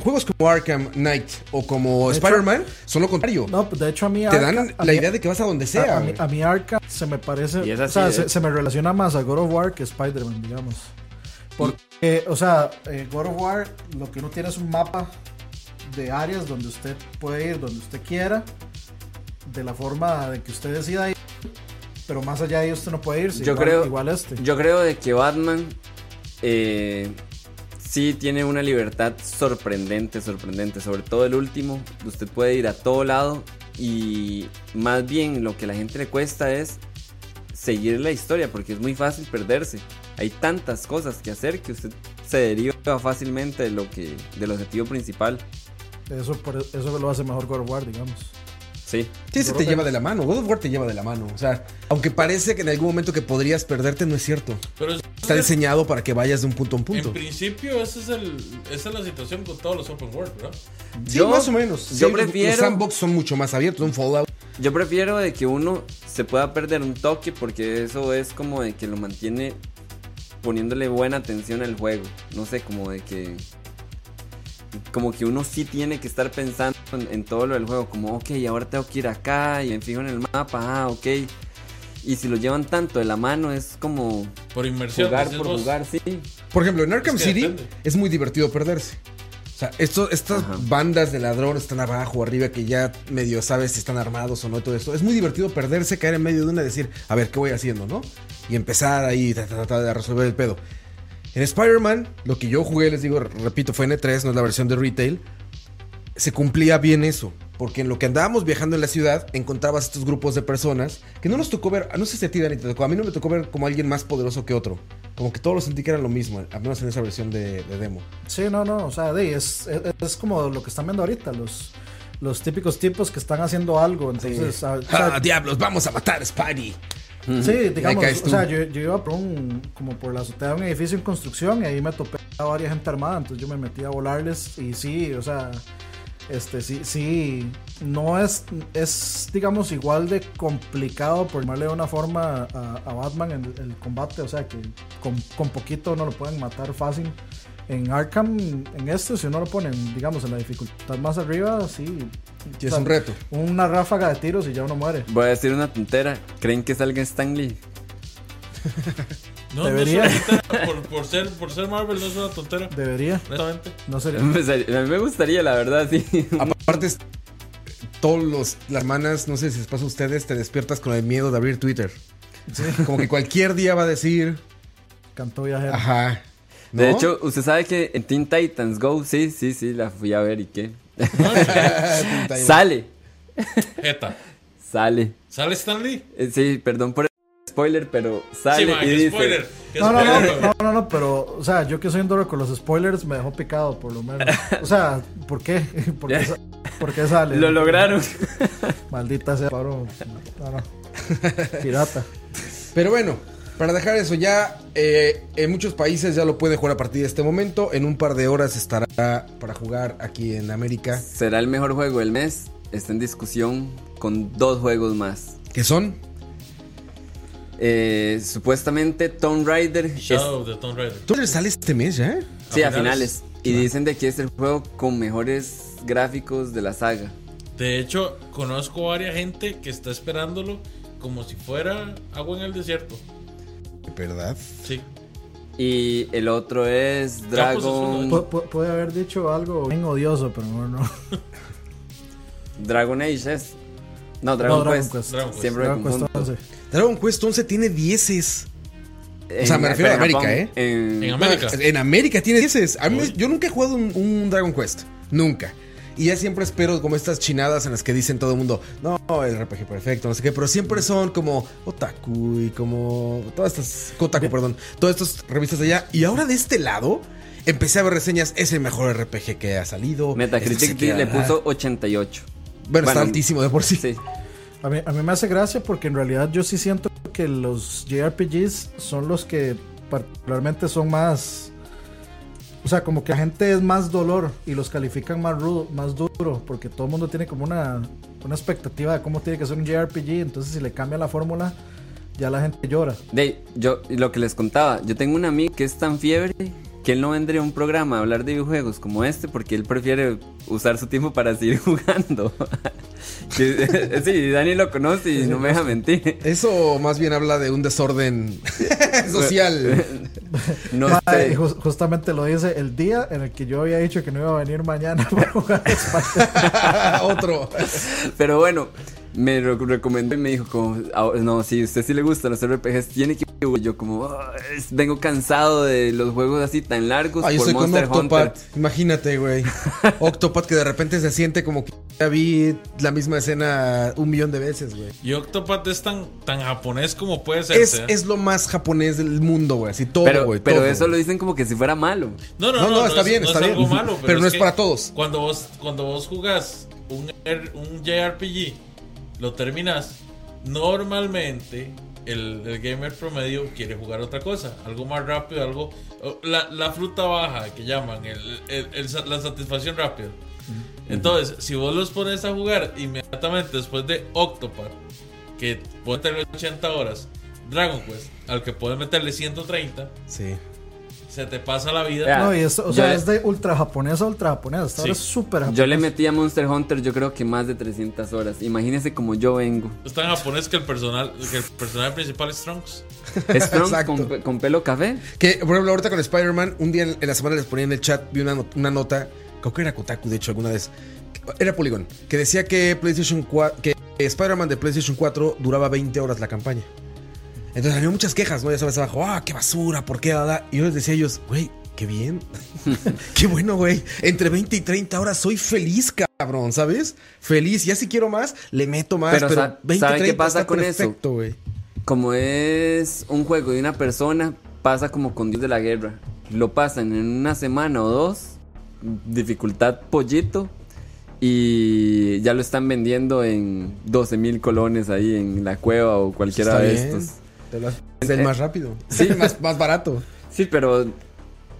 [SPEAKER 1] Juegos como Arkham Knight o como
[SPEAKER 2] De hecho-
[SPEAKER 1] Spider-Man son lo contrario.
[SPEAKER 2] No, pues, de hecho a mí
[SPEAKER 1] te
[SPEAKER 2] Arca-
[SPEAKER 1] dan
[SPEAKER 2] a
[SPEAKER 1] la
[SPEAKER 2] mí-
[SPEAKER 1] idea de que vas a donde
[SPEAKER 2] a,
[SPEAKER 1] sea.
[SPEAKER 2] a mí,
[SPEAKER 1] güey.
[SPEAKER 2] a mí Arca se me parece,
[SPEAKER 3] Y es
[SPEAKER 2] o
[SPEAKER 3] así,
[SPEAKER 2] sea,
[SPEAKER 3] ¿eh?
[SPEAKER 2] se, se me relaciona más a God of War que Spider-Man, digamos. Porque, o sea, eh, God of War lo que uno tiene es un mapa de áreas donde usted puede ir donde usted quiera, de la forma de que usted decida ir, pero más allá de ahí usted no puede irse.
[SPEAKER 3] Yo
[SPEAKER 2] igual,
[SPEAKER 3] creo-
[SPEAKER 2] igual este.
[SPEAKER 3] Yo creo de que Batman eh, sí tiene una libertad sorprendente, sorprendente. Sobre todo el último, usted puede ir a todo lado y más bien lo que a la gente le cuesta es seguir la historia porque es muy fácil perderse. Hay tantas cosas que hacer que usted se deriva fácilmente de lo que del objetivo principal.
[SPEAKER 2] Eso, por- eso lo hace mejor God of War, digamos.
[SPEAKER 3] Sí.
[SPEAKER 1] Sí, se te lleva de la mano. God of War te lleva de la mano. O sea, aunque parece que en algún momento que podrías perderte, no es cierto.
[SPEAKER 4] Pero es-
[SPEAKER 1] Está diseñado para que vayas de un punto a un
[SPEAKER 4] en
[SPEAKER 1] punto.
[SPEAKER 4] principio esa es, el, esa es la situación con todos los open world, ¿verdad?
[SPEAKER 1] Sí,
[SPEAKER 3] Yo-
[SPEAKER 1] más o menos.
[SPEAKER 3] yo
[SPEAKER 1] Sí,
[SPEAKER 3] prefiero-
[SPEAKER 1] Los sandbox son mucho más abiertos. Un Fallout.
[SPEAKER 3] Yo prefiero de que uno se pueda perder un toque porque eso es como de que lo mantiene poniéndole buena atención al juego. No sé, como de que... Como que uno sí tiene que estar pensando en, en todo lo del juego. Como, ok, ahora tengo que ir acá y me fijo en el mapa, ah, ok. Y si lo llevan tanto de la mano es como
[SPEAKER 4] Por inmersión.
[SPEAKER 3] jugar
[SPEAKER 4] decís
[SPEAKER 3] por
[SPEAKER 4] vos.
[SPEAKER 3] jugar, sí.
[SPEAKER 1] Por ejemplo, en Arkham
[SPEAKER 4] Es que
[SPEAKER 1] City
[SPEAKER 4] depende.
[SPEAKER 1] es muy divertido perderse. O sea, esto- estas
[SPEAKER 3] Ajá.
[SPEAKER 1] bandas de ladrones están abajo, arriba, que ya medio sabes si están armados o no, todo esto. Es muy divertido perderse, caer en medio de una y decir, a ver, ¿qué voy haciendo, no? Y empezar ahí, ta, ta, ta, ta, a resolver el pedo. En Spider-Man, lo que yo jugué, les digo, repito, fue N3, no es la versión de retail. Se cumplía bien eso. Porque en lo que andábamos viajando en la ciudad, encontrabas estos grupos de personas que no nos tocó ver. No sé si a ti, Dani, te tocó. A mí no me tocó ver como alguien más poderoso que otro. Como que todos los sentí que eran lo mismo, al menos en esa versión de, de demo.
[SPEAKER 2] Sí, no, no, o sea, de, es, es, es como lo que están viendo ahorita, los, los típicos tipos que están haciendo algo, entonces, ah, o sea,
[SPEAKER 1] ¡Ah, diablos! ¡Vamos a matar a Spidey!
[SPEAKER 2] sí, digamos,
[SPEAKER 1] caes
[SPEAKER 2] o sea,
[SPEAKER 1] tú.
[SPEAKER 2] yo, yo iba por un, como por la azotea de un edificio en construcción y ahí me topé a varias gente armada, entonces yo me metí a volarles y sí, o sea, este, sí, sí, no es, es, digamos, igual de complicado por llamarle de una forma a, a Batman en el, el combate, o sea, que con, con poquito no lo pueden matar fácil. En Arkham, en este, si uno lo ponen, digamos, en la dificultad más arriba, sí.
[SPEAKER 1] Que es un reto.
[SPEAKER 2] Una ráfaga de tiros y ya uno muere.
[SPEAKER 3] Voy a decir una tontera. ¿Creen que salga Stan Lee?
[SPEAKER 4] No,
[SPEAKER 2] Debería.
[SPEAKER 4] no es una tontera, por, por ser, por ser Marvel no es una tontera.
[SPEAKER 2] Debería,
[SPEAKER 4] Honestamente.
[SPEAKER 2] no sería.
[SPEAKER 3] Pues, A mí me gustaría, la verdad, sí.
[SPEAKER 1] Aparte, es- todos los, las manas, no sé si les pasa a ustedes, te despiertas con el miedo de abrir Twitter. Como que cualquier día va a decir,
[SPEAKER 2] Cantó viajero.
[SPEAKER 1] ajá. ¿no?
[SPEAKER 3] De hecho, usted sabe que en Teen Titans Go, sí, sí, sí, la fui a ver y qué. sale,
[SPEAKER 4] Jeta.
[SPEAKER 3] sale.
[SPEAKER 4] ¿Sale Stanley?
[SPEAKER 3] Eh, Sí, perdón por el spoiler, pero sale
[SPEAKER 4] Sí, ma,
[SPEAKER 3] y
[SPEAKER 4] qué
[SPEAKER 3] dice.
[SPEAKER 4] spoiler. qué
[SPEAKER 2] No, no, no,
[SPEAKER 4] spoiler, ma.
[SPEAKER 2] no, no, no, pero, o sea, yo que soy enduro con los spoilers me dejó picado, por lo menos. O sea, ¿por qué? ¿Por qué, sa- por qué sale?
[SPEAKER 3] Lo lograron.
[SPEAKER 2] Maldita sea, paro. No, no. Pirata.
[SPEAKER 1] Pero bueno, para dejar eso ya, eh, en muchos países ya lo pueden jugar a partir de este momento. En un par de horas estará para jugar aquí en América.
[SPEAKER 3] Será el mejor juego del mes. Está en discusión con dos juegos más.
[SPEAKER 1] ¿Qué son?
[SPEAKER 3] Eh, supuestamente Tomb Raider. es-
[SPEAKER 4] Shadow of the Tomb Raider.
[SPEAKER 1] ¿Tú sale este mes ya? eh?
[SPEAKER 3] sí,
[SPEAKER 4] a
[SPEAKER 3] a finales. Y dicen de que es el juego con mejores gráficos de la saga.
[SPEAKER 4] De hecho, conozco varias gente que está esperándolo como si fuera agua en el desierto.
[SPEAKER 1] ¿Verdad?
[SPEAKER 4] Sí.
[SPEAKER 3] Y el otro es
[SPEAKER 4] Ya puso su
[SPEAKER 2] Pu-
[SPEAKER 3] Dragon,
[SPEAKER 2] pu- Puede haber dicho algo bien odioso, pero no, no.
[SPEAKER 3] Dragon Age. Es. No, Dragon,
[SPEAKER 2] No, Dragon
[SPEAKER 3] Quest.
[SPEAKER 2] Quest.
[SPEAKER 4] Dragon Quest.
[SPEAKER 3] Siempre me
[SPEAKER 2] Dragon Quest
[SPEAKER 3] confundo.
[SPEAKER 2] 11.
[SPEAKER 1] Dragon Quest 11 tiene 10.
[SPEAKER 3] En-
[SPEAKER 1] sea, me refiero a
[SPEAKER 3] pero en
[SPEAKER 1] América, ¿eh?
[SPEAKER 3] Japón, en-
[SPEAKER 4] En América.
[SPEAKER 1] Ah, En América tiene 10. A mí-
[SPEAKER 4] Uy.
[SPEAKER 1] yo nunca he jugado un, un Dragon Quest. Nunca. Y ya siempre espero como estas chinadas en las que dicen todo el mundo, no, el RPG perfecto, no sé qué, pero siempre son como Otaku y como todas estas, Kotaku, perdón, todas estas revistas de allá. Y ahora de este lado, empecé a ver reseñas, es el mejor RPG que ha salido. es no
[SPEAKER 3] Metacritic
[SPEAKER 1] sé qué,
[SPEAKER 3] le
[SPEAKER 1] bla, bla.
[SPEAKER 3] puso 88.
[SPEAKER 1] Bueno, está
[SPEAKER 3] bueno,
[SPEAKER 1] altísimo de por sí.
[SPEAKER 3] Sí.
[SPEAKER 2] A mí, a mí me hace gracia porque en realidad yo sí siento que los JRPGs son los que particularmente son más... O sea, como que la gente es más dolor y los califican más, rudo, más duro porque todo el mundo tiene como una, una expectativa de cómo tiene que ser un JRPG, entonces si le cambia la fórmula ya la gente llora.
[SPEAKER 3] De, yo lo que les contaba, yo tengo un amigo que es tan fiebre que él no vendría a un programa a hablar de videojuegos como este porque él prefiere usar su tiempo para seguir jugando. Que- sí, Dani lo conoce y no me deja mentir.
[SPEAKER 1] Eso más bien habla de un desorden social.
[SPEAKER 3] No
[SPEAKER 2] Ah, y
[SPEAKER 3] sé.
[SPEAKER 2] jus- justamente lo dice el día en el que yo había dicho que no iba a venir mañana para jugar Spider-Man.
[SPEAKER 1] Otro.
[SPEAKER 3] Pero bueno, me re- recomendó y me dijo como, "Ah, no, si a usted sí le gustan los RPGs, tiene que... Yo como, "Ah, es- vengo cansado de los juegos así tan largos
[SPEAKER 1] Ah, yo
[SPEAKER 3] por
[SPEAKER 1] estoy con
[SPEAKER 3] Monster Hunter.
[SPEAKER 1] Octopath. Imagínate, güey. Octopath que de repente se siente como que ya vi la misma escena un millón de veces, güey.
[SPEAKER 4] Y Octopath es tan, tan japonés como puede ser.
[SPEAKER 1] Es,
[SPEAKER 4] ¿eh?
[SPEAKER 1] es lo más japonés del mundo, güey. Así todo,
[SPEAKER 3] Pero,
[SPEAKER 1] güey.
[SPEAKER 3] pero
[SPEAKER 1] todo,
[SPEAKER 3] eso lo
[SPEAKER 1] güey.
[SPEAKER 3] dicen como que si fuera malo.
[SPEAKER 4] No, no,
[SPEAKER 1] No,
[SPEAKER 4] no,
[SPEAKER 1] no, está
[SPEAKER 4] es-
[SPEAKER 1] bien, está
[SPEAKER 4] es
[SPEAKER 1] bien.
[SPEAKER 4] algo malo,
[SPEAKER 1] Pero no es
[SPEAKER 4] que
[SPEAKER 1] para todos.
[SPEAKER 4] Cuando vos, cuando vos jugás un, R- un JRPG, lo terminás, normalmente el, el gamer promedio quiere jugar otra cosa, algo más rápido, algo... o La, la fruta baja que llaman, el- el- el sa- la satisfacción rápida. Entonces, si vos los pones a jugar inmediatamente después de Octopath, que puede tener 80 horas, Dragon Quest, al que puedes meterle 130,
[SPEAKER 1] Sí.
[SPEAKER 4] se te pasa la vida.
[SPEAKER 3] Ya,
[SPEAKER 2] No, y es, o
[SPEAKER 3] Ah, yo
[SPEAKER 2] sea,
[SPEAKER 3] le-
[SPEAKER 2] es de ultra japonés a ultra japonés. Hasta ahora es
[SPEAKER 4] Sí.
[SPEAKER 2] súper japonés.
[SPEAKER 3] Yo le metí a Monster Hunter yo creo que más de 300 horas. Imagínense como yo vengo.
[SPEAKER 4] Es tan Pues japonés que el personal, que el personaje principal es Trunks.
[SPEAKER 3] Strong
[SPEAKER 1] Exacto.
[SPEAKER 3] con, pe- con pelo café.
[SPEAKER 1] Que, por ejemplo, ahorita con Spider-Man, un día en, en la semana les ponía en el chat, vi una, not- una nota, creo que era Kotaku, de hecho, alguna vez. que- Era Polygon, que decía que PlayStation 4, que Spider-Man de PlayStation 4 duraba 20 horas la campaña. Entonces había muchas quejas, ¿no? Ya sabes abajo, ah, qué basura, ¿por qué? da, da?". Y yo les decía a ellos, güey, qué bien. qué bueno, güey. Entre 20 y 30 horas soy feliz, cabrón, ¿sabes? Feliz. Ya si quiero más, le meto más. Pero,
[SPEAKER 3] Pero sa-
[SPEAKER 1] 20,
[SPEAKER 3] ¿saben qué
[SPEAKER 1] 30
[SPEAKER 3] pasa
[SPEAKER 1] está
[SPEAKER 3] con eso?
[SPEAKER 1] perfecto, güey.
[SPEAKER 3] Como es un juego de una persona, pasa como con Dios de la Guerra. Lo pasan en una semana o dos, dificultad pollito, y ya lo están vendiendo en 12 mil colones ahí en la cueva o cualquiera
[SPEAKER 1] Está
[SPEAKER 3] de
[SPEAKER 1] bien.
[SPEAKER 3] estos. Eh,
[SPEAKER 1] Te lo haces el más rápido.
[SPEAKER 3] sí.
[SPEAKER 1] más, más barato.
[SPEAKER 3] Sí, pero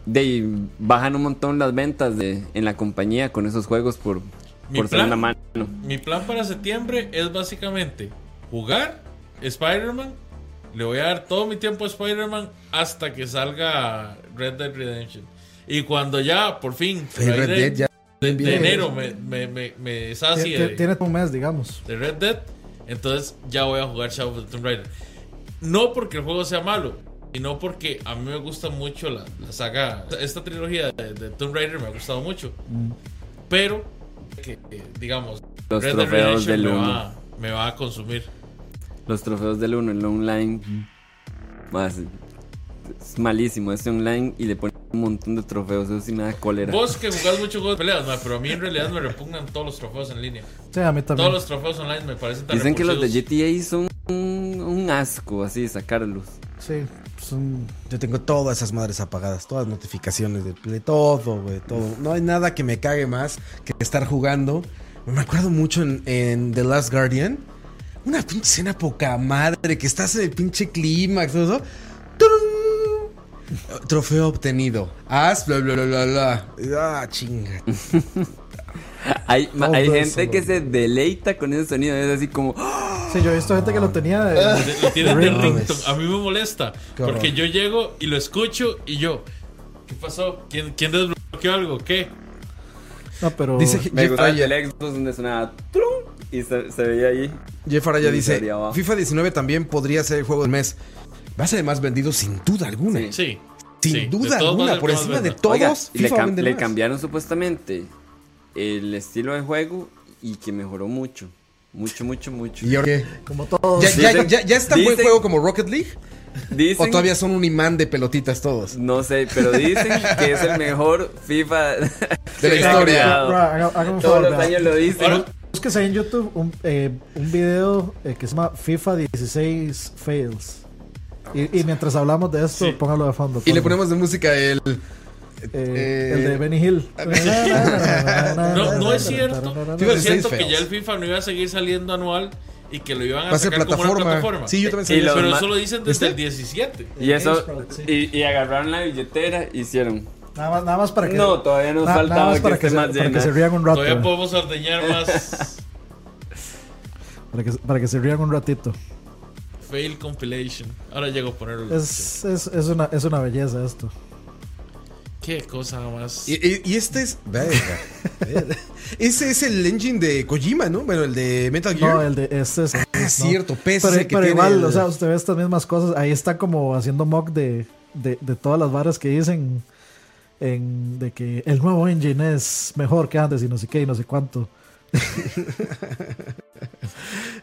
[SPEAKER 3] de ahí bajan un montón las ventas de, en la compañía con esos juegos por,
[SPEAKER 4] Mi
[SPEAKER 3] por
[SPEAKER 4] plan-
[SPEAKER 3] segunda mano.
[SPEAKER 4] Mi plan para septiembre es básicamente jugar Spider-Man. Le voy a dar todo mi tiempo a Spider-Man hasta que salga Red Dead Redemption. Y cuando ya, por fin, por ahí
[SPEAKER 1] Red
[SPEAKER 4] de,
[SPEAKER 1] Dead ya.
[SPEAKER 4] de-
[SPEAKER 1] bien.
[SPEAKER 4] de enero me, me, me, me
[SPEAKER 2] Tie-
[SPEAKER 4] sacie
[SPEAKER 2] tie-
[SPEAKER 4] de-
[SPEAKER 2] Tiene un mes, digamos.
[SPEAKER 4] de Red Dead, entonces ya voy a jugar Shadow of the Tomb Raider. No porque el juego sea malo, sino porque a mí me gusta mucho la, la saga. Esta trilogía de, de Tomb Raider me ha gustado mucho. Pero, que, eh, digamos,
[SPEAKER 3] Mm. Los
[SPEAKER 4] Red Dead
[SPEAKER 3] trofeos
[SPEAKER 4] Redemption
[SPEAKER 3] del
[SPEAKER 4] me
[SPEAKER 3] 1.
[SPEAKER 4] va, me va a consumir.
[SPEAKER 3] Los trofeos del 1, el online. Más, es malísimo ese online y le ponen un montón de trofeos. Eso sí me da cólera.
[SPEAKER 4] Vos que jugás mucho juegos de peleas, ma, pero a mí en realidad me repugnan todos los trofeos en línea.
[SPEAKER 2] Sí, a mí también.
[SPEAKER 4] Todos los trofeos online me parecen tan
[SPEAKER 3] Dicen que los de
[SPEAKER 4] repulsivos.
[SPEAKER 3] GTA son un, un asco así sacarlos.
[SPEAKER 2] Sí, son.
[SPEAKER 1] Yo tengo todas esas madres apagadas, todas las notificaciones de, de todo, güey, todo. No hay nada que me cague más que estar jugando. Me acuerdo mucho en, en The Last Guardian. Una pinche escena poca madre, que estás en el pinche clímax, todo eso. ¡Turun! Trofeo obtenido. Haz bla bla bla bla bla. Ah, chinga.
[SPEAKER 3] Hay, ma- hay
[SPEAKER 1] Todo
[SPEAKER 3] gente
[SPEAKER 1] eso,
[SPEAKER 3] que
[SPEAKER 1] güey.
[SPEAKER 3] se deleita con ese sonido, es así como...
[SPEAKER 2] Sí, yo he visto gente que lo tenía
[SPEAKER 3] Ah.
[SPEAKER 2] de.
[SPEAKER 4] Lo tienen de
[SPEAKER 1] Horror.
[SPEAKER 4] este ringtone. A mí me molesta.
[SPEAKER 1] Qué
[SPEAKER 4] porque
[SPEAKER 1] horror.
[SPEAKER 4] yo llego y lo escucho y yo. ¿Qué pasó? ¿Quién, quién desbloqueó algo? ¿Qué?
[SPEAKER 2] No, pero.
[SPEAKER 1] Dice
[SPEAKER 3] Me
[SPEAKER 1] Jeff
[SPEAKER 3] gustaba el
[SPEAKER 1] Raya.
[SPEAKER 3] del Xbox donde sonaba... trum, Y se, se veía ahí.
[SPEAKER 1] Jeff Araya
[SPEAKER 3] Sí,
[SPEAKER 1] dice,
[SPEAKER 3] estaría abajo.
[SPEAKER 1] FIFA 19 también podría ser el juego del mes. Va a ser el más vendido sin duda alguna.
[SPEAKER 3] Sí.
[SPEAKER 4] Sí.
[SPEAKER 1] Sin
[SPEAKER 4] sí, de
[SPEAKER 1] duda
[SPEAKER 4] todos va a
[SPEAKER 1] alguna,
[SPEAKER 4] ser
[SPEAKER 1] por
[SPEAKER 4] más
[SPEAKER 1] encima de
[SPEAKER 4] venta.
[SPEAKER 1] todos,
[SPEAKER 3] Oiga, y le,
[SPEAKER 1] FIFA
[SPEAKER 3] cam-
[SPEAKER 1] vende
[SPEAKER 3] le
[SPEAKER 1] más.
[SPEAKER 3] cambiaron supuestamente el estilo de juego y que mejoró mucho. Mucho, mucho, mucho.
[SPEAKER 1] ¿Y ahora qué?
[SPEAKER 2] Como todos.
[SPEAKER 1] ¿Ya, ya,
[SPEAKER 3] Dicen-
[SPEAKER 1] ya- ya es tan buen
[SPEAKER 3] dicen-
[SPEAKER 1] juego como Rocket League?
[SPEAKER 3] Dicen-
[SPEAKER 1] ¿O todavía son un imán de pelotitas todos?
[SPEAKER 3] No sé, pero dicen que es el mejor FIFA
[SPEAKER 1] De la
[SPEAKER 3] que se ha
[SPEAKER 1] historia.
[SPEAKER 3] creado.
[SPEAKER 2] Ra, haga- haga un
[SPEAKER 3] Todos
[SPEAKER 2] favor,
[SPEAKER 3] los
[SPEAKER 2] vea.
[SPEAKER 3] años lo
[SPEAKER 1] este
[SPEAKER 3] dicen.
[SPEAKER 4] Ahora-
[SPEAKER 2] Búsquese en YouTube un, eh, un video eh, que se llama FIFA 16 Fails. Y, y mientras hablamos de esto,
[SPEAKER 4] Sí.
[SPEAKER 2] póngalo de fondo.
[SPEAKER 1] Y le
[SPEAKER 2] porfa.
[SPEAKER 1] ponemos de música el...
[SPEAKER 2] Eh,
[SPEAKER 1] eh,
[SPEAKER 2] el de Benny Hill.
[SPEAKER 4] No, no es cierto.
[SPEAKER 1] FIFA
[SPEAKER 4] Yo
[SPEAKER 1] 16
[SPEAKER 4] siento que ya el
[SPEAKER 1] fails.
[SPEAKER 4] FIFA no iba a seguir saliendo anual y que lo iban a
[SPEAKER 1] Va a ser
[SPEAKER 4] Ah, sacar como una
[SPEAKER 1] plataforma.
[SPEAKER 4] plataforma.
[SPEAKER 1] Sí, yo también
[SPEAKER 3] Y
[SPEAKER 1] sabía
[SPEAKER 3] lo-
[SPEAKER 1] eso.
[SPEAKER 4] pero
[SPEAKER 3] ma-
[SPEAKER 4] eso lo dicen desde
[SPEAKER 1] ¿Este?
[SPEAKER 4] el 17.
[SPEAKER 3] Y eso,
[SPEAKER 2] GameSpot, sí.
[SPEAKER 3] y, y agarraron la billetera y hicieron.
[SPEAKER 2] Nada más, nada más para que.
[SPEAKER 3] No, todavía nos
[SPEAKER 2] na-
[SPEAKER 3] falta
[SPEAKER 2] nada más
[SPEAKER 3] que
[SPEAKER 2] para
[SPEAKER 3] esté
[SPEAKER 2] se,
[SPEAKER 3] más
[SPEAKER 2] para
[SPEAKER 3] llena.
[SPEAKER 2] que se rían un rato.
[SPEAKER 4] Todavía podemos ordeñar más
[SPEAKER 2] Para que, para que se rían un ratito.
[SPEAKER 4] fail compilation. Ahora llego a ponerlo.
[SPEAKER 2] Es, es, es, una, es una belleza esto.
[SPEAKER 4] Qué cosa más.
[SPEAKER 1] Y, y- y este es... verga. Ese es el engine de Kojima, ¿no? Bueno, el de Metal Gear.
[SPEAKER 2] No, el de este es. no.
[SPEAKER 1] Ah, cierto, pesa
[SPEAKER 2] Pero,
[SPEAKER 1] ese que
[SPEAKER 2] pero
[SPEAKER 1] tiene
[SPEAKER 2] igual,
[SPEAKER 1] el-
[SPEAKER 2] o sea, usted ve estas mismas cosas. Ahí está como haciendo mock de, de, de todas las varas que dicen en, de que el nuevo engine es mejor que antes y no sé qué y no sé cuánto.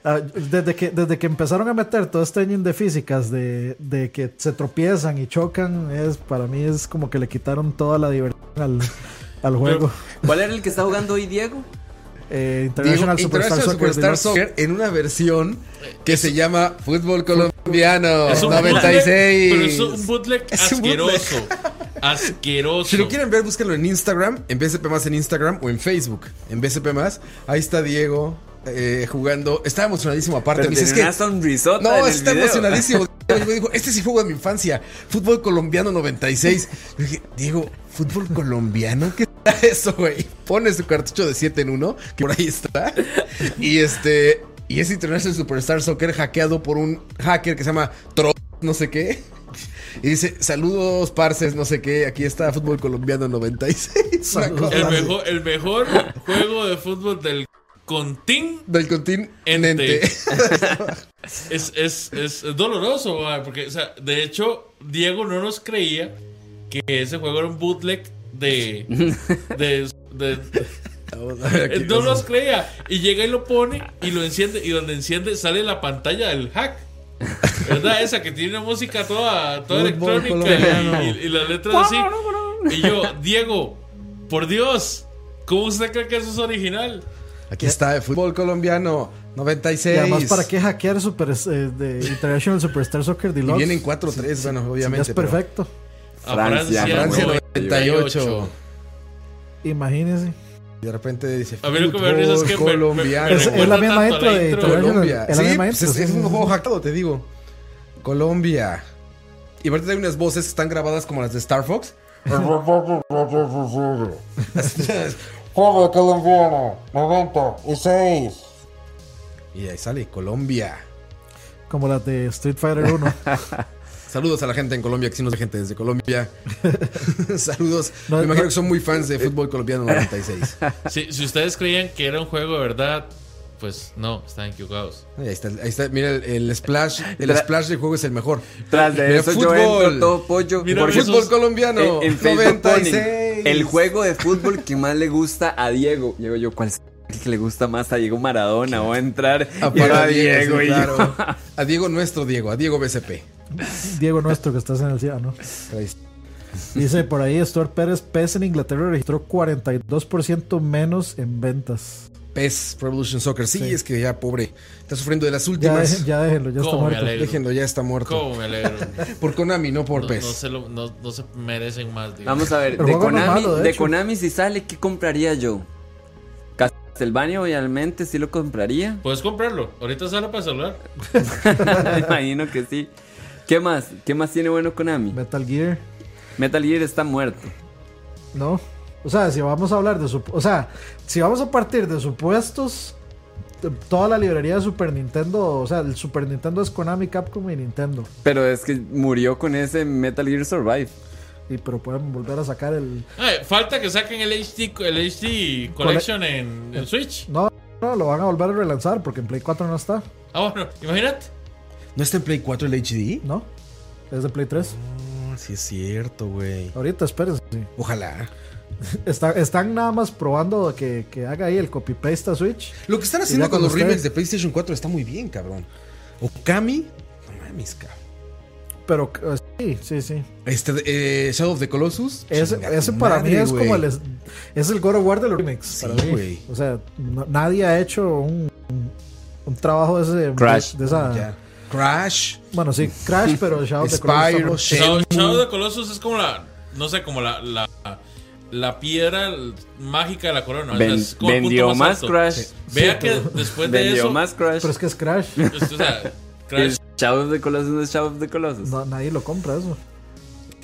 [SPEAKER 2] Ah, desde, que, desde que empezaron a meter todo este engine de físicas, de, de que se tropiezan y chocan, es para mí es como que le quitaron toda la diversión al, al juego.
[SPEAKER 3] ¿Cuál era el que está jugando hoy Diego?
[SPEAKER 2] Eh,
[SPEAKER 1] Digo,
[SPEAKER 2] International, Superstar,
[SPEAKER 1] International Superstar
[SPEAKER 2] Soccer Deluxe.
[SPEAKER 1] Soccer en una versión que se llama Fútbol Colombiano
[SPEAKER 4] Es un bootleg, pero es
[SPEAKER 1] 96.
[SPEAKER 4] un bootleg
[SPEAKER 1] Es un bootleg.
[SPEAKER 4] asqueroso. Asqueroso.
[SPEAKER 1] Si lo quieren ver, búsquenlo en Instagram, en BCP más en Instagram o en Facebook, en BCP más. Ahí está Diego eh, jugando. Estaba emocionadísimo aparte.
[SPEAKER 3] Pero
[SPEAKER 1] me dice, pues es
[SPEAKER 3] tenía
[SPEAKER 1] que-
[SPEAKER 3] una sonrisota
[SPEAKER 1] no,
[SPEAKER 3] en el
[SPEAKER 1] está
[SPEAKER 3] video.
[SPEAKER 1] emocionadísimo. Diego dijo, este sí juego de mi infancia, fútbol colombiano 96. Yo dije, Diego, ¿fútbol colombiano? ¿Qué será eso, güey? Pone su cartucho de 7 en 1, que por ahí está. Y este... Y es International Superstar Soccer hackeado por un hacker que se llama Tro... no sé qué. Y dice, saludos, parces, no sé qué. Aquí está Fútbol Colombiano 96. Una
[SPEAKER 2] Saludos.
[SPEAKER 1] cosa
[SPEAKER 4] El
[SPEAKER 1] así.
[SPEAKER 4] mejor, el mejor juego de fútbol del Contín
[SPEAKER 1] Del continente.
[SPEAKER 4] Ente. es, es, es doloroso, ma, porque, o sea, de hecho, Diego no nos creía que ese juego era un bootleg de. de, de-
[SPEAKER 1] Vamos a ver aquí.
[SPEAKER 4] Eh, no nos creía. Y llega y lo pone y lo enciende, y donde enciende sale la pantalla del hack. ¿Verdad? Esa que tiene una música toda, toda
[SPEAKER 1] Fútbol
[SPEAKER 4] electrónica y,
[SPEAKER 1] colombiano.
[SPEAKER 4] y- y las letras así. Y yo, Diego, por Dios, ¿cómo usted cree que eso es original?
[SPEAKER 1] Aquí está el fútbol colombiano
[SPEAKER 2] Y
[SPEAKER 1] 96.
[SPEAKER 2] además, ¿para qué hackear super, eh, de International Superstar Soccer
[SPEAKER 1] Y
[SPEAKER 2] Deluxe?
[SPEAKER 1] vienen 4-3, bueno, obviamente.
[SPEAKER 2] es
[SPEAKER 1] pero-
[SPEAKER 2] perfecto.
[SPEAKER 4] A
[SPEAKER 3] Francia,
[SPEAKER 4] Francia,
[SPEAKER 1] Francia
[SPEAKER 4] 98.
[SPEAKER 1] 98.
[SPEAKER 2] Imagínense.
[SPEAKER 1] Y de repente dice.
[SPEAKER 4] A mí lo que me da risa es que me- me-
[SPEAKER 1] Colombiano.
[SPEAKER 4] me
[SPEAKER 2] Es, es
[SPEAKER 4] recuerda
[SPEAKER 2] la misma
[SPEAKER 4] tanto
[SPEAKER 2] intro
[SPEAKER 4] la
[SPEAKER 2] de
[SPEAKER 4] intro de
[SPEAKER 2] International.
[SPEAKER 1] Colombia.
[SPEAKER 2] Es
[SPEAKER 1] Sí,
[SPEAKER 2] la misma
[SPEAKER 1] pues
[SPEAKER 2] intro,
[SPEAKER 1] es, es
[SPEAKER 2] sí,
[SPEAKER 1] un
[SPEAKER 2] sí,
[SPEAKER 1] juego
[SPEAKER 2] sí.
[SPEAKER 1] hackeado, te digo. Colombia. Y aparte hay unas voces que están grabadas como las de Star Fox.
[SPEAKER 8] Fútbol colombiano, 96.
[SPEAKER 1] Y ahí sale Colombia.
[SPEAKER 2] Como las de Street Fighter 1.
[SPEAKER 1] Saludos a la gente en Colombia, que sí nos ve gente desde Colombia. Saludos.
[SPEAKER 2] No,
[SPEAKER 1] Me imagino
[SPEAKER 2] no.
[SPEAKER 1] que son muy fans de fútbol colombiano 96.
[SPEAKER 4] Si, si ustedes creían que era un juego de verdad, pues no, están equivocados.
[SPEAKER 1] Ahí está, ahí está. Mira, el, el splash, el
[SPEAKER 3] Tra-
[SPEAKER 1] splash del juego es el mejor.
[SPEAKER 3] Tras de
[SPEAKER 1] Mira,
[SPEAKER 3] eso yo
[SPEAKER 1] fútbol.
[SPEAKER 3] entro todo pollo.
[SPEAKER 4] Mira,
[SPEAKER 3] porque
[SPEAKER 4] esos-
[SPEAKER 1] Fútbol colombiano
[SPEAKER 3] en, en Facebook ponen,
[SPEAKER 1] 96.
[SPEAKER 3] el juego de fútbol que más le gusta a Diego. Diego, yo, ¿cuál es el que le gusta más a Diego Maradona? Voy a entrar
[SPEAKER 1] Ah,
[SPEAKER 3] y era
[SPEAKER 1] para Diego,
[SPEAKER 3] Diego.
[SPEAKER 1] sí,
[SPEAKER 3] y yo.
[SPEAKER 1] claro. A Diego nuestro Diego, a Diego BCP.
[SPEAKER 2] Diego nuestro que estás en el cielo, ¿no?
[SPEAKER 1] Ahí está.
[SPEAKER 2] Dice por ahí Stuart Pérez, PES en Inglaterra registró 42% menos en ventas.
[SPEAKER 1] PES E Pro Evolution Soccer. Sí, es que ya, pobre, está sufriendo de las
[SPEAKER 2] Ya,
[SPEAKER 1] últimas.
[SPEAKER 2] dejen- ya déjenlo, ya está
[SPEAKER 4] ¿Cómo me
[SPEAKER 2] muerto.
[SPEAKER 4] alegro?
[SPEAKER 1] Déjenlo, ya está muerto.
[SPEAKER 4] ¿Cómo me alegro?
[SPEAKER 1] Por Konami, no por E
[SPEAKER 4] No,
[SPEAKER 2] Pues.
[SPEAKER 1] PES.
[SPEAKER 4] no se lo- no- no se merecen más. digo.
[SPEAKER 3] Vamos a ver,
[SPEAKER 2] El
[SPEAKER 3] de
[SPEAKER 2] juego no es
[SPEAKER 3] Konami,
[SPEAKER 2] malo, de
[SPEAKER 3] de
[SPEAKER 2] hecho.
[SPEAKER 3] Konami si sale, ¿qué compraría yo? Castlevania obviamente sí lo compraría.
[SPEAKER 4] Puedes comprarlo. Ahorita sale para celular.
[SPEAKER 3] Me imagino que sí. ¿Qué más? ¿Qué más tiene bueno Konami?
[SPEAKER 2] Metal Gear.
[SPEAKER 3] Metal Gear está muerto.
[SPEAKER 2] No. O sea, si vamos a hablar de su, o sea, si vamos a partir de supuestos, t- toda la librería de Super Nintendo, o sea, el Super Nintendo es Konami, Capcom y Nintendo.
[SPEAKER 3] Pero es que murió con ese Metal Gear Survive.
[SPEAKER 2] Y pero pueden volver a sacar el
[SPEAKER 4] Ay, Ah, falta que saquen el HD, co- el HD Collection en, en Switch.
[SPEAKER 2] no, no, lo van a volver a relanzar porque en Play 4 no está,
[SPEAKER 4] Ah, bueno, imagínate.
[SPEAKER 1] ¿No está en Play 4 el HD?
[SPEAKER 2] ¿no? Es de Play 3.
[SPEAKER 1] No, sí es cierto, güey.
[SPEAKER 2] Ahorita espérense. sí.
[SPEAKER 1] Ojalá.
[SPEAKER 2] Está- están nada más probando que, que haga ahí el copy paste a Switch.
[SPEAKER 1] Lo que están haciendo
[SPEAKER 2] ya
[SPEAKER 1] con
[SPEAKER 2] con
[SPEAKER 1] los
[SPEAKER 2] ustedes.
[SPEAKER 1] remakes de PlayStation 4 está muy bien, cabrón. Okami. No mames, cabrón.
[SPEAKER 2] Pero eh, sí, sí, sí.
[SPEAKER 1] Este, eh, Shadow of the Colossus.
[SPEAKER 2] Ese,
[SPEAKER 1] Chinga
[SPEAKER 2] ese
[SPEAKER 1] tu
[SPEAKER 2] para
[SPEAKER 1] madre,
[SPEAKER 2] mí es
[SPEAKER 1] güey.
[SPEAKER 2] como el. Es, es el God of War de los remakes.
[SPEAKER 1] Sí,
[SPEAKER 2] para mí.
[SPEAKER 1] güey.
[SPEAKER 2] O sea, no- nadie ha hecho un, un trabajo de ese.
[SPEAKER 3] Crash.
[SPEAKER 2] De esa,
[SPEAKER 1] Ya. Crash,
[SPEAKER 2] Bueno, sí, Crash, pero Shadow of the
[SPEAKER 1] Spyro,
[SPEAKER 2] Colossus.
[SPEAKER 1] Shenmue.
[SPEAKER 4] Shadow de Colossus es como la, no sé, como la, la, la piedra mágica de la corona. O sea,
[SPEAKER 3] Ven-
[SPEAKER 4] es como el punto
[SPEAKER 3] vendió más
[SPEAKER 4] alto.
[SPEAKER 3] Crash.
[SPEAKER 4] Vea que después de
[SPEAKER 3] Vendió
[SPEAKER 4] eso.
[SPEAKER 3] más
[SPEAKER 2] Pues
[SPEAKER 3] Crash.
[SPEAKER 2] Pero es que es Crash.
[SPEAKER 4] O sea, Crash,
[SPEAKER 3] El Shadow of the Colossus no es Shadow of the Colossus.
[SPEAKER 2] No, nadie lo compra eso.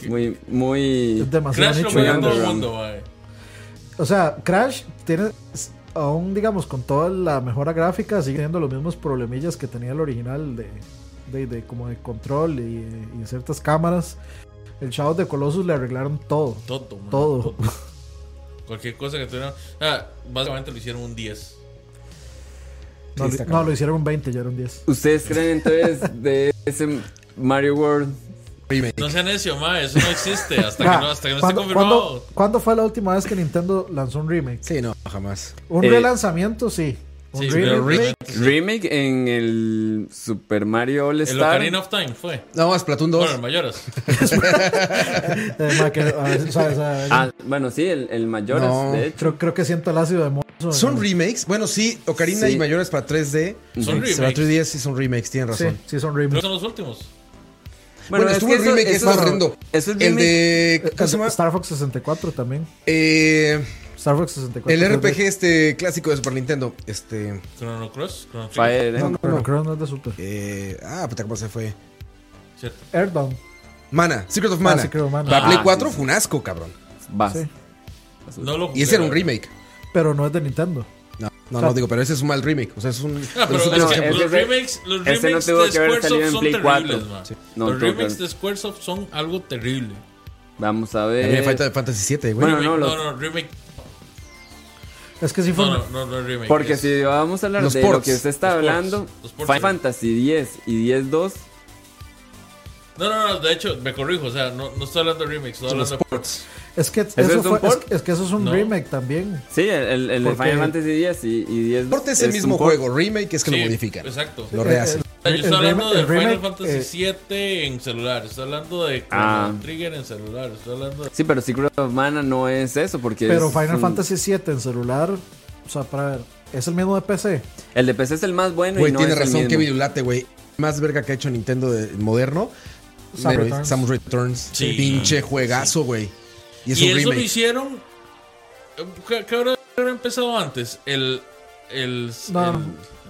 [SPEAKER 3] Muy, muy.
[SPEAKER 2] Es demasiado
[SPEAKER 4] Crash lo
[SPEAKER 2] nicho,
[SPEAKER 3] muy
[SPEAKER 4] juega
[SPEAKER 2] digamos.
[SPEAKER 4] todo el
[SPEAKER 3] underground.
[SPEAKER 4] mundo, mae.
[SPEAKER 2] O sea, Crash tiene. Aún, digamos, con toda la mejora gráfica, sigue teniendo los mismos problemillas que tenía el original de. de, de- como de control y, y ciertas cámaras. El Shadow of the Colossus le arreglaron todo.
[SPEAKER 4] Todo, mae,
[SPEAKER 2] Todo.
[SPEAKER 4] Cualquier cosa que tuvieran. Ah, básicamente lo hicieron un 10.
[SPEAKER 1] está
[SPEAKER 2] No, lo- no,
[SPEAKER 1] cabrón.
[SPEAKER 2] lo hicieron un 20, ya era un 10.
[SPEAKER 3] ¿Ustedes creen entonces de ese Mario World?
[SPEAKER 1] remake.
[SPEAKER 4] No sea necio, mae, eso no existe hasta
[SPEAKER 2] Ah,
[SPEAKER 4] que no, hasta que no esté
[SPEAKER 2] ¿cuándo- ¿cuándo,
[SPEAKER 4] confirmado.
[SPEAKER 2] cuándo fue la última vez que Nintendo lanzó un remake?
[SPEAKER 1] Sí, no, jamás.
[SPEAKER 2] Un
[SPEAKER 3] Eh,
[SPEAKER 2] relanzamiento, sí. Un
[SPEAKER 4] Sí,
[SPEAKER 2] remake.
[SPEAKER 4] pero remake,
[SPEAKER 3] Remake en el Super Mario All
[SPEAKER 4] el
[SPEAKER 3] Star.
[SPEAKER 4] Ocarina of Time fue.
[SPEAKER 1] No, Splatoon 2.
[SPEAKER 4] Bueno, el mayoras.
[SPEAKER 2] Eh, ma, que- a ver, o sea, o sea,
[SPEAKER 3] Ah, bueno, sí, el, el Mayoras,
[SPEAKER 1] No,
[SPEAKER 3] de hecho.
[SPEAKER 2] creo, creo que siento el ácido de mozo.
[SPEAKER 1] ¿Son
[SPEAKER 2] ¿no?
[SPEAKER 1] remakes? Bueno, sí, Ocarina
[SPEAKER 3] Sí.
[SPEAKER 1] y Mayores para 3D.
[SPEAKER 4] Son
[SPEAKER 1] Sí, Para
[SPEAKER 4] remakes.
[SPEAKER 1] 3DS sí son remakes, tienen
[SPEAKER 2] Sí,
[SPEAKER 1] razón.
[SPEAKER 2] sí, son
[SPEAKER 4] Creo que
[SPEAKER 2] remakes.
[SPEAKER 4] son los últimos.
[SPEAKER 1] Bueno,
[SPEAKER 3] es
[SPEAKER 1] estuvo
[SPEAKER 3] que
[SPEAKER 1] el
[SPEAKER 3] eso-
[SPEAKER 1] remake, ese
[SPEAKER 3] eso-
[SPEAKER 1] es horrendo.
[SPEAKER 3] eso es
[SPEAKER 1] El
[SPEAKER 3] remake.
[SPEAKER 1] de.
[SPEAKER 2] Eh,
[SPEAKER 1] ¿Cómo se llama?
[SPEAKER 2] Star Fox 64 también.
[SPEAKER 1] Eh,
[SPEAKER 2] Star Fox 64.
[SPEAKER 1] el
[SPEAKER 2] creo que-
[SPEAKER 1] RPG este clásico de Super Nintendo. Este.
[SPEAKER 4] Chrono Cross, Chrono Trigger.
[SPEAKER 3] Fire
[SPEAKER 2] No,
[SPEAKER 3] Emblem.
[SPEAKER 2] no, no, creo que no es de Super.
[SPEAKER 1] eh, ah, puta, ¿cómo se fue?
[SPEAKER 4] Cierto.
[SPEAKER 2] Airdown.
[SPEAKER 1] Mana, Secret of Mana.
[SPEAKER 2] Ah, sí, Ah, creo, man.
[SPEAKER 1] Para
[SPEAKER 3] Ah,
[SPEAKER 1] Play
[SPEAKER 3] sí,
[SPEAKER 1] 4
[SPEAKER 3] sí.
[SPEAKER 1] fue un asco, cabrón.
[SPEAKER 3] Vas.
[SPEAKER 2] Sí.
[SPEAKER 4] No lo
[SPEAKER 1] Y ese era un
[SPEAKER 4] jugué,
[SPEAKER 1] remake.
[SPEAKER 2] Pero no es de Nintendo.
[SPEAKER 1] No, no, no, digo, pero ese es un mal remake. O sea, es un.
[SPEAKER 4] Ah, pero
[SPEAKER 1] de los
[SPEAKER 4] es
[SPEAKER 1] últimos
[SPEAKER 4] que
[SPEAKER 3] ese-
[SPEAKER 1] ejemplos.
[SPEAKER 4] los remakes, los
[SPEAKER 3] ese no
[SPEAKER 4] remakes
[SPEAKER 3] tuvo
[SPEAKER 4] de
[SPEAKER 3] que haber salido
[SPEAKER 4] Squaresoft
[SPEAKER 3] en
[SPEAKER 4] son
[SPEAKER 3] Play cuatro.
[SPEAKER 4] terribles, man.
[SPEAKER 1] Sí.
[SPEAKER 3] No,
[SPEAKER 4] los
[SPEAKER 3] tuvo que
[SPEAKER 4] remakes
[SPEAKER 3] haber.
[SPEAKER 4] de Squaresoft son algo terrible.
[SPEAKER 3] Vamos a
[SPEAKER 1] A mí me
[SPEAKER 3] ver.
[SPEAKER 1] falta Fantasy VII, güey.
[SPEAKER 3] Bueno,
[SPEAKER 4] Remake,
[SPEAKER 3] no, los-
[SPEAKER 4] no, no, remake.
[SPEAKER 2] Es que sí fue.
[SPEAKER 4] No,
[SPEAKER 2] un-
[SPEAKER 4] no, no, no, remake.
[SPEAKER 3] Porque
[SPEAKER 4] es-
[SPEAKER 3] si vamos a hablar
[SPEAKER 1] Los
[SPEAKER 3] de lo
[SPEAKER 1] ports,
[SPEAKER 3] que usted está
[SPEAKER 4] los ports,
[SPEAKER 3] hablando,
[SPEAKER 4] los ports
[SPEAKER 3] Final
[SPEAKER 4] sí.
[SPEAKER 3] Fantasy X y X-2,
[SPEAKER 4] No, no, no, de hecho, me corrijo, o sea, no, no estoy hablando de remakes, estoy hablando de ports.
[SPEAKER 2] Es que eso,
[SPEAKER 3] es un
[SPEAKER 2] fue- es,
[SPEAKER 3] port?
[SPEAKER 2] es que eso es un
[SPEAKER 4] No.
[SPEAKER 2] remake también.
[SPEAKER 3] sí, el, el, el de
[SPEAKER 2] Porque-
[SPEAKER 3] Final Fantasy X y, y X-2.
[SPEAKER 1] Porte es el mismo
[SPEAKER 3] un port.
[SPEAKER 1] juego, remake es que lo
[SPEAKER 4] Sí,
[SPEAKER 1] modifican.
[SPEAKER 4] Exacto.
[SPEAKER 3] Eh,
[SPEAKER 1] Lo rehacen.
[SPEAKER 4] O sea, yo estoy
[SPEAKER 2] Eh, el
[SPEAKER 4] hablando
[SPEAKER 2] rem-
[SPEAKER 4] de
[SPEAKER 2] el
[SPEAKER 4] Final
[SPEAKER 2] remake,
[SPEAKER 4] Fantasy
[SPEAKER 2] eh,
[SPEAKER 4] 7 en celular, estoy hablando de Chrono
[SPEAKER 3] Ah.
[SPEAKER 4] Trigger en celular, estoy hablando de...
[SPEAKER 3] Sí, pero Secret of Mana no es eso, porque.
[SPEAKER 2] Pero
[SPEAKER 3] es
[SPEAKER 2] Final
[SPEAKER 3] un-
[SPEAKER 2] Fantasy 7 en celular. O sea, para ver. Es el mismo de PC.
[SPEAKER 3] El de PC es el más bueno
[SPEAKER 1] Güey,
[SPEAKER 3] y no
[SPEAKER 1] tiene
[SPEAKER 3] es el
[SPEAKER 1] razón
[SPEAKER 3] mismo.
[SPEAKER 1] Kevin Ulate, güey. Más verga que ha hecho Nintendo de- moderno.
[SPEAKER 2] Sam
[SPEAKER 1] Pero-
[SPEAKER 2] Returns.
[SPEAKER 1] Sam Returns.
[SPEAKER 4] Sí.
[SPEAKER 1] Pinche juegazo, güey. Y es
[SPEAKER 4] Y,
[SPEAKER 1] un
[SPEAKER 4] eso lo
[SPEAKER 1] remake.
[SPEAKER 4] hicieron... ¿Qué, qué habrá, qué habrá empezado antes? El... el,
[SPEAKER 2] No,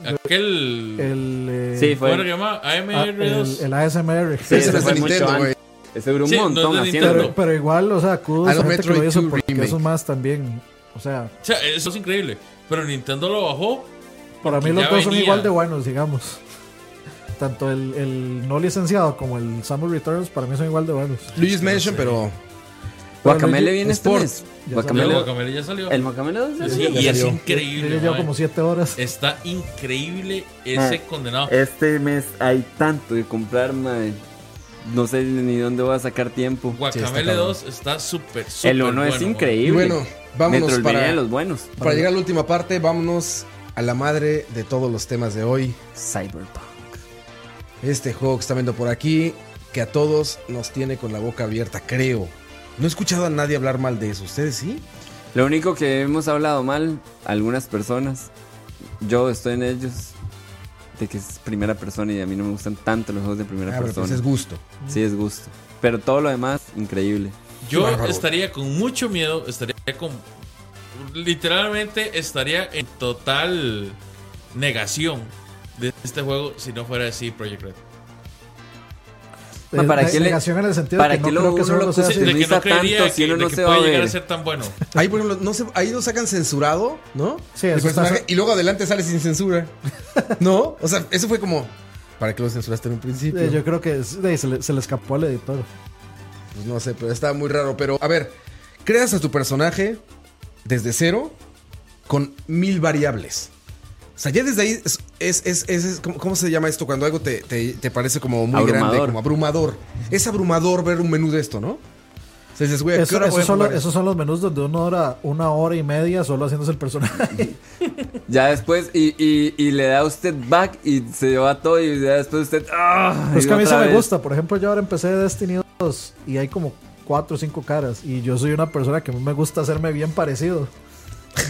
[SPEAKER 4] el- aquel...
[SPEAKER 2] El. eh,
[SPEAKER 3] Sí, fue.
[SPEAKER 4] ¿Cómo era que llamaba?
[SPEAKER 2] ah,
[SPEAKER 4] AMR2.
[SPEAKER 2] el, el ASMR.
[SPEAKER 1] Ese
[SPEAKER 3] Sí,
[SPEAKER 1] no
[SPEAKER 3] ese
[SPEAKER 1] es de
[SPEAKER 3] fue mucho
[SPEAKER 1] Nintendo,
[SPEAKER 3] antes.
[SPEAKER 1] güey.
[SPEAKER 3] Ese duró un
[SPEAKER 4] Sí, no es de
[SPEAKER 3] montón
[SPEAKER 4] Nintendo.
[SPEAKER 3] haciendo.
[SPEAKER 2] Pero, pero igual, o sea, kudos
[SPEAKER 1] A
[SPEAKER 2] a
[SPEAKER 1] lo
[SPEAKER 2] la gente que lo
[SPEAKER 1] Metroid
[SPEAKER 2] hizo
[SPEAKER 1] two
[SPEAKER 2] porque
[SPEAKER 1] remake.
[SPEAKER 2] esos más también. O sea,
[SPEAKER 4] O sea, eso es increíble. Pero Nintendo lo bajó.
[SPEAKER 2] para mí
[SPEAKER 4] Porque
[SPEAKER 2] los
[SPEAKER 4] ya
[SPEAKER 2] dos son
[SPEAKER 4] venía.
[SPEAKER 2] igual de buenos, digamos. Tanto el, el no licenciado como el Samus Returns para mí son igual de buenos.
[SPEAKER 1] Luigi's Mansion, pero.
[SPEAKER 3] Guacamele viene este
[SPEAKER 1] Sport.
[SPEAKER 3] mes.
[SPEAKER 2] Ya
[SPEAKER 4] El
[SPEAKER 3] Guacamele.
[SPEAKER 4] Guacamele ya salió.
[SPEAKER 3] El Guacamele 2
[SPEAKER 4] Sí,
[SPEAKER 3] salió.
[SPEAKER 4] y es
[SPEAKER 1] salió.
[SPEAKER 2] Yo
[SPEAKER 4] increíble.
[SPEAKER 2] ya llevo
[SPEAKER 4] mae.
[SPEAKER 2] como 7
[SPEAKER 3] Eh,
[SPEAKER 2] horas.
[SPEAKER 4] Está increíble
[SPEAKER 3] Ah.
[SPEAKER 4] ese condenado.
[SPEAKER 3] Este mes hay tanto de comprar, mae. No sé ni dónde voy a sacar tiempo.
[SPEAKER 1] Sí,
[SPEAKER 4] Guacamele
[SPEAKER 1] está
[SPEAKER 4] 2 está súper, súper.
[SPEAKER 3] El 1 es
[SPEAKER 4] bueno,
[SPEAKER 1] Y
[SPEAKER 3] increíble.
[SPEAKER 1] bueno, vámonos
[SPEAKER 3] Metroidvania
[SPEAKER 1] para,
[SPEAKER 3] de los buenos.
[SPEAKER 1] para llegar a la última parte. Vámonos a la madre de todos los temas de hoy.
[SPEAKER 3] Cyberpunk.
[SPEAKER 1] Este juego que está viendo por aquí, que a todos nos tiene con la boca abierta, creo. No he escuchado a nadie hablar mal de eso. ¿Ustedes sí?
[SPEAKER 3] Lo único que hemos hablado mal, algunas personas, yo estoy en ellos, de que es primera persona y a mí no me gustan tanto los juegos de primera
[SPEAKER 1] Ah, pero
[SPEAKER 3] persona.
[SPEAKER 1] pues es gusto.
[SPEAKER 3] sí, es gusto. Pero todo lo demás, increíble.
[SPEAKER 4] Yo
[SPEAKER 1] Bárbaro.
[SPEAKER 4] estaría con mucho miedo, estaría con... Literalmente estaría en total negación de este juego si no fuera de CD Projekt Red.
[SPEAKER 3] Ma, ¿para
[SPEAKER 2] Ne-
[SPEAKER 3] qué le-
[SPEAKER 2] negación en el sentido
[SPEAKER 3] para
[SPEAKER 2] de
[SPEAKER 3] qué
[SPEAKER 2] que no creo
[SPEAKER 3] lo-
[SPEAKER 2] que
[SPEAKER 3] uno
[SPEAKER 2] solo
[SPEAKER 3] lo
[SPEAKER 2] sea
[SPEAKER 3] puse-
[SPEAKER 2] así.
[SPEAKER 4] de que
[SPEAKER 3] Luisa
[SPEAKER 4] no creería
[SPEAKER 3] tanto, si
[SPEAKER 4] que,
[SPEAKER 3] uno
[SPEAKER 4] de
[SPEAKER 3] no
[SPEAKER 4] que
[SPEAKER 3] se va
[SPEAKER 4] puede
[SPEAKER 3] a
[SPEAKER 4] llegar
[SPEAKER 3] ver.
[SPEAKER 4] a ser tan bueno.
[SPEAKER 1] Ahí, por ejemplo, no sé, ahí lo sacan censurado, ¿no?
[SPEAKER 2] Sí,
[SPEAKER 1] El
[SPEAKER 2] eso está
[SPEAKER 1] personaje,
[SPEAKER 2] cer-
[SPEAKER 1] Y luego adelante sale sin censura. ¿No? O sea, eso fue como. ¿Para qué lo censuraste en un principio?
[SPEAKER 2] Eh, Yo creo que es- de ahí se, le, se le escapó al editor.
[SPEAKER 1] Pues no sé, pero estaba muy raro. Pero, a ver, creas a tu personaje desde cero con mil variables. O sea, ya desde ahí es, es, es- es- es- ¿cómo, cómo se llama esto? Cuando algo te, te- te parece como muy grande,
[SPEAKER 3] Abrumador.
[SPEAKER 1] como abrumador. Es abrumador ver un menú de esto, ¿no? O sea, dices, güey, ¿a qué
[SPEAKER 2] Eso-
[SPEAKER 1] hora voy
[SPEAKER 2] esos
[SPEAKER 1] a
[SPEAKER 2] son los-
[SPEAKER 1] jugar esto?
[SPEAKER 2] esos son los menús donde uno hora, una hora y media solo haciéndose el personaje.
[SPEAKER 3] Ya después, y, y- y le da usted back y se va todo y ya después usted... ¡ah!
[SPEAKER 2] Pues
[SPEAKER 3] Y
[SPEAKER 2] que a mí se
[SPEAKER 3] otra
[SPEAKER 2] me
[SPEAKER 3] vez.
[SPEAKER 2] gusta. Por ejemplo, yo ahora empecé Destiny 2 y hay como cuatro o cinco caras. Y yo soy una persona que a mí me gusta hacerme bien parecido.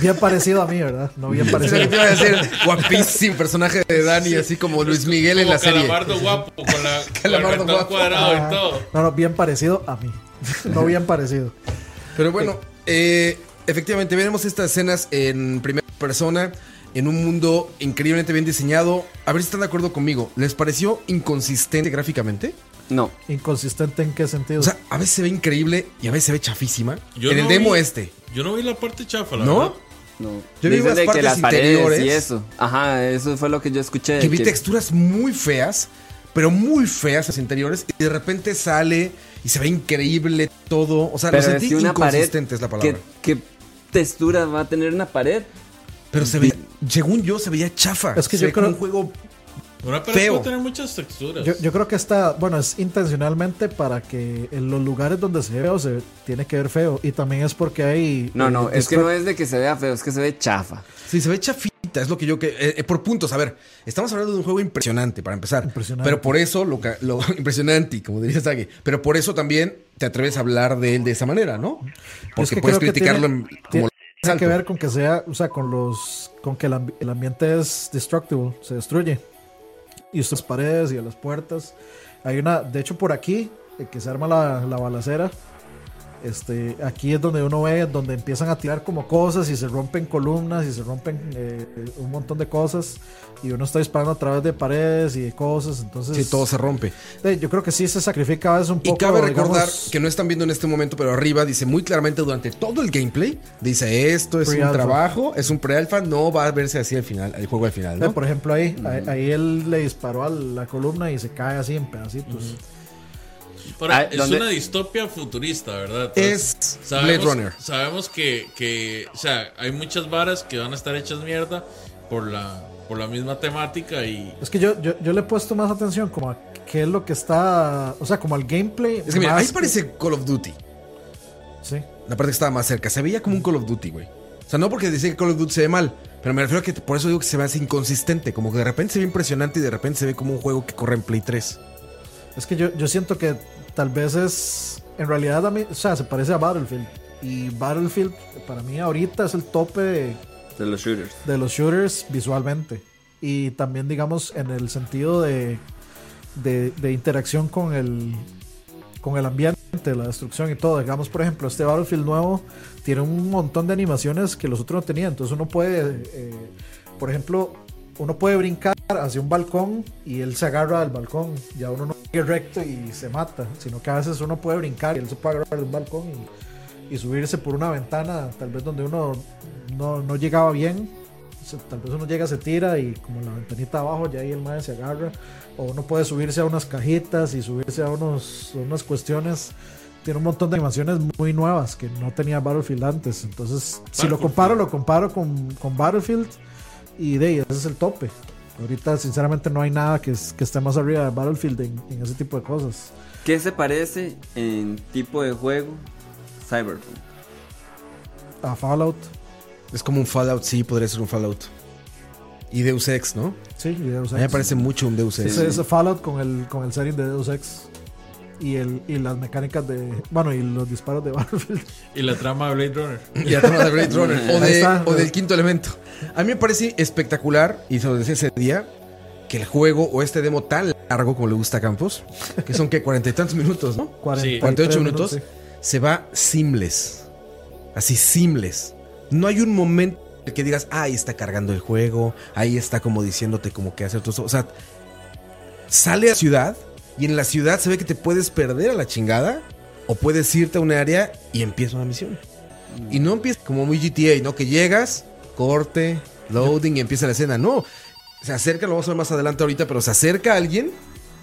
[SPEAKER 2] Bien parecido a mí, ¿verdad? No bien
[SPEAKER 1] O sea, que
[SPEAKER 2] parecido.
[SPEAKER 1] te iba a decir, guapísimo personaje de Dani, así como Luis Miguel en
[SPEAKER 4] Como
[SPEAKER 1] la serie.
[SPEAKER 4] Calamardo guapo, con la con el
[SPEAKER 1] Calamardo
[SPEAKER 4] mentón
[SPEAKER 1] guapo.
[SPEAKER 4] cuadrado
[SPEAKER 2] Ajá.
[SPEAKER 4] y todo.
[SPEAKER 2] Ah, No, no, bien parecido a mí. No bien parecido.
[SPEAKER 1] Pero bueno, eh, efectivamente veremos estas escenas en primera persona, en un mundo increíblemente bien diseñado. A ver si están de acuerdo conmigo. ¿Les pareció inconsistente gráficamente?
[SPEAKER 3] No,
[SPEAKER 2] Inconsistente en qué sentido.
[SPEAKER 1] O sea, a veces se ve increíble y a veces se ve chafísima.
[SPEAKER 4] Yo
[SPEAKER 1] en el
[SPEAKER 4] no
[SPEAKER 1] demo
[SPEAKER 4] vi-
[SPEAKER 1] este,
[SPEAKER 4] Yo no vi la parte chafa, la
[SPEAKER 1] ¿no?
[SPEAKER 4] verdad.
[SPEAKER 3] no.
[SPEAKER 1] Yo vi
[SPEAKER 3] Dicen
[SPEAKER 1] unas
[SPEAKER 3] de
[SPEAKER 1] partes
[SPEAKER 3] y
[SPEAKER 1] interiores.
[SPEAKER 3] eso. Ajá, eso fue lo que yo escuché.
[SPEAKER 1] Que vi
[SPEAKER 3] que-
[SPEAKER 1] texturas muy feas, pero muy feas los interiores y de repente sale y se ve increíble todo. O sea, lo
[SPEAKER 3] pero es
[SPEAKER 1] sentí
[SPEAKER 3] que una pared...
[SPEAKER 1] inconsistente es la palabra.
[SPEAKER 3] ¿qué, ¿Qué textura va a tener una pared?
[SPEAKER 1] Pero se veía, según yo, se veía chafa.
[SPEAKER 2] Es que
[SPEAKER 1] Se
[SPEAKER 2] yo
[SPEAKER 1] ve como
[SPEAKER 2] creo-
[SPEAKER 1] un juego
[SPEAKER 4] Una pared
[SPEAKER 1] Feo.
[SPEAKER 4] puede tener muchas texturas.
[SPEAKER 2] Yo, yo creo que está, bueno, es intencionalmente para que en los lugares donde se ve feo se tiene que ver feo. Y también es porque hay.
[SPEAKER 3] No,
[SPEAKER 2] eh,
[SPEAKER 3] no, es que
[SPEAKER 2] distra-
[SPEAKER 3] no es de que se vea feo, es que se ve chafa.
[SPEAKER 1] Sí, se ve chafita, es lo que yo que. eh, eh, por puntos, a ver, estamos hablando de un juego impresionante para empezar.
[SPEAKER 2] Impresionante.
[SPEAKER 1] Pero por eso, lo, ca- lo impresionante, como diría Sage, pero por eso también te atreves a hablar de él de esa manera, ¿no?
[SPEAKER 2] Es
[SPEAKER 1] Porque
[SPEAKER 2] que
[SPEAKER 1] puedes
[SPEAKER 2] creo que
[SPEAKER 1] criticarlo
[SPEAKER 2] tiene-
[SPEAKER 1] en- como
[SPEAKER 2] tiene- Tiene que
[SPEAKER 1] alto.
[SPEAKER 2] ver con que sea, o sea, con los, con que el, ambi- el ambiente es destructible, se destruye. Y estas paredes y las puertas. Hay una, de hecho por aquí, eh, que se arma la, la balacera. Este, aquí es donde uno ve, donde empiezan a tirar como cosas y se rompen columnas y se rompen eh, un montón de cosas. Y uno está disparando a través de paredes y de cosas. Entonces,
[SPEAKER 1] Sí, todo se rompe.
[SPEAKER 2] eh, yo creo que sí se sacrifica a veces un
[SPEAKER 1] Y
[SPEAKER 2] poco.
[SPEAKER 1] cabe recordar
[SPEAKER 2] digamos,
[SPEAKER 1] que no están viendo en este momento, pero arriba dice muy claramente durante todo el gameplay, dice esto es un
[SPEAKER 2] Pre-alpha.
[SPEAKER 1] trabajo, es un pre-alpha, no va a verse así al final, el juego al final,
[SPEAKER 2] Eh,
[SPEAKER 1] ¿no?
[SPEAKER 2] Por ejemplo, ahí, ahí, ahí él le disparó a la columna y se cae así en pedacitos.
[SPEAKER 4] Ahora,
[SPEAKER 3] Ah,
[SPEAKER 4] es
[SPEAKER 3] ¿dónde-
[SPEAKER 4] una distopia futurista, ¿verdad? Entonces,
[SPEAKER 1] Es Blade Runner.
[SPEAKER 4] Sabemos que, que, o sea, hay muchas varas que van a estar hechas mierda por la, por la misma temática y...
[SPEAKER 2] Es que yo, yo, yo le he puesto más atención como a qué es lo que está, o sea, como al gameplay.
[SPEAKER 1] Es que mira,
[SPEAKER 2] más
[SPEAKER 1] ahí parece Call of Duty.
[SPEAKER 2] Sí.
[SPEAKER 1] La parte que estaba más cerca. Se veía como un Call of Duty, güey. O sea, no porque decía que Call of Duty se ve mal, pero me refiero a que por eso digo que se ve así inconsistente. Como que de repente se ve impresionante y de repente se ve como un juego que corre en Play 3.
[SPEAKER 2] Es que yo, yo siento que tal vez es, en realidad a mí, o sea, se parece a Battlefield. Y Battlefield para mí ahorita es el tope de,
[SPEAKER 3] De los shooters.
[SPEAKER 2] de los shooters visualmente. Y también, digamos, en el sentido de, de, de interacción con el, con el ambiente, la destrucción y todo. Digamos, por ejemplo, este Battlefield nuevo tiene un montón de animaciones que los otros no tenían. Entonces uno puede, eh, por ejemplo, uno puede brincar hacia un balcón y él se agarra al balcón. Ya uno no sigue recto y se mata, sino que a veces uno puede brincar y él se puede agarrar de un balcón y, y subirse por una ventana, tal vez donde uno no, no llegaba bien. O sea, Tal vez uno llega, se tira y como la ventanita abajo, ya ahí el madre se agarra. O uno puede subirse a unas cajitas y subirse a unos, a unas cuestiones. Tiene un montón de animaciones muy nuevas que no tenía Battlefield antes. Entonces, si lo
[SPEAKER 4] Battlefield.
[SPEAKER 2] comparo, lo comparo con, con Battlefield. Y de ahí, ese es el tope. Ahorita, sinceramente, no hay nada que, es- que esté más arriba de Battlefield en, en ese tipo de cosas.
[SPEAKER 3] ¿Qué se parece en tipo de juego? Cyberpunk.
[SPEAKER 2] A Fallout,
[SPEAKER 1] Es como un Fallout, sí, podría ser un Fallout. Y Deus Ex, ¿no?
[SPEAKER 2] sí, y Deus
[SPEAKER 1] A mí me
[SPEAKER 2] Ex.
[SPEAKER 1] parece mucho un Deus Ex.
[SPEAKER 2] Ese es Fallout con el, con el setting de Deus Ex. y, el, y las mecánicas de. Bueno, y los disparos de Battlefield.
[SPEAKER 4] Y la trama de Blade Runner.
[SPEAKER 1] Y la trama de Blade Runner. O,
[SPEAKER 2] Ahí
[SPEAKER 1] de-
[SPEAKER 2] está.
[SPEAKER 1] o del quinto elemento. A mí me parece espectacular, y se lo decía ese día, que el juego o este demo tan largo como le gusta a Campos, que son que cuarenta y tantos minutos, ¿no?
[SPEAKER 2] 43
[SPEAKER 1] 48 minutos,
[SPEAKER 2] sí.
[SPEAKER 1] se va simples. Así simples. No hay un momento en el que digas, ah, ahí está cargando el juego, ahí está como diciéndote como que hacer todo eso. O sea, sale a la ciudad y en la ciudad se ve que te puedes perder a la chingada o puedes irte a un área y empieza una misión. Y no empieza como muy GTA, ¿no? Que llegas, corte, loading y empieza la escena. No, se acerca, lo vamos a ver más adelante ahorita, pero se acerca alguien,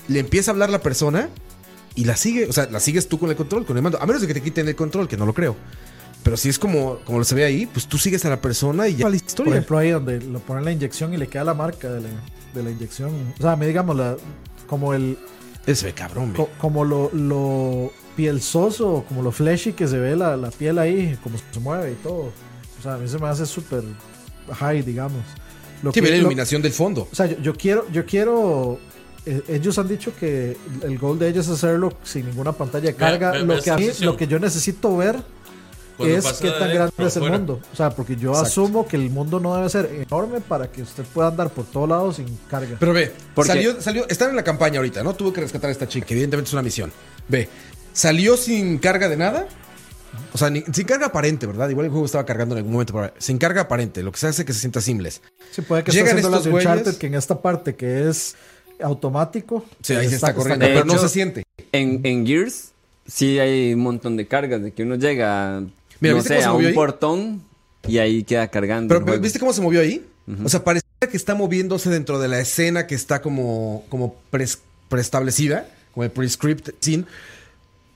[SPEAKER 1] le empieza a hablar la persona y la sigue, o sea, la sigues tú con el control, con el mando, a menos de que te quiten el control, que no lo creo. Pero si es como, como lo se ve ahí, pues tú sigues a la persona y ya la
[SPEAKER 2] Por
[SPEAKER 1] historia.
[SPEAKER 2] ejemplo, ahí donde le ponen la inyección y le queda la marca de la, de la inyección. O sea, a mí, digamos, la, como el,
[SPEAKER 1] Eso ve cabrón, güey.
[SPEAKER 2] co- como lo, lo pielzoso, como lo fleshy que se ve la, la piel ahí, como se mueve y todo. O sea, a mí se me hace súper high, digamos. Lo
[SPEAKER 1] Sí, ve la
[SPEAKER 2] lo-
[SPEAKER 1] iluminación del fondo.
[SPEAKER 2] o sea, yo, yo quiero, yo quiero. eh, ellos han dicho que el goal de ellos es hacerlo sin ninguna pantalla de carga.
[SPEAKER 4] ve- ve
[SPEAKER 2] lo, que a mí-
[SPEAKER 4] sensación.
[SPEAKER 2] lo que yo necesito ver
[SPEAKER 4] Cuando
[SPEAKER 2] es
[SPEAKER 4] pasa
[SPEAKER 2] qué
[SPEAKER 4] de
[SPEAKER 2] tan
[SPEAKER 4] adentro
[SPEAKER 2] grande es el
[SPEAKER 4] afuera.
[SPEAKER 2] mundo. O sea, porque yo asumo que el mundo no debe ser enorme para que usted pueda andar por todos lados sin carga.
[SPEAKER 1] Pero ve,
[SPEAKER 3] Porque-
[SPEAKER 1] salió, salió, están en la campaña ahorita, ¿no? Tuvo que rescatar a esta chica, que evidentemente es una misión. Ve, salió sin carga de nada. O sea, ni- sin carga aparente, ¿verdad? Igual el juego estaba cargando en algún momento, pero sin carga aparente, lo que se hace que se sienta simples.
[SPEAKER 2] Sí, puede que esté
[SPEAKER 1] Llegan
[SPEAKER 2] haciendo las
[SPEAKER 1] estos
[SPEAKER 2] de Uncharted,
[SPEAKER 1] güeyes.
[SPEAKER 2] que en esta parte que es automático.
[SPEAKER 1] Sí, ahí se está, corriendo,
[SPEAKER 3] de
[SPEAKER 1] pero no
[SPEAKER 3] hecho-
[SPEAKER 1] se siente.
[SPEAKER 3] En, en Gears sí hay un montón de cargas, de que uno llega
[SPEAKER 1] Mira,
[SPEAKER 3] no
[SPEAKER 1] ¿viste cómo
[SPEAKER 3] sé,
[SPEAKER 1] se
[SPEAKER 3] a
[SPEAKER 1] movió
[SPEAKER 3] un
[SPEAKER 1] ahí?
[SPEAKER 3] portón y ahí queda cargando.
[SPEAKER 1] Pero
[SPEAKER 3] el juego.
[SPEAKER 1] ¿viste cómo se movió ahí? O sea, parecía que está moviéndose dentro de la escena que está como, como pres- preestablecida, como el prescript scene.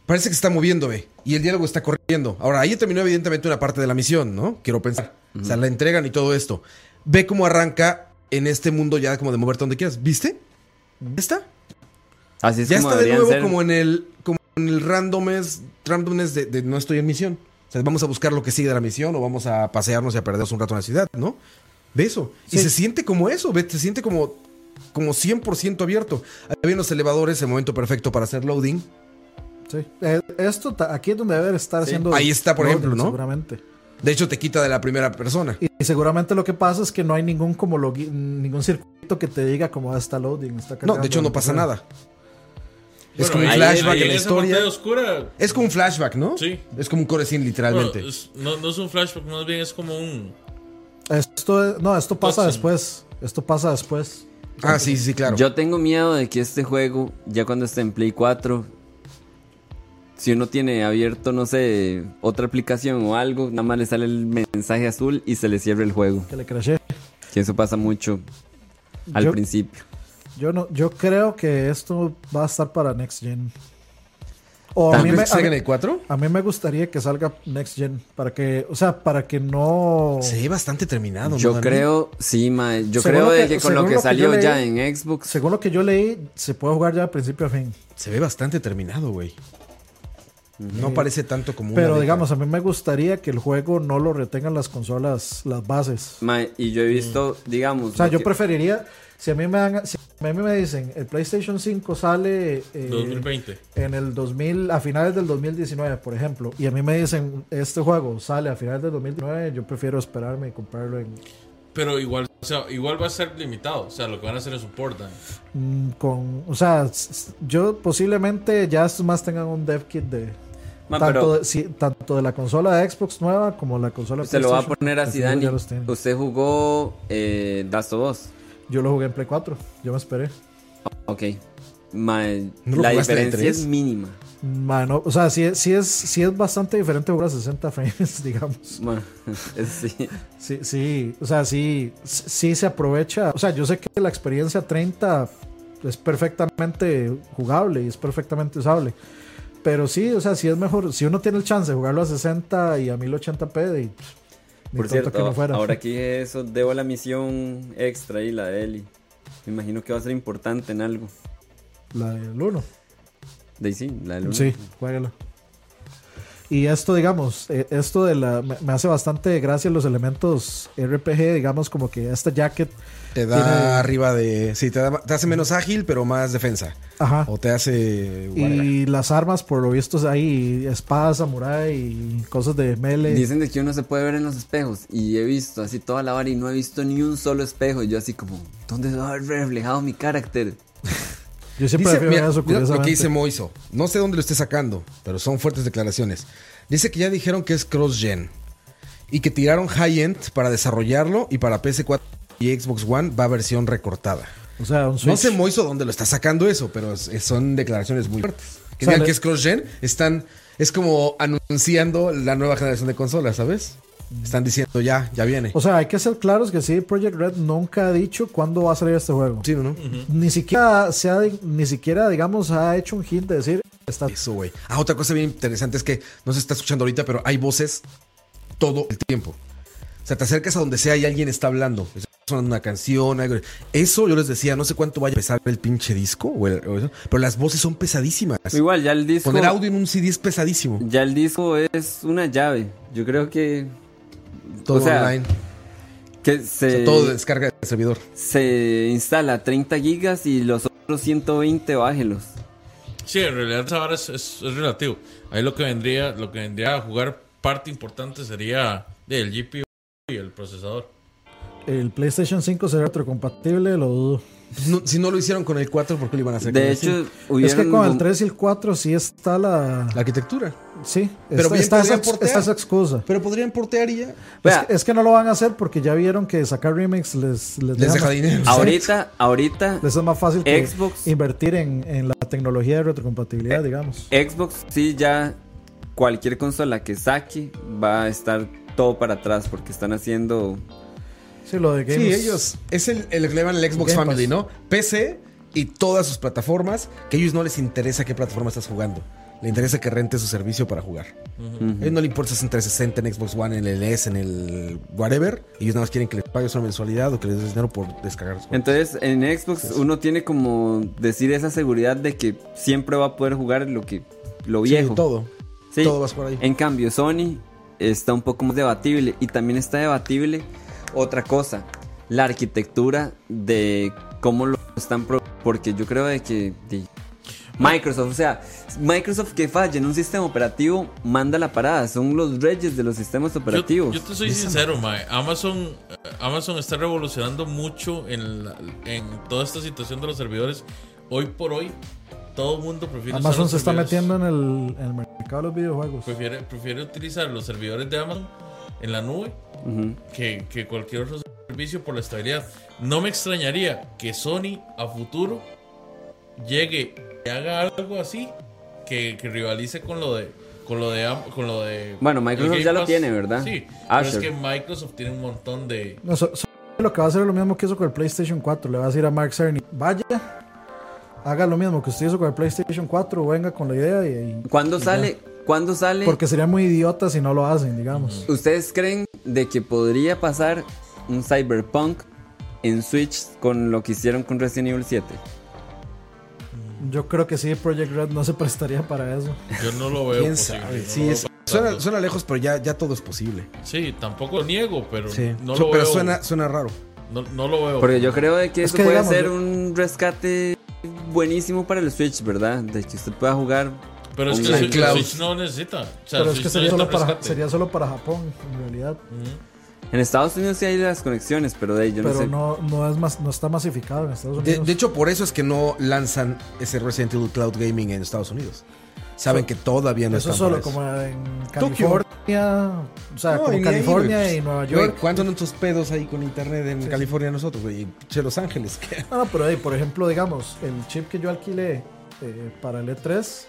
[SPEAKER 1] Parece que se está moviendo, ve. Y el diálogo está corriendo. Ahora, ahí terminó evidentemente una parte de la misión, ¿no? Quiero pensar. O sea, la entregan y todo esto. Ve cómo arranca en este mundo ya como de moverte donde quieras. ¿Viste? ¿Ya está?
[SPEAKER 3] Así es
[SPEAKER 1] ya
[SPEAKER 3] como
[SPEAKER 1] está de
[SPEAKER 3] deberían
[SPEAKER 1] nuevo
[SPEAKER 3] ser.
[SPEAKER 1] como en el como en el randomness, randomness de, de no estoy en misión. O sea, vamos a buscar lo que sigue de la misión o vamos a pasearnos y a perdernos un rato en la ciudad, ¿no? Ve eso. Y
[SPEAKER 2] Sí.
[SPEAKER 1] se siente como eso, ve, se siente como, como 100% abierto. Había unos elevadores, el momento perfecto para hacer loading.
[SPEAKER 2] Sí. Eh, Esto ta- aquí es donde debe estar haciendo.
[SPEAKER 1] Ahí está, por
[SPEAKER 2] loading,
[SPEAKER 1] ejemplo, ¿no?
[SPEAKER 2] Seguramente.
[SPEAKER 1] De hecho, te quita de la primera persona.
[SPEAKER 2] Y seguramente lo que pasa es que no hay ningún como logui- ningún circuito que te diga cómo va está loading. está
[SPEAKER 1] No,
[SPEAKER 2] cargando,
[SPEAKER 1] de hecho no pasa
[SPEAKER 2] sea.
[SPEAKER 1] nada. es
[SPEAKER 4] Bueno,
[SPEAKER 1] como un
[SPEAKER 4] ahí-
[SPEAKER 1] flashback
[SPEAKER 4] ahí
[SPEAKER 1] en la
[SPEAKER 4] esa
[SPEAKER 1] historia.
[SPEAKER 4] pantalla oscura.
[SPEAKER 1] Es como un flashback, ¿no?
[SPEAKER 4] Sí.
[SPEAKER 1] Es como un core scene,
[SPEAKER 4] bueno,
[SPEAKER 1] literalmente.
[SPEAKER 4] es- no, no es un flashback, más bien es como un.
[SPEAKER 2] Esto es- no, esto pasa
[SPEAKER 4] Cutscene.
[SPEAKER 2] después. Esto pasa después.
[SPEAKER 1] ah, sí, sí, sí, claro.
[SPEAKER 3] Yo tengo miedo de que este juego, ya cuando esté en Play 4, si uno tiene abierto, no sé, otra aplicación o algo, nada más le sale el mensaje azul y se le cierra el juego.
[SPEAKER 2] Que le crashé.
[SPEAKER 3] Que eso pasa mucho al
[SPEAKER 2] Yo-
[SPEAKER 3] principio.
[SPEAKER 2] Yo no, yo creo que esto va a estar para next gen. O a
[SPEAKER 1] ¿Tú
[SPEAKER 2] mí,
[SPEAKER 1] crees
[SPEAKER 2] me,
[SPEAKER 1] que salga
[SPEAKER 2] a,
[SPEAKER 1] en
[SPEAKER 2] mí-
[SPEAKER 1] el 4?
[SPEAKER 2] a mí me gustaría que salga next gen para que, o sea, para que no.
[SPEAKER 1] Se ve bastante terminado, ¿no,
[SPEAKER 3] Yo
[SPEAKER 1] Dani?
[SPEAKER 3] creo, sí, mae, yo
[SPEAKER 2] Según
[SPEAKER 3] creo
[SPEAKER 2] lo que-
[SPEAKER 3] de que con
[SPEAKER 2] según
[SPEAKER 3] lo
[SPEAKER 2] lo que
[SPEAKER 3] que
[SPEAKER 2] yo
[SPEAKER 3] salió
[SPEAKER 2] leí-
[SPEAKER 3] ya en Xbox,
[SPEAKER 2] Según lo que yo leí, se puede jugar ya de principio a fin.
[SPEAKER 1] Se ve bastante terminado, güey. No parece tanto como una
[SPEAKER 2] Pero
[SPEAKER 1] beta.
[SPEAKER 2] digamos, a mí me gustaría que el juego no lo retengan las consolas, las bases.
[SPEAKER 3] mae, y yo he visto, digamos,
[SPEAKER 2] O sea,
[SPEAKER 3] lo
[SPEAKER 2] yo
[SPEAKER 3] que-
[SPEAKER 2] preferiría, si a mí me dan, si a mí me dicen, el PlayStation 5 sale eh,
[SPEAKER 4] 2020.
[SPEAKER 2] en el 2000, a finales del 2019, por ejemplo, y a mí me dicen, este juego sale a finales del 2019, yo prefiero esperarme y comprarlo en,
[SPEAKER 4] Pero igual, o sea, igual va a ser limitado. O sea, lo que van a hacer es un portal.
[SPEAKER 2] mm, con, o sea, s- s- yo posiblemente ya estos más tengan un dev kit de...
[SPEAKER 3] Ma,
[SPEAKER 2] tanto,
[SPEAKER 3] pero-
[SPEAKER 2] de, sí, tanto de la consola de Xbox nueva como la consola
[SPEAKER 3] se lo va a Pues
[SPEAKER 2] PlayStation,
[SPEAKER 3] poner así,
[SPEAKER 2] seguro
[SPEAKER 3] Dani.
[SPEAKER 2] ya los tienen.
[SPEAKER 3] Usted jugó eh, Last of Us.
[SPEAKER 2] Yo lo jugué en Play 4, yo me esperé.
[SPEAKER 3] Ok. Mae,
[SPEAKER 1] ¿No lo
[SPEAKER 3] la
[SPEAKER 1] jugaste en
[SPEAKER 3] diferencia
[SPEAKER 1] tres?
[SPEAKER 3] es mínima.
[SPEAKER 2] Mano, o sea, sí, sí, es, sí es bastante diferente jugar a 60 frames, digamos.
[SPEAKER 3] Mae, es- sí.
[SPEAKER 2] Sí, sí, o sea, sí, sí se aprovecha. O sea, yo sé que la experiencia 30 es perfectamente jugable y es perfectamente usable. Pero sí, o sea, sí es mejor. Si uno tiene el chance de jugarlo a 60 y a 1080p, de, pues,
[SPEAKER 3] Por cierto, ahora que dije eso, debo la misión extra y la de Eli. Me imagino que va a ser importante en algo.
[SPEAKER 2] La del 1.
[SPEAKER 3] De ahí sí, la del uno.
[SPEAKER 2] Sí, juégalo. Y esto, digamos, eh, esto de la, me, me hace bastante gracia los elementos RPG, digamos, como que esta jacket.
[SPEAKER 1] Te da
[SPEAKER 2] Tiene-
[SPEAKER 1] arriba de. Sí, te, da- te hace menos ágil, pero más defensa.
[SPEAKER 2] Ajá.
[SPEAKER 1] O te hace. whatever.
[SPEAKER 2] Ah. Y las armas, por lo visto, hay espadas, samurai y cosas de melee.
[SPEAKER 3] Dicen de que uno se puede ver en los espejos y he visto así toda la vara y no he visto ni un solo espejo y yo así como, ¿dónde se va a haber reflejado mi carácter?
[SPEAKER 2] Yo siempre
[SPEAKER 1] Dice,
[SPEAKER 2] prefiero
[SPEAKER 1] mira,
[SPEAKER 2] eso,
[SPEAKER 1] mira lo
[SPEAKER 2] curiosamente.
[SPEAKER 1] que dice Moiso. No sé dónde lo esté sacando, pero son fuertes declaraciones. Dice que ya dijeron que es cross-gen y que tiraron high-end para desarrollarlo y para PS4 y Xbox One va versión recortada.
[SPEAKER 2] o sea, un Switch.
[SPEAKER 1] No sé Moiso dónde lo está sacando eso, pero es- es- son declaraciones muy fuertes. Que
[SPEAKER 2] O sea,
[SPEAKER 1] digan
[SPEAKER 2] le-
[SPEAKER 1] que es cross-gen, están. Es como anunciando la nueva generación de consolas, ¿sabes? Están diciendo ya, ya viene.
[SPEAKER 2] O sea, hay que ser claros que sí, Project Red nunca ha dicho cuándo va a salir este juego.
[SPEAKER 1] Sí, ¿no?
[SPEAKER 2] Ni siquiera se ha, ni siquiera, digamos, ha hecho un hint de decir está
[SPEAKER 1] Eso, güey. Ah, otra cosa bien interesante es que no se está escuchando ahorita, pero hay voces todo el tiempo. O sea, te acercas a donde sea y alguien está hablando. Está sonando una canción, algo. Eso yo les decía, no sé cuánto vaya a pesar el pinche disco, o el- o eso, pero las voces son pesadísimas.
[SPEAKER 3] Igual, ya el disco...
[SPEAKER 1] Pues, Poner audio en un CD es pesadísimo.
[SPEAKER 3] Ya el disco es una llave. Yo creo que...
[SPEAKER 1] Todo
[SPEAKER 3] o sea,
[SPEAKER 1] online.
[SPEAKER 3] Que
[SPEAKER 1] O
[SPEAKER 3] se,
[SPEAKER 1] sea, todo descarga del servidor.
[SPEAKER 3] se instala 30 gigas y los otros 120 bájelos.
[SPEAKER 4] Sí, en realidad ahora es, es- es relativo. Ahí lo que vendría, lo que vendría a jugar parte importante sería del GPU y el procesador.
[SPEAKER 2] el PlayStation 5 será retrocompatible, lo dudo.
[SPEAKER 1] Pues no- si no lo hicieron con el 4, ¿por qué lo iban a hacer? con
[SPEAKER 3] De
[SPEAKER 1] el
[SPEAKER 3] hecho,
[SPEAKER 1] 5?
[SPEAKER 3] hubieron...
[SPEAKER 2] es que con el
[SPEAKER 3] como-
[SPEAKER 2] 3 y el 4 sí está la
[SPEAKER 1] la arquitectura.
[SPEAKER 2] sí,
[SPEAKER 1] Pero
[SPEAKER 2] está,
[SPEAKER 1] bien
[SPEAKER 2] está esa,
[SPEAKER 1] podrían portear.
[SPEAKER 2] está esa excusa.
[SPEAKER 1] Pero podrían portear y ya.
[SPEAKER 3] Vea,
[SPEAKER 2] Es que, es que no lo van a hacer porque ya vieron que sacar remakes les, les,
[SPEAKER 1] Les deja
[SPEAKER 2] más-
[SPEAKER 1] dinero.
[SPEAKER 3] ahorita, ahorita...
[SPEAKER 2] Les es más fácil que
[SPEAKER 3] Xbox.
[SPEAKER 2] invertir en, en la tecnología de retrocompatibilidad, digamos.
[SPEAKER 3] Xbox sí ya cualquier consola que saque va a estar todo para atrás porque están haciendo
[SPEAKER 2] Sí, lo de Games.
[SPEAKER 1] Sí, ellos. Es el, el que le llaman el Xbox
[SPEAKER 2] Game Pass.
[SPEAKER 1] Family, ¿no? PC y todas sus plataformas, que a ellos no les interesa qué plataforma estás jugando. Le interesa que rentes su servicio para jugar. A ellos no le importa si es en 360, en Xbox One, en el S, en el whatever. Ellos nada más quieren que les pagues una mensualidad o que les des dinero por descargar. sus juegos.
[SPEAKER 3] entonces en Xbox uno tiene como decir esa seguridad de que siempre va a poder jugar lo que lo
[SPEAKER 1] Sí,
[SPEAKER 3] viejo
[SPEAKER 1] todo.
[SPEAKER 3] Sí.
[SPEAKER 1] Todo vas por ahí.
[SPEAKER 3] en cambio Sony está un poco más debatible y también está debatible otra cosa la arquitectura de cómo lo están pro- porque yo creo de que de- Microsoft, o sea, Microsoft que falla en un sistema operativo manda la parada, son los reyes de los sistemas
[SPEAKER 4] Yo-
[SPEAKER 3] operativos.
[SPEAKER 4] Yo, te soy sincero, mae. Amazon, eh, Amazon está revolucionando mucho en, la- en toda esta situación de los servidores. Hoy por hoy, todo el mundo prefiere usar
[SPEAKER 2] Amazon
[SPEAKER 4] los
[SPEAKER 2] se está
[SPEAKER 4] servidores-
[SPEAKER 2] metiendo en el, en el mercado de los videojuegos.
[SPEAKER 4] Prefiere, prefiere utilizar los servidores de Amazon en la nube
[SPEAKER 3] Ujú.
[SPEAKER 4] que, que cualquier otro servicio por la estabilidad. No me extrañaría que Sony a futuro llegue y haga algo así que, que rivalice con lo de con lo de Am- con lo de
[SPEAKER 3] Bueno, Microsoft
[SPEAKER 4] el Game
[SPEAKER 3] ya lo tiene, ¿verdad?
[SPEAKER 4] Sí, pero es
[SPEAKER 3] Azure.
[SPEAKER 4] que Microsoft tiene un montón de
[SPEAKER 2] No, so- so- lo que va a hacer es lo mismo que hizo con el PlayStation 4. Le va a decir a Mark Cerny, vaya, haga lo mismo que usted hizo con el PlayStation 4, venga con la idea y... y-
[SPEAKER 3] ¿Cuándo
[SPEAKER 2] y
[SPEAKER 3] sale? ¿Cuándo
[SPEAKER 2] ya.
[SPEAKER 3] sale?
[SPEAKER 2] Porque sería muy idiota si no lo hacen, digamos.
[SPEAKER 3] ¿Ustedes creen de que podría pasar un Cyberpunk en Switch con lo que hicieron con Resident Evil 7?
[SPEAKER 2] Yo creo que sí, Project Red no se prestaría para eso.
[SPEAKER 4] yo no lo veo
[SPEAKER 1] ¿Quién
[SPEAKER 4] posible,
[SPEAKER 1] sabe?
[SPEAKER 4] no
[SPEAKER 1] Sí,
[SPEAKER 4] lo veo
[SPEAKER 1] es-
[SPEAKER 4] pasando.
[SPEAKER 1] suena, suena lejos, pero ya, ya todo es posible.
[SPEAKER 4] Sí, tampoco lo niego, pero no
[SPEAKER 1] Su-
[SPEAKER 4] lo
[SPEAKER 1] Este, pero
[SPEAKER 4] veo.
[SPEAKER 1] suena, suena raro.
[SPEAKER 4] No, no lo veo.
[SPEAKER 3] Porque yo creo de que
[SPEAKER 2] Es
[SPEAKER 3] eso
[SPEAKER 2] que
[SPEAKER 3] puede
[SPEAKER 2] digamos,
[SPEAKER 3] ser
[SPEAKER 2] yo-
[SPEAKER 3] un rescate buenísimo para el Switch, ¿verdad? De que usted pueda jugar.
[SPEAKER 4] pero es que
[SPEAKER 3] online.
[SPEAKER 4] Switch,
[SPEAKER 1] Cloud.
[SPEAKER 4] Switch no necesita. O sea,
[SPEAKER 2] Pero es
[SPEAKER 4] Switch
[SPEAKER 2] que
[SPEAKER 4] no
[SPEAKER 2] sería solo,
[SPEAKER 4] necesita
[SPEAKER 2] para,
[SPEAKER 4] rescate.
[SPEAKER 2] sería solo para Japón, en realidad.
[SPEAKER 3] En Estados Unidos sí hay las conexiones, pero de ahí yo no
[SPEAKER 2] pero
[SPEAKER 3] sé.
[SPEAKER 2] no, no, es mas- no está masificado en Estados
[SPEAKER 1] De,
[SPEAKER 2] Unidos.
[SPEAKER 1] de hecho, por eso es que no lanzan ese Resident Evil Cloud Gaming en Estados Unidos. Saben que todavía no
[SPEAKER 2] eso
[SPEAKER 1] están
[SPEAKER 2] solo
[SPEAKER 1] para
[SPEAKER 2] como en
[SPEAKER 1] Tokio.
[SPEAKER 2] California, o sea,
[SPEAKER 1] No, y
[SPEAKER 2] como
[SPEAKER 1] ni ahí,
[SPEAKER 2] California
[SPEAKER 1] güey.
[SPEAKER 2] y Nueva
[SPEAKER 1] Güey,
[SPEAKER 2] York.
[SPEAKER 1] ¿Cuántos son tus pedos ahí con internet en
[SPEAKER 2] sí.
[SPEAKER 1] California nosotros, güey? Y Che, Los Ángeles. ¿qué?
[SPEAKER 2] No, no, pero hey, por ejemplo, digamos, el chip que yo alquilé eh, para el E3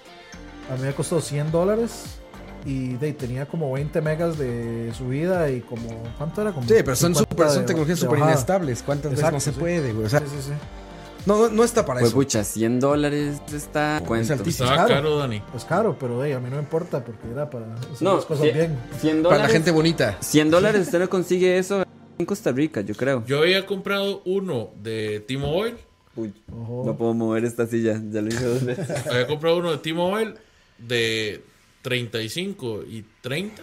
[SPEAKER 2] a mí me costó 100 dólares y de, ahí, tenía como 20 megas de subida y como, ¿cuánto era? Como
[SPEAKER 1] Sí, pero son,
[SPEAKER 2] 50
[SPEAKER 1] super, son
[SPEAKER 2] de-
[SPEAKER 1] tecnologías
[SPEAKER 2] de
[SPEAKER 1] súper
[SPEAKER 2] bajada.
[SPEAKER 1] inestables. ¿Cuántas veces no
[SPEAKER 2] Exacto,
[SPEAKER 1] se
[SPEAKER 2] sí.
[SPEAKER 1] puede, güey? O sea,
[SPEAKER 2] Sí, sí, sí.
[SPEAKER 1] no, no, no está para
[SPEAKER 3] Pues
[SPEAKER 1] eso.
[SPEAKER 3] pucha, 100 dólares está cuento.
[SPEAKER 1] altísimo.
[SPEAKER 4] Estaba
[SPEAKER 2] Claro.
[SPEAKER 4] caro, Dani.
[SPEAKER 2] Es caro, pero hey, a mí no me importa porque era para hacer
[SPEAKER 3] No,
[SPEAKER 2] las cosas bien.
[SPEAKER 1] Para la
[SPEAKER 3] 100 dólares.
[SPEAKER 1] gente bonita.
[SPEAKER 3] 100 dólares usted no consigue eso en Costa Rica, yo creo.
[SPEAKER 4] Yo había comprado uno de T-Mobile.
[SPEAKER 3] Uy,
[SPEAKER 2] Ojo.
[SPEAKER 3] no puedo mover esta silla, ya lo hice dos veces.
[SPEAKER 4] Había comprado uno de T-Mobile de 35 y 30.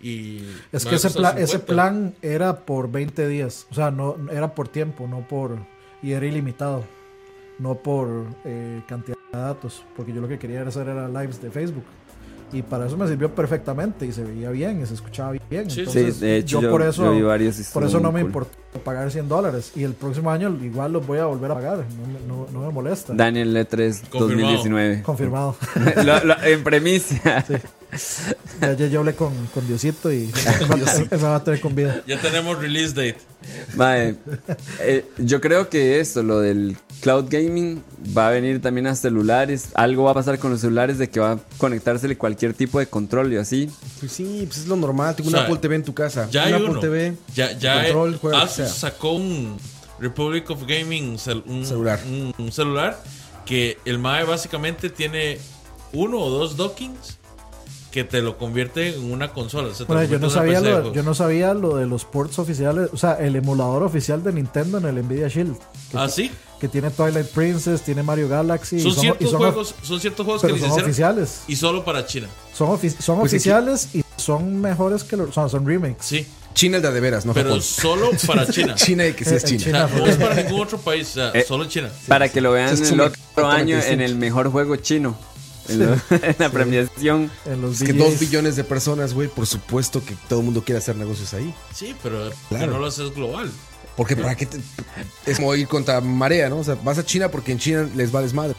[SPEAKER 4] Y
[SPEAKER 2] Es que
[SPEAKER 4] me va a
[SPEAKER 2] ese,
[SPEAKER 4] costar
[SPEAKER 2] pla- ese
[SPEAKER 4] 50.
[SPEAKER 2] plan era por 20 días. O sea, no era por tiempo, no por. Y era ilimitado. No por eh, cantidad de datos. Porque yo lo que quería era hacer era lives de Facebook. Y para eso me sirvió perfectamente. Y se veía bien y se escuchaba bien.
[SPEAKER 4] Sí,
[SPEAKER 2] Entonces,
[SPEAKER 3] sí, de hecho,
[SPEAKER 2] yo,
[SPEAKER 3] yo-
[SPEAKER 2] por eso,
[SPEAKER 3] yo vi varios y
[SPEAKER 2] por
[SPEAKER 3] estuvo
[SPEAKER 2] eso no
[SPEAKER 3] muy
[SPEAKER 2] me
[SPEAKER 3] cool.
[SPEAKER 2] importó pagar 100 dólares. Y el próximo año igual los voy a volver a pagar. No, me- no- no me molesta.
[SPEAKER 3] Daniel E E3
[SPEAKER 4] Confirmado.
[SPEAKER 3] 2019.
[SPEAKER 2] Confirmado.
[SPEAKER 3] Lo- lo- en premisa.
[SPEAKER 2] ya, ya- yo hablé con, con Diosito y me va a tener con vida.
[SPEAKER 4] Ya tenemos release date.
[SPEAKER 3] Mae, eh, yo creo que esto, lo del cloud gaming, va a venir también a celulares. Algo va a pasar con los celulares de que va a conectársele cualquier tipo de control y así.
[SPEAKER 1] Pues sí, pues es lo normal. Tengo un
[SPEAKER 4] O sea,
[SPEAKER 1] Apple TV en tu casa.
[SPEAKER 4] Ya
[SPEAKER 1] un
[SPEAKER 4] hay
[SPEAKER 1] Apple
[SPEAKER 4] uno.
[SPEAKER 1] TV.
[SPEAKER 4] ya ya
[SPEAKER 1] control,
[SPEAKER 4] eh,
[SPEAKER 1] juega,
[SPEAKER 4] Asus
[SPEAKER 1] o sea.
[SPEAKER 4] sacó un Republic of Gaming cel- un,
[SPEAKER 1] Celular.
[SPEAKER 4] un- un celular que el MAE básicamente tiene uno o dos dockings que te lo convierte en una consola. se te
[SPEAKER 2] Bueno, yo
[SPEAKER 4] convierte
[SPEAKER 2] no,
[SPEAKER 4] en una
[SPEAKER 2] sabía
[SPEAKER 4] PC de
[SPEAKER 2] lo,
[SPEAKER 4] juegos.
[SPEAKER 2] yo no sabía lo de los ports oficiales, o sea, el emulador oficial de Nintendo en el Nvidia Shield, que,
[SPEAKER 4] Ah, sí.
[SPEAKER 2] que tiene Twilight Princess, tiene Mario Galaxy,
[SPEAKER 4] Son,
[SPEAKER 2] y son, y
[SPEAKER 4] ciertos
[SPEAKER 2] son-
[SPEAKER 4] juegos, son ciertos juegos que
[SPEAKER 2] pero son
[SPEAKER 4] licenciaron
[SPEAKER 2] oficiales,
[SPEAKER 4] y solo para China.
[SPEAKER 2] son, ofi- son
[SPEAKER 1] Pues sí, sí.
[SPEAKER 2] oficiales y son mejores que los, son, son remakes.
[SPEAKER 4] Sí,
[SPEAKER 1] China es la de veras, no
[SPEAKER 4] pero
[SPEAKER 1] Japón.
[SPEAKER 4] solo para China.
[SPEAKER 1] China y que sí
[SPEAKER 2] Eh,
[SPEAKER 1] es
[SPEAKER 2] eh,
[SPEAKER 1] China.
[SPEAKER 4] O sea,
[SPEAKER 2] China.
[SPEAKER 4] no es para ningún otro país, o sea,
[SPEAKER 3] Eh,
[SPEAKER 4] solo China.
[SPEAKER 3] para que lo vean
[SPEAKER 1] Es
[SPEAKER 3] el otro
[SPEAKER 1] completamente
[SPEAKER 3] año en
[SPEAKER 1] distinto.
[SPEAKER 3] el mejor juego chino. En, lo- en la premiación.
[SPEAKER 2] En los
[SPEAKER 1] Es que
[SPEAKER 2] DJs.
[SPEAKER 1] dos billones de personas, güey, por supuesto que todo el mundo quiere hacer negocios ahí.
[SPEAKER 4] Sí, pero
[SPEAKER 1] Claro.
[SPEAKER 4] que no lo haces global.
[SPEAKER 1] Porque para qué te- es como ir contra marea, ¿no? O sea, vas a China porque en China les vales madre.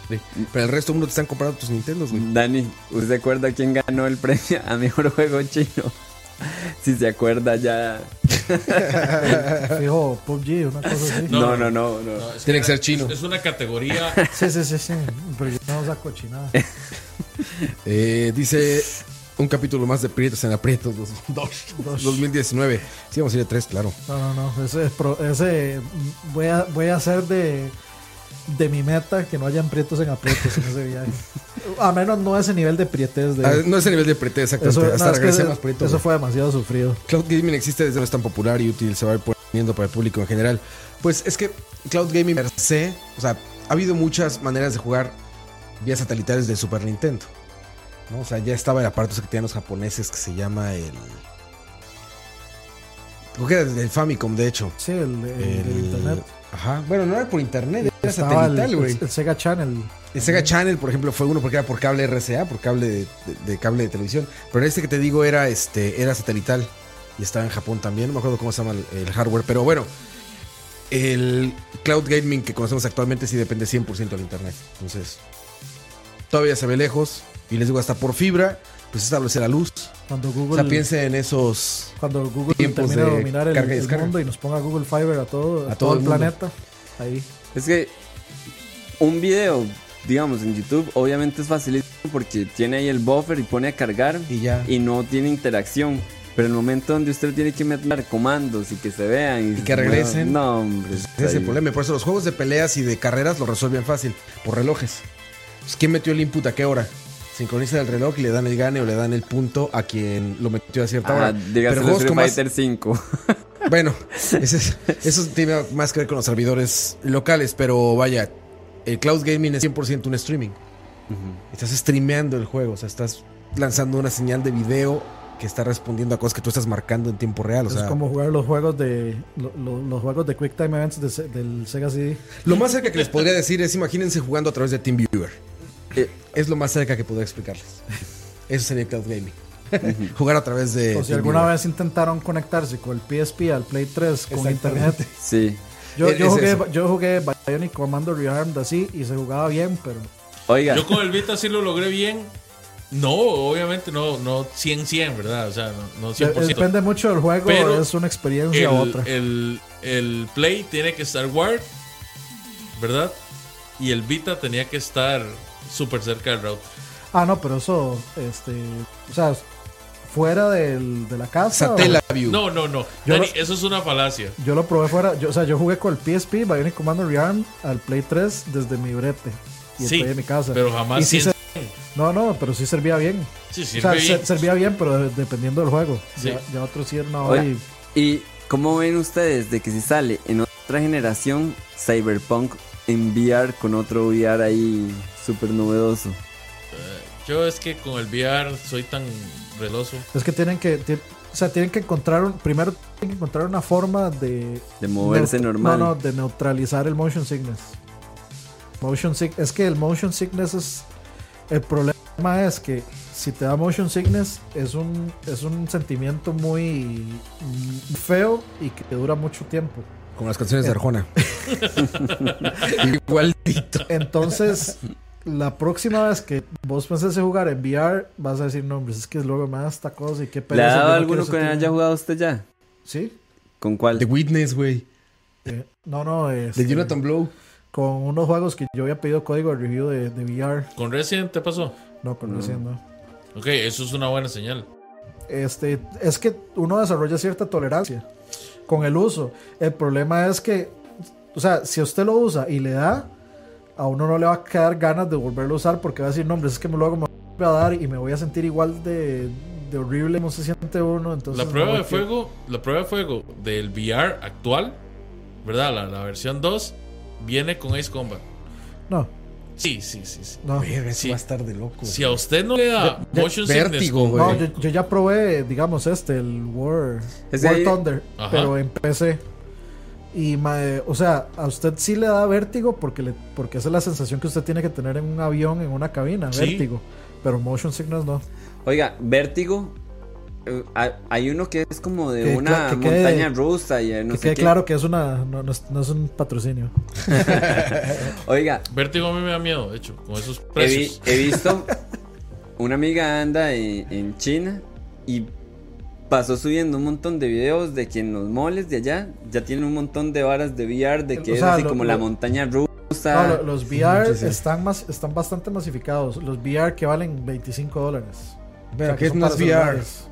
[SPEAKER 1] Pero el resto del mundo te están comprando tus Nintendos, güey.
[SPEAKER 3] Dani, ¿usted acuerda quién ganó el premio a mejor juego chino? Si se acuerda ya.
[SPEAKER 2] Fijo, PUBG, una cosa así.
[SPEAKER 4] No,
[SPEAKER 3] No, no, no, no.
[SPEAKER 4] No, es
[SPEAKER 1] Tiene que ser
[SPEAKER 4] es-
[SPEAKER 1] chino.
[SPEAKER 4] Es una categoría
[SPEAKER 2] Sí, sí, sí, sí, pero yo no saco cochinada.
[SPEAKER 1] Eh, dice un capítulo más de Prietos en Aprietos dos- dos- 2019. Sí, vamos a ir a tres, claro.
[SPEAKER 2] No, no, no, ese, pro- ese mm, voy, a, voy a hacer de, de mi meta que no hayan prietos en aprietos en ese viaje. A menos no ese nivel de prietes de...
[SPEAKER 1] Ah, no es el nivel de Prieto, exactamente.
[SPEAKER 2] Eso, no,
[SPEAKER 1] Hasta
[SPEAKER 2] es que
[SPEAKER 1] regresé más
[SPEAKER 2] eso-
[SPEAKER 1] Prieto.
[SPEAKER 2] eso
[SPEAKER 1] güey.
[SPEAKER 2] fue demasiado sufrido.
[SPEAKER 1] Cloud Gaming existe desde no es tan popular y útil, se va a ir poniendo para el público en general. Pues es que Cloud Gaming per se, o sea, ha habido muchas maneras de jugar vía satelitales del Super Nintendo. ¿no? O sea, ya estaba el aparato ese que tenían los japoneses que se llama el. Creo que era del Famicom, de hecho.
[SPEAKER 2] Sí, el, el- el internet.
[SPEAKER 1] Ajá. Bueno, no era por internet, era
[SPEAKER 2] Estaba el,
[SPEAKER 1] satelital, güey.
[SPEAKER 2] el- el Sega Channel.
[SPEAKER 1] El Sega Channel, por ejemplo, fue uno porque era por cable RCA, por cable de, de- de cable de televisión. Pero este que te digo era este era satelital y estaba en Japón también. No me acuerdo cómo se llama el, el hardware, pero bueno. El cloud gaming que conocemos actualmente sí depende 100% del internet. Entonces, todavía se ve lejos. Y les digo, hasta por fibra, pues establece la luz.
[SPEAKER 2] Cuando
[SPEAKER 1] O
[SPEAKER 2] Google,
[SPEAKER 1] sea, piensen en esos...
[SPEAKER 2] cuando Google
[SPEAKER 1] tiempos
[SPEAKER 2] termine de
[SPEAKER 1] de
[SPEAKER 2] dominar el,
[SPEAKER 1] carga y
[SPEAKER 2] el
[SPEAKER 1] descarga.
[SPEAKER 2] mundo y nos ponga Google Fiber a todo, a
[SPEAKER 1] A
[SPEAKER 2] todo
[SPEAKER 1] todo
[SPEAKER 2] el
[SPEAKER 1] el mundo.
[SPEAKER 2] planeta. Ahí.
[SPEAKER 3] Es que un video, digamos, en YouTube, obviamente es facilísimo porque tiene ahí el buffer y pone a cargar
[SPEAKER 1] Y ya.
[SPEAKER 3] y no tiene interacción. Pero el momento donde usted tiene que meter comandos y que se vean
[SPEAKER 1] Y que regresen.
[SPEAKER 3] No, hombre.
[SPEAKER 1] Ese es el
[SPEAKER 3] ahí.
[SPEAKER 1] problema. y Por eso los juegos de peleas y de carreras lo resuelven fácil, por relojes. Pues, ¿Quién metió el input a qué hora? Sincronizan el reloj y le dan el gane o le dan el punto a quien lo metió a cierta
[SPEAKER 3] Ah,
[SPEAKER 1] hora.
[SPEAKER 3] dígase
[SPEAKER 1] Pero
[SPEAKER 3] de
[SPEAKER 1] juegos
[SPEAKER 3] Street
[SPEAKER 1] con más-
[SPEAKER 3] Fighter 5.
[SPEAKER 1] Bueno, ese es- eso tiene más que ver con los servidores locales, pero vaya, el cloud gaming es 100% un streaming. Estás streameando el juego, o sea, estás lanzando una señal de video que está respondiendo a cosas que tú estás marcando en tiempo real. O
[SPEAKER 2] es
[SPEAKER 1] sea,
[SPEAKER 2] como jugar los juegos de lo- lo- los juegos de Quick Time Events de se- del Sega CD.
[SPEAKER 1] Lo más cerca que les podría decir es imagínense jugando a través de TeamViewer. Eh, es lo más cerca que podría explicarles. Eso sería Cloud Gaming. Jugar a través de.
[SPEAKER 2] o si
[SPEAKER 1] TeamViewer.
[SPEAKER 2] alguna vez intentaron conectarse con el PSP al Play 3 con
[SPEAKER 1] Exactamente.
[SPEAKER 2] internet.
[SPEAKER 3] Sí.
[SPEAKER 2] Yo,
[SPEAKER 1] Es-
[SPEAKER 2] yo,
[SPEAKER 1] es
[SPEAKER 2] jugué,
[SPEAKER 1] eso.
[SPEAKER 2] yo jugué Bionic Commando Rearmed así y se jugaba bien, pero
[SPEAKER 3] Oiga,
[SPEAKER 4] Yo con el Vita sí lo logré bien. No, obviamente no, no 100-100, ¿verdad? O sea, no, no 100%.
[SPEAKER 2] depende mucho del juego,
[SPEAKER 4] Pero
[SPEAKER 2] es una experiencia u
[SPEAKER 4] el,
[SPEAKER 2] otra.
[SPEAKER 4] el- el Play tiene que estar wired, ¿verdad? Y el Vita tenía que estar súper cerca del router.
[SPEAKER 2] Ah, no, pero eso, este, o sea, fuera del, de la casa.
[SPEAKER 1] Satellaview.
[SPEAKER 4] No, no, no.
[SPEAKER 2] Yo
[SPEAKER 4] Dani,
[SPEAKER 2] lo-
[SPEAKER 4] eso es una falacia.
[SPEAKER 2] Yo lo probé fuera, yo, o sea, yo jugué con el PSP, Bionic Commando Rearm, al Play 3 desde mi brete y el
[SPEAKER 4] Sí,
[SPEAKER 2] Play de mi casa.
[SPEAKER 4] pero jamás
[SPEAKER 2] Y sí
[SPEAKER 4] 100.
[SPEAKER 2] se- no, no, pero sí servía bien.
[SPEAKER 4] Sí,
[SPEAKER 2] o sea,
[SPEAKER 4] sirve bien.
[SPEAKER 2] se- servía bien, pero de- dependiendo del juego.
[SPEAKER 4] Sí.
[SPEAKER 2] Ya, ya otros sí era una hora
[SPEAKER 3] Oiga,
[SPEAKER 2] y
[SPEAKER 3] ¿y cómo ven ustedes de que si sale en otra generación Cyberpunk en VR con otro VR ahí súper novedoso?
[SPEAKER 4] Yo es que con el VR soy tan reloso.
[SPEAKER 2] Es que tienen que. ti- o sea, tienen que encontrar un. Primero tienen que encontrar una forma de.
[SPEAKER 3] De moverse
[SPEAKER 2] neut-
[SPEAKER 3] normal.
[SPEAKER 2] No, no, de neutralizar el motion sickness. Motion sick, es que el motion sickness es. El problema es que si te da motion sickness es un, es un sentimiento muy mm, feo y que te dura mucho tiempo.
[SPEAKER 1] Como las canciones de Arjona. Igualdito.
[SPEAKER 2] Entonces, la próxima vez que vos pensés en jugar en VR, vas a decir, no, hombre, es que luego me da esta cosa y qué
[SPEAKER 3] ¿Le
[SPEAKER 2] pereza.
[SPEAKER 3] ha
[SPEAKER 2] yo
[SPEAKER 3] dado
[SPEAKER 2] no
[SPEAKER 3] alguno
[SPEAKER 2] quiero
[SPEAKER 3] que
[SPEAKER 2] sentir-
[SPEAKER 3] haya jugado usted ya?
[SPEAKER 2] Sí,
[SPEAKER 3] ¿Con cuál?
[SPEAKER 1] The Witness, güey.
[SPEAKER 2] Eh, no, no,
[SPEAKER 1] De
[SPEAKER 2] este,
[SPEAKER 1] Jonathan Blow.
[SPEAKER 2] con unos juegos que yo había pedido código de review de, de VR,
[SPEAKER 4] ¿Con Resident te pasó?
[SPEAKER 2] no con
[SPEAKER 1] Mm.
[SPEAKER 2] Resident, no.
[SPEAKER 4] Ok, eso es una buena señal.
[SPEAKER 2] Este, es que uno desarrolla cierta tolerancia con el uso. El problema es que, o sea, si usted lo usa y le da, a uno no le va a quedar ganas de volverlo a usar porque va a decir, no, hombre, es que me lo hago, me voy a dar y me voy a sentir igual de, de horrible, no se siente uno. Entonces,
[SPEAKER 4] La prueba
[SPEAKER 2] no,
[SPEAKER 4] de
[SPEAKER 2] que-
[SPEAKER 4] fuego, la prueba de fuego del VR actual, ¿verdad? La, la versión 2 viene con Ace Combat.
[SPEAKER 2] No,
[SPEAKER 4] Sí, sí, sí, sí.
[SPEAKER 2] no. pues,
[SPEAKER 1] Verga, eso
[SPEAKER 4] Sí.
[SPEAKER 1] va a estar de loco.
[SPEAKER 4] Si a usted no le da
[SPEAKER 1] Ya-
[SPEAKER 4] motion sickness
[SPEAKER 1] vértigo,
[SPEAKER 4] con-
[SPEAKER 1] güey.
[SPEAKER 2] No, yo, yo ya probé, digamos, este, el War,
[SPEAKER 3] Es
[SPEAKER 2] War
[SPEAKER 3] ahí-
[SPEAKER 2] Thunder,
[SPEAKER 4] Ajá.
[SPEAKER 2] pero en PC. Y, mae, o sea, a usted sí le da vértigo porque, le, porque esa es la sensación que usted tiene que tener en un avión, en una cabina,
[SPEAKER 4] Sí.
[SPEAKER 2] vértigo. Pero motion sickness no.
[SPEAKER 3] Oiga, Vértigo. eh, hay- Hay uno que es como de
[SPEAKER 2] Que
[SPEAKER 3] una
[SPEAKER 2] cla- que quede-
[SPEAKER 3] montaña rusa y eh, no
[SPEAKER 2] que
[SPEAKER 3] sé
[SPEAKER 2] quede
[SPEAKER 3] qué.
[SPEAKER 2] claro que es una, no, no es, no es un patrocinio.
[SPEAKER 3] Oiga,
[SPEAKER 4] Vértigo a mí me da miedo, de hecho, con esos
[SPEAKER 3] he, vi-
[SPEAKER 4] precios.
[SPEAKER 3] he visto una amiga anda en, en China y pasó subiendo un montón de videos de que en los moles de allá ya tienen un montón de varas de VR de que
[SPEAKER 2] O
[SPEAKER 3] es
[SPEAKER 2] sea,
[SPEAKER 3] así
[SPEAKER 2] lo-
[SPEAKER 3] como
[SPEAKER 2] lo-
[SPEAKER 3] la montaña rusa.
[SPEAKER 2] No, lo- los VR
[SPEAKER 1] sí, sí.
[SPEAKER 2] Están, más, están bastante masificados. Los VR que valen 25 dólares.
[SPEAKER 1] Verga, ¿qué
[SPEAKER 2] que
[SPEAKER 1] es
[SPEAKER 2] son
[SPEAKER 1] más
[SPEAKER 2] para
[SPEAKER 1] VR?
[SPEAKER 2] celulares.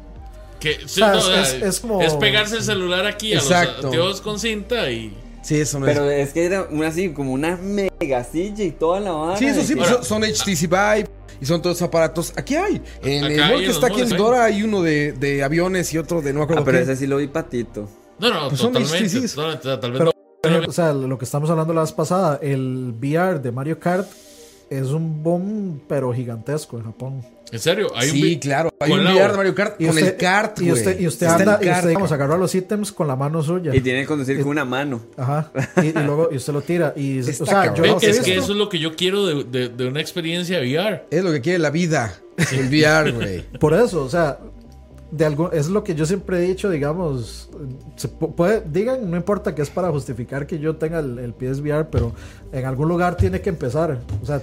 [SPEAKER 4] Que, sí,
[SPEAKER 2] O sea,
[SPEAKER 4] no,
[SPEAKER 2] es-
[SPEAKER 4] o sea,
[SPEAKER 2] es- es como-
[SPEAKER 4] es pegarse el celular aquí a los
[SPEAKER 1] Exacto.
[SPEAKER 4] anteojos con cinta y.
[SPEAKER 1] Sí, eso no
[SPEAKER 3] Pero es que era una así, como una mega silla y toda la vara.
[SPEAKER 1] es. Sí, eso sí,
[SPEAKER 3] de
[SPEAKER 1] pues
[SPEAKER 3] que-
[SPEAKER 1] son, son HTC Vive y son todos esos aparatos. Aquí hay. En
[SPEAKER 4] Acá
[SPEAKER 1] el
[SPEAKER 4] hay
[SPEAKER 1] mall que
[SPEAKER 4] los
[SPEAKER 1] está aquí en
[SPEAKER 4] moles, ¿eh?
[SPEAKER 1] Dora hay uno de, de aviones y otro de no me acuerdo
[SPEAKER 3] Ah, pero
[SPEAKER 1] qué.
[SPEAKER 3] ese sí lo vi patito.
[SPEAKER 4] No, no,
[SPEAKER 1] Pues son
[SPEAKER 4] totalmente.
[SPEAKER 1] HTCs.
[SPEAKER 4] totalmente, tal vez
[SPEAKER 2] Pero-
[SPEAKER 4] no.
[SPEAKER 2] Pero, o sea, lo que estamos hablando la vez pasada, el VR de Mario Kart es un boom, pero gigantesco en Japón.
[SPEAKER 4] En serio, hay un.
[SPEAKER 1] Sí,
[SPEAKER 4] vi-
[SPEAKER 1] claro. Hay
[SPEAKER 4] con
[SPEAKER 1] un
[SPEAKER 4] la-
[SPEAKER 1] VR de Mario Kart con el kart,
[SPEAKER 2] y
[SPEAKER 1] güey.
[SPEAKER 2] usted, y usted
[SPEAKER 1] Está el
[SPEAKER 2] anda, y
[SPEAKER 1] kart,
[SPEAKER 2] usted, digamos,
[SPEAKER 1] cabrón.
[SPEAKER 2] agarra los ítems con la mano suya.
[SPEAKER 3] Y tiene que conducir
[SPEAKER 2] Eh,
[SPEAKER 3] con una mano.
[SPEAKER 2] Ajá. Y, y luego y usted lo tira. Y,
[SPEAKER 1] Está
[SPEAKER 2] o sea, yo
[SPEAKER 1] cabrón.
[SPEAKER 4] Ve,
[SPEAKER 2] lo que he
[SPEAKER 4] es que
[SPEAKER 2] visto-
[SPEAKER 4] eso es lo que yo quiero de, de- de una experiencia VR.
[SPEAKER 1] Es lo que quiere la vida. El VR, güey.
[SPEAKER 2] Por eso, o sea, de algo, es lo que yo siempre he dicho, digamos, se pu- puede, digan, no importa que es para justificar que yo tenga el, el PSVR, pero en algún lugar tiene que empezar. O sea,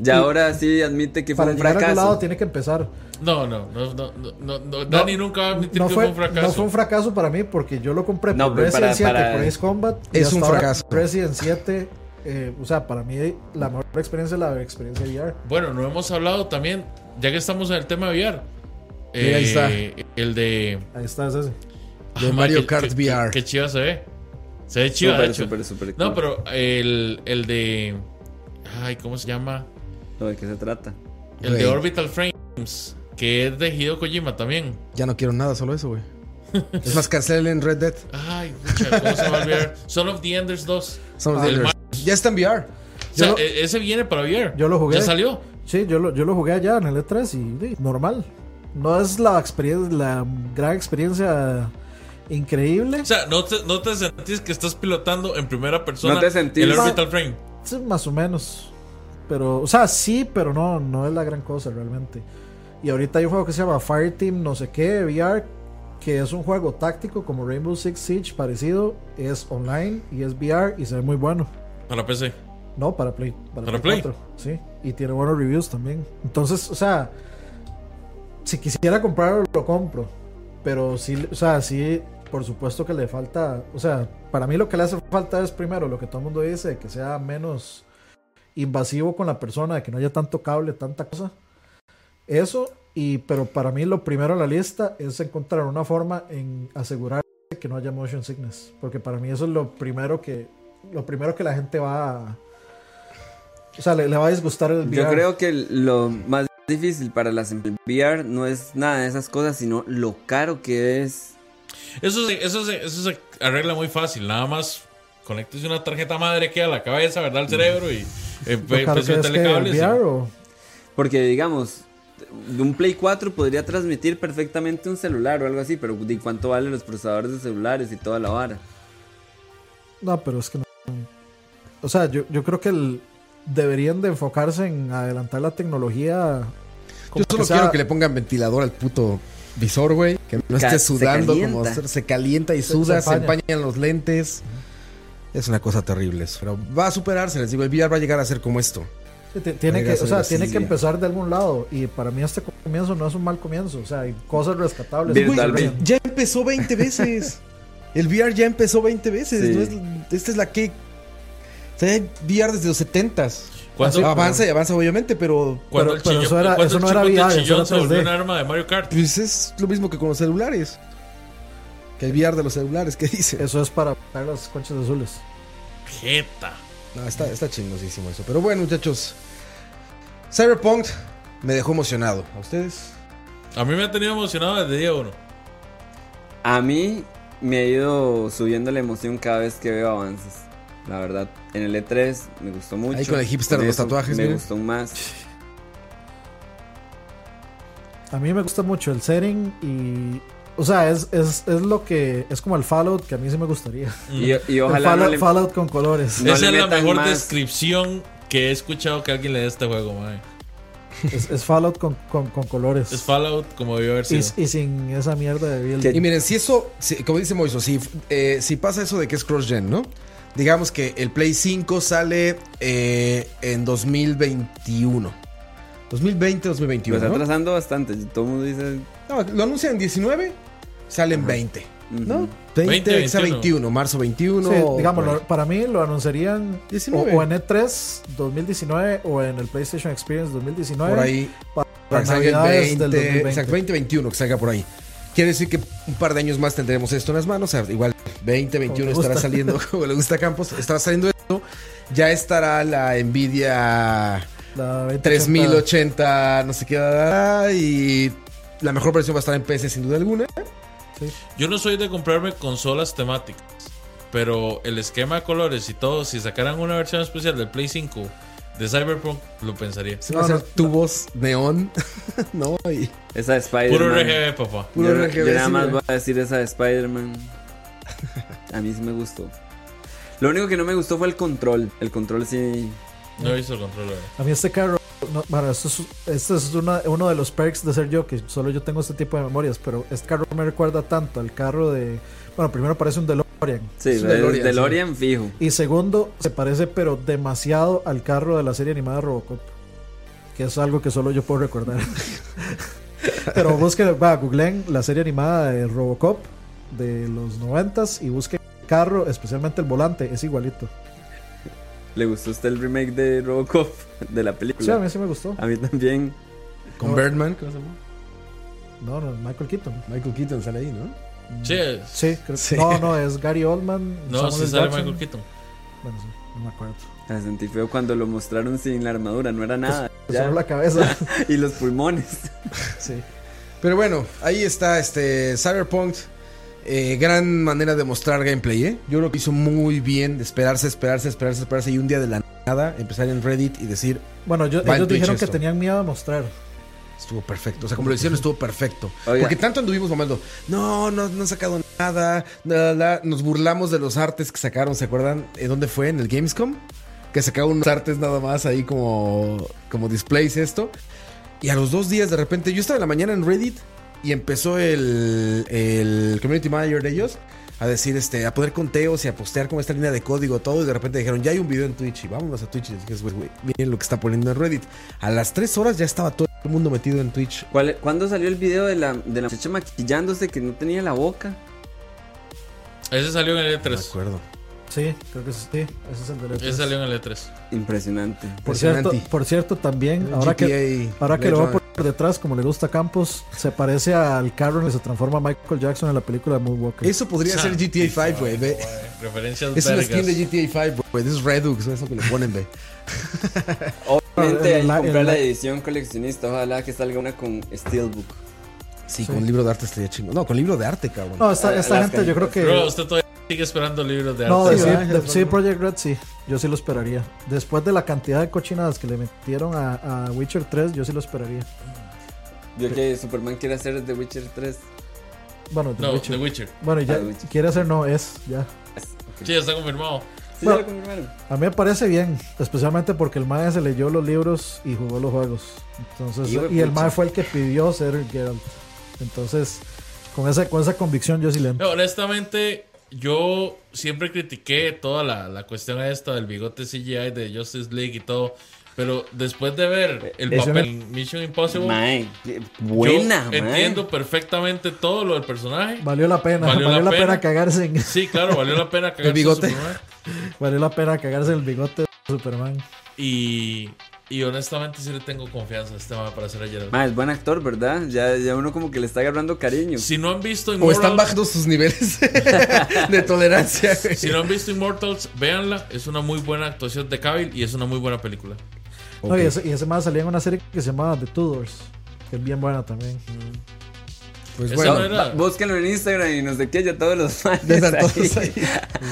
[SPEAKER 3] Ya ahora sí admite que fue
[SPEAKER 2] para
[SPEAKER 3] un
[SPEAKER 2] llegar a algún lado
[SPEAKER 3] fracaso.
[SPEAKER 2] tiene que empezar.
[SPEAKER 4] No, no, no, no, no, no, no, Dani nunca va a admitir
[SPEAKER 2] no
[SPEAKER 4] que
[SPEAKER 2] fue,
[SPEAKER 4] fue un fracaso.
[SPEAKER 2] No fue un fracaso para mí porque yo lo compré
[SPEAKER 3] No,
[SPEAKER 2] por
[SPEAKER 3] pero
[SPEAKER 2] Resident
[SPEAKER 3] para-
[SPEAKER 2] 7,
[SPEAKER 3] para-
[SPEAKER 2] por Ace Combat. y
[SPEAKER 1] Es un
[SPEAKER 2] hasta ahora
[SPEAKER 1] fracaso.
[SPEAKER 2] Resident 7, eh, o sea, para mí la mejor experiencia es la experiencia VR.
[SPEAKER 4] Bueno, no hemos hablado también, ya que estamos en el tema de VR.
[SPEAKER 1] Mira, ahí está.
[SPEAKER 4] El de.
[SPEAKER 2] Ahí está, es ese.
[SPEAKER 1] De
[SPEAKER 4] Ah,
[SPEAKER 1] Mario
[SPEAKER 4] qué-
[SPEAKER 1] Kart
[SPEAKER 4] qué-
[SPEAKER 1] VR.
[SPEAKER 4] Qué, qué chiva se ve. Se ve chiva, de
[SPEAKER 3] Súper,
[SPEAKER 4] hecho.
[SPEAKER 3] súper, súper. cool.
[SPEAKER 4] No, pero el, el de. Ay, ¿cómo se llama?
[SPEAKER 3] No, ¿De qué se trata?
[SPEAKER 4] El
[SPEAKER 1] Güey.
[SPEAKER 4] de Orbital Frames, que es de Hideo Kojima también.
[SPEAKER 1] Ya no quiero nada, solo eso, güey. Es más, cancelen Red Dead.
[SPEAKER 4] Ay, pucha, ¿cómo se va a olvidar? Son of the Enders 2.
[SPEAKER 1] Son los
[SPEAKER 4] Ah, el
[SPEAKER 1] Deaders. Ya está en VR.
[SPEAKER 4] O sea,
[SPEAKER 2] Yo lo-
[SPEAKER 4] e- ese viene para VR.
[SPEAKER 2] yo lo jugué.
[SPEAKER 4] Ya salió.
[SPEAKER 2] Sí, yo lo, yo lo jugué allá en el E3 y, sí, normal. No es la experiencia, la gran experiencia increíble.
[SPEAKER 4] O sea, no te, no te sentís que estás pilotando en primera persona
[SPEAKER 3] No te sentís-
[SPEAKER 4] el Orbital Frame.
[SPEAKER 2] Sí, más o menos. Pero, o sea, sí, pero no, no es la gran cosa realmente. Y ahorita hay un juego que se llama Fireteam, no sé qué, VR, que es un juego táctico como Rainbow Six Siege, parecido, es online y es VR y se ve muy bueno.
[SPEAKER 4] Para PC.
[SPEAKER 2] No, para Play.
[SPEAKER 4] ¿Para Play?
[SPEAKER 2] 4, sí, y tiene buenos reviews también. Entonces, o sea, si quisiera comprarlo, lo compro. Pero sí, o sea, sí, por supuesto que le falta. O sea, para mí lo que le hace falta es primero lo que todo el mundo dice, que sea menos invasivo con la persona, de que no haya tanto cable, tanta cosa. Eso, y pero para mí lo primero en la lista es encontrar una forma en asegurar que no haya motion sickness. Porque para mí eso es lo primero que. Lo primero que la gente va a. O sea, le, le va a disgustar el
[SPEAKER 3] Yo
[SPEAKER 2] VR.
[SPEAKER 3] creo que lo más difícil para las em- VR no es nada de esas cosas, sino lo caro que es.
[SPEAKER 4] Eso se, eso, se, eso se arregla muy fácil. Nada más conectes una tarjeta madre que a la cabeza, ¿verdad? Al cerebro y eh,
[SPEAKER 2] Mm. Lo
[SPEAKER 4] empe-
[SPEAKER 3] pues,
[SPEAKER 2] caro
[SPEAKER 4] empecé a
[SPEAKER 2] que es
[SPEAKER 4] meterle
[SPEAKER 2] que el
[SPEAKER 4] cables y-
[SPEAKER 2] VR o-
[SPEAKER 3] Porque, digamos, de un Play 4 podría transmitir perfectamente un celular o algo así, pero ¿de cuánto valen los procesadores de celulares y toda la vara?
[SPEAKER 2] No, pero es que no. O sea, yo, yo creo que el- deberían de enfocarse en adelantar la tecnología. como
[SPEAKER 1] Yo solo
[SPEAKER 2] sea-
[SPEAKER 1] quiero que le pongan ventilador al puto visor, güey. Que no
[SPEAKER 3] Ca-
[SPEAKER 1] esté
[SPEAKER 3] se
[SPEAKER 1] sudando
[SPEAKER 3] calienta.
[SPEAKER 1] como hacer- se calienta y
[SPEAKER 2] Se-
[SPEAKER 1] suda, se,
[SPEAKER 2] se empaña.
[SPEAKER 1] empañan los lentes. Es una cosa terrible eso. Pero va a superarse, les digo, el VR va a llegar a ser como esto.
[SPEAKER 2] Sí, ti- Tiene que,
[SPEAKER 1] Agregas
[SPEAKER 2] o sea,
[SPEAKER 1] algo
[SPEAKER 2] tiene
[SPEAKER 1] así,
[SPEAKER 2] que
[SPEAKER 1] ya.
[SPEAKER 2] empezar de algún lado. Y para mí este comienzo no es un mal comienzo. O sea, hay cosas rescatables.
[SPEAKER 3] Bien,
[SPEAKER 1] Pues, Güey,
[SPEAKER 3] tal
[SPEAKER 2] Ryan.
[SPEAKER 3] vez.
[SPEAKER 1] ya empezó 20 veces. El VR ya empezó 20 veces.
[SPEAKER 3] Sí.
[SPEAKER 1] ¿no es- esta es la que... O sea, hay VR desde los 70s.
[SPEAKER 4] ¿Cuándo-
[SPEAKER 1] Avanza y avanza, obviamente, pero...
[SPEAKER 4] Cuando
[SPEAKER 2] Pero-
[SPEAKER 4] el
[SPEAKER 2] pero
[SPEAKER 4] chillón-
[SPEAKER 2] eso era-
[SPEAKER 4] cuando
[SPEAKER 2] eso
[SPEAKER 4] el
[SPEAKER 2] no era
[SPEAKER 4] chipote
[SPEAKER 2] VR, eso
[SPEAKER 4] chillón
[SPEAKER 2] era
[SPEAKER 4] se volvió
[SPEAKER 2] 3D.
[SPEAKER 4] un arma de Mario Kart.
[SPEAKER 1] Pues es lo mismo que con los celulares. Que el VR de los celulares, ¿qué dice?
[SPEAKER 2] Eso es para buscar las conchas azules.
[SPEAKER 4] Jeta.
[SPEAKER 1] No, está, está chingosísimo eso. Pero bueno, muchachos. Cyberpunk me dejó emocionado. ¿A ustedes?
[SPEAKER 4] A mí me ha tenido emocionado desde día uno.
[SPEAKER 3] A mí me ha ido subiendo la emoción cada vez que veo avances. La verdad, en el E3 me gustó mucho.
[SPEAKER 1] Ahí con el hipster de los
[SPEAKER 3] eso
[SPEAKER 1] tatuajes,
[SPEAKER 3] Me
[SPEAKER 1] mira.
[SPEAKER 3] gustó más.
[SPEAKER 2] A mí me gusta mucho el setting y. O sea, es, es, es lo que. Es como el Fallout que a mí sí me gustaría.
[SPEAKER 4] Mm.
[SPEAKER 3] Y, y
[SPEAKER 2] El
[SPEAKER 3] ojalá
[SPEAKER 2] Fallout,
[SPEAKER 3] no le-
[SPEAKER 2] Fallout con colores.
[SPEAKER 3] No
[SPEAKER 4] Esa es
[SPEAKER 3] le
[SPEAKER 4] la
[SPEAKER 3] metan
[SPEAKER 4] mejor
[SPEAKER 3] más.
[SPEAKER 4] descripción que he escuchado que alguien le dé a este juego, mae.
[SPEAKER 2] Es, es Fallout con, con, con colores.
[SPEAKER 4] Es Fallout como debió haber
[SPEAKER 2] y,
[SPEAKER 4] sido.
[SPEAKER 2] y sin esa mierda de build.
[SPEAKER 3] Que-
[SPEAKER 1] Y miren, si eso, si- como dice Moiso, si, eh, si pasa eso de que es cross-gen, ¿no? Digamos que el Play 5 sale eh, en 2021. 2020,
[SPEAKER 3] Lo
[SPEAKER 1] 2021.
[SPEAKER 3] está
[SPEAKER 1] ¿no?
[SPEAKER 3] atrasando bastante. Todo el mundo dice.
[SPEAKER 1] No, lo anuncian en 19, sale en 20. ¿No? 20,
[SPEAKER 4] 20,
[SPEAKER 1] que sea 21, marzo 21.
[SPEAKER 2] Sí, digamos,
[SPEAKER 1] por ahí.
[SPEAKER 2] lo- para mí lo anunciarían o,
[SPEAKER 1] 19.
[SPEAKER 2] o en E E3 2019 o en el PlayStation Experience 2019.
[SPEAKER 1] por ahí.
[SPEAKER 2] para
[SPEAKER 1] Para que salga el
[SPEAKER 2] Navidades
[SPEAKER 1] 20,
[SPEAKER 2] del 2020.
[SPEAKER 1] exacto, 2021 que salga por ahí. Quiere decir que un par de años más tendremos esto en las manos. o sea, igual 20, 21
[SPEAKER 2] le
[SPEAKER 1] estará
[SPEAKER 2] gusta.
[SPEAKER 1] saliendo, como le gusta a Campos, estará saliendo esto. Ya estará la Nvidia
[SPEAKER 2] La 2080.
[SPEAKER 1] 3080, no sé qué, ah, y la mejor versión va a estar en PC sin duda alguna.
[SPEAKER 4] Yo no soy de comprarme consolas temáticas, pero el esquema de colores y todo, si sacaran una versión especial del Play 5 de Cyberpunk, lo pensaría.
[SPEAKER 1] Se van a
[SPEAKER 2] No,
[SPEAKER 1] hacer tubos neón, ¿no? Y
[SPEAKER 3] Esa de Spider-Man.
[SPEAKER 4] Puro RGB, papá.
[SPEAKER 1] puro
[SPEAKER 3] yo,
[SPEAKER 1] RGB,
[SPEAKER 3] yo nada
[SPEAKER 1] sí,
[SPEAKER 3] más
[SPEAKER 1] güey.
[SPEAKER 3] voy a decir esa de Spider-Man. A mí sí me gustó. Lo único que no me gustó fue el control. El control sí.
[SPEAKER 4] No he visto el control. ¿verdad?
[SPEAKER 2] A mí este carro, no, bueno, esto es, este es una- uno de los perks de ser yo, que solo yo tengo este tipo de memorias, pero este carro me recuerda tanto al carro de... Bueno, primero parece un DeLorean.
[SPEAKER 3] Sí,
[SPEAKER 1] Es un
[SPEAKER 3] el DeLorean,
[SPEAKER 1] DeLorean,
[SPEAKER 3] fijo.
[SPEAKER 2] Y segundo, se parece pero demasiado al carro de la serie animada Robocop. Que es algo que solo yo puedo recordar. pero busquen, va, googleen la serie animada de Robocop de los noventas y busquen el carro, especialmente el volante, es igualito.
[SPEAKER 3] ¿Le gustó a usted el remake de Robocop de la película?
[SPEAKER 2] Sí, a mí sí me gustó.
[SPEAKER 3] A mí también.
[SPEAKER 1] Con Birdman, ¿cómo se llama?
[SPEAKER 2] No, no, Michael Keaton.
[SPEAKER 1] Michael Keaton sale ahí, ¿no?
[SPEAKER 4] Che,
[SPEAKER 2] Mm. Sí, creo que
[SPEAKER 1] Sí.
[SPEAKER 2] No, no, es Gary Oldman.
[SPEAKER 4] no,
[SPEAKER 2] Samuel
[SPEAKER 4] si sale
[SPEAKER 2] Jackson.
[SPEAKER 4] Michael Keaton.
[SPEAKER 2] Bueno, sí, no me acuerdo.
[SPEAKER 3] La sentí feo cuando lo mostraron sin la armadura, no era nada.
[SPEAKER 1] Pues,
[SPEAKER 3] ya.
[SPEAKER 2] Solo la cabeza.
[SPEAKER 3] Y los pulmones.
[SPEAKER 2] sí.
[SPEAKER 1] Pero bueno, ahí está este Cyberpunk. Eh, gran manera de mostrar gameplay, ¿eh? Yo creo que hizo muy bien de esperarse, esperarse, esperarse, esperarse. Y un día de la nada empezar en Reddit y decir,
[SPEAKER 2] Bueno, yo-
[SPEAKER 1] Va en
[SPEAKER 2] ellos
[SPEAKER 1] Twitch
[SPEAKER 2] dijeron
[SPEAKER 1] esto.
[SPEAKER 2] que tenían miedo a mostrar.
[SPEAKER 1] estuvo perfecto. O sea, como lo hicieron, estuvo perfecto.
[SPEAKER 3] Oiga.
[SPEAKER 1] Porque tanto anduvimos mamando, no, no, no han sacado nada. la, la, la". Nos burlamos de los artes que sacaron, ¿se acuerdan? ¿En dónde fue? ¿En el Gamescom? Que sacaron unos artes nada más ahí como, como displays esto. Y a los dos días, de repente, yo estaba en la mañana en Reddit y empezó el, el community manager de ellos a decir, este, a poner conteos y a postear como esta línea de código, todo. Y de repente dijeron, ya hay un video en Twitch y vámonos a Twitch. Y dije, güey, güey, miren lo que está poniendo en Reddit. A las tres horas ya estaba todo el mundo metido en Twitch.
[SPEAKER 3] ¿Cuál- ¿Cuándo salió el video de la, de la muchacha maquillándose que no tenía la boca?
[SPEAKER 4] Ese salió en el
[SPEAKER 1] De
[SPEAKER 4] E3.
[SPEAKER 1] acuerdo.
[SPEAKER 2] Sí, creo que sí. sí, Ese es el derecho.
[SPEAKER 4] Ese salió en el E E3.
[SPEAKER 3] Impresionante.
[SPEAKER 2] Por cierto,
[SPEAKER 1] Impresionante.
[SPEAKER 2] por cierto, también, ahora que,
[SPEAKER 1] GTA,
[SPEAKER 2] ahora que
[SPEAKER 1] Blade
[SPEAKER 2] lo veo
[SPEAKER 1] Runner.
[SPEAKER 2] por detrás, como le gusta a Campos, se parece al carro en el que se transforma Michael Jackson en la película de Moonwalker.
[SPEAKER 1] Eso podría ser GTA V, güey. ve.
[SPEAKER 4] Referencias
[SPEAKER 1] Es una skin de
[SPEAKER 4] vergas.
[SPEAKER 1] GTA V, güey. Es Redux, eso que le ponen, ve.
[SPEAKER 3] Obviamente hay
[SPEAKER 2] En
[SPEAKER 3] que
[SPEAKER 2] la-
[SPEAKER 3] comprar
[SPEAKER 2] en la-
[SPEAKER 3] la edición coleccionista. Ojalá que salga una con Steelbook.
[SPEAKER 1] Sí, con libro de arte estaría chingo. No, con libro de arte, cabrón.
[SPEAKER 2] No, esta, esta
[SPEAKER 3] Alaska.
[SPEAKER 2] gente yo creo que...
[SPEAKER 4] Pero usted todavía sigue esperando libros de
[SPEAKER 2] no,
[SPEAKER 4] arte.
[SPEAKER 2] de
[SPEAKER 1] Sí,
[SPEAKER 2] CD
[SPEAKER 1] ¿verdad?
[SPEAKER 2] de CD Projekt Red sí, yo sí lo esperaría. Después de la cantidad de cochinadas que le metieron a, a Witcher 3, yo sí lo esperaría.
[SPEAKER 3] Yo que Superman quiere hacer The Witcher 3.
[SPEAKER 2] Bueno, The
[SPEAKER 4] No,
[SPEAKER 2] Witcher.
[SPEAKER 4] The Witcher.
[SPEAKER 2] Bueno, ya
[SPEAKER 3] Ah, The Witcher.
[SPEAKER 2] quiere hacer, no, es, ya.
[SPEAKER 4] Sí, ya está confirmado.
[SPEAKER 3] Sí,
[SPEAKER 2] Bueno.
[SPEAKER 3] ya lo confirmaron.
[SPEAKER 2] A mí me parece bien, especialmente porque el MAE se leyó los libros y jugó los juegos. Entonces,
[SPEAKER 3] Hijo de
[SPEAKER 2] y el
[SPEAKER 3] pucha.
[SPEAKER 2] MAE fue el que pidió ser Geralt. Entonces, con esa, con esa convicción yo sí le entro.
[SPEAKER 4] No, honestamente, yo siempre critiqué toda la, la cuestión esta del bigote CGI de Justice League y todo. Pero después de ver el
[SPEAKER 2] Eso
[SPEAKER 4] papel en Mission Impossible,
[SPEAKER 3] Mae, qué
[SPEAKER 4] yo
[SPEAKER 3] buena, mae.
[SPEAKER 4] entiendo perfectamente todo lo del personaje.
[SPEAKER 2] Valió la pena,
[SPEAKER 4] Valió
[SPEAKER 2] valió,
[SPEAKER 4] la
[SPEAKER 2] la, pena.
[SPEAKER 4] pena.
[SPEAKER 2] cagarse en,
[SPEAKER 4] Sí, claro, valió la pena cagarse en
[SPEAKER 1] bigote.
[SPEAKER 4] Superman.
[SPEAKER 2] valió la pena cagarse el bigote de Superman.
[SPEAKER 4] Y, y honestamente sí le tengo confianza a este man para hacer a Geralt.
[SPEAKER 3] Mae, es buen actor, ¿verdad? Ya, ya uno como que le está agarrando cariño.
[SPEAKER 4] Si no han visto
[SPEAKER 1] O están
[SPEAKER 4] Immortals,
[SPEAKER 1] bajando sus niveles de tolerancia. güey.
[SPEAKER 4] si no han visto Immortals, véanla. Es una muy buena actuación de Cavill y es una muy buena película.
[SPEAKER 2] No, y ese, y ese mae salía en una serie que se llamaba The Tudors, que es bien buena también.
[SPEAKER 1] Pues
[SPEAKER 4] Esa
[SPEAKER 1] bueno,
[SPEAKER 4] no era-
[SPEAKER 3] Ba- Búsquenlo en Instagram y no sé qué, ya todos los maes
[SPEAKER 1] Ya están todos
[SPEAKER 3] ahí.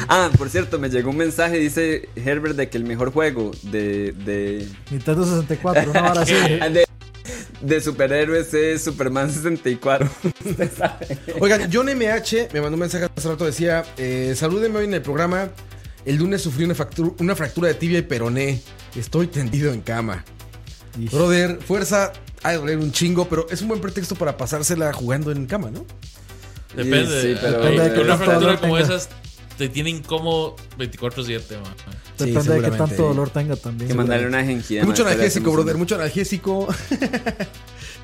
[SPEAKER 3] ah, por cierto, me llegó un mensaje, dice Herbert, de que el mejor juego de, de,
[SPEAKER 2] Nintendo 64, una hora así.
[SPEAKER 4] ¿Qué?
[SPEAKER 3] de, de superhéroes es Superman 64. Usted sabe.
[SPEAKER 1] Oigan, John MH me mandó un mensaje hace rato, decía, eh, salúdenme hoy en el programa. El lunes sufrí una, factura, una fractura de tibia y peroné. Estoy tendido en cama.
[SPEAKER 2] Y-
[SPEAKER 1] Brother, fuerza, ha de doler un chingo, pero es un buen pretexto para pasársela jugando en cama, ¿no?
[SPEAKER 4] Depende.
[SPEAKER 3] Sí, sí, pero-
[SPEAKER 4] Depende de
[SPEAKER 3] Depende
[SPEAKER 4] que
[SPEAKER 3] de
[SPEAKER 4] una
[SPEAKER 2] cuánto
[SPEAKER 4] fractura
[SPEAKER 2] dolor
[SPEAKER 4] como
[SPEAKER 2] tenga.
[SPEAKER 4] esas te tiene incómodo 24-7, man.
[SPEAKER 2] Depende de qué
[SPEAKER 1] seguramente.
[SPEAKER 2] tanto dolor tenga también.
[SPEAKER 3] Que mandarle una gengiana.
[SPEAKER 1] mucho
[SPEAKER 3] espera,
[SPEAKER 1] analgésico,
[SPEAKER 3] hacemos
[SPEAKER 1] brother,
[SPEAKER 3] un-
[SPEAKER 1] mucho analgésico.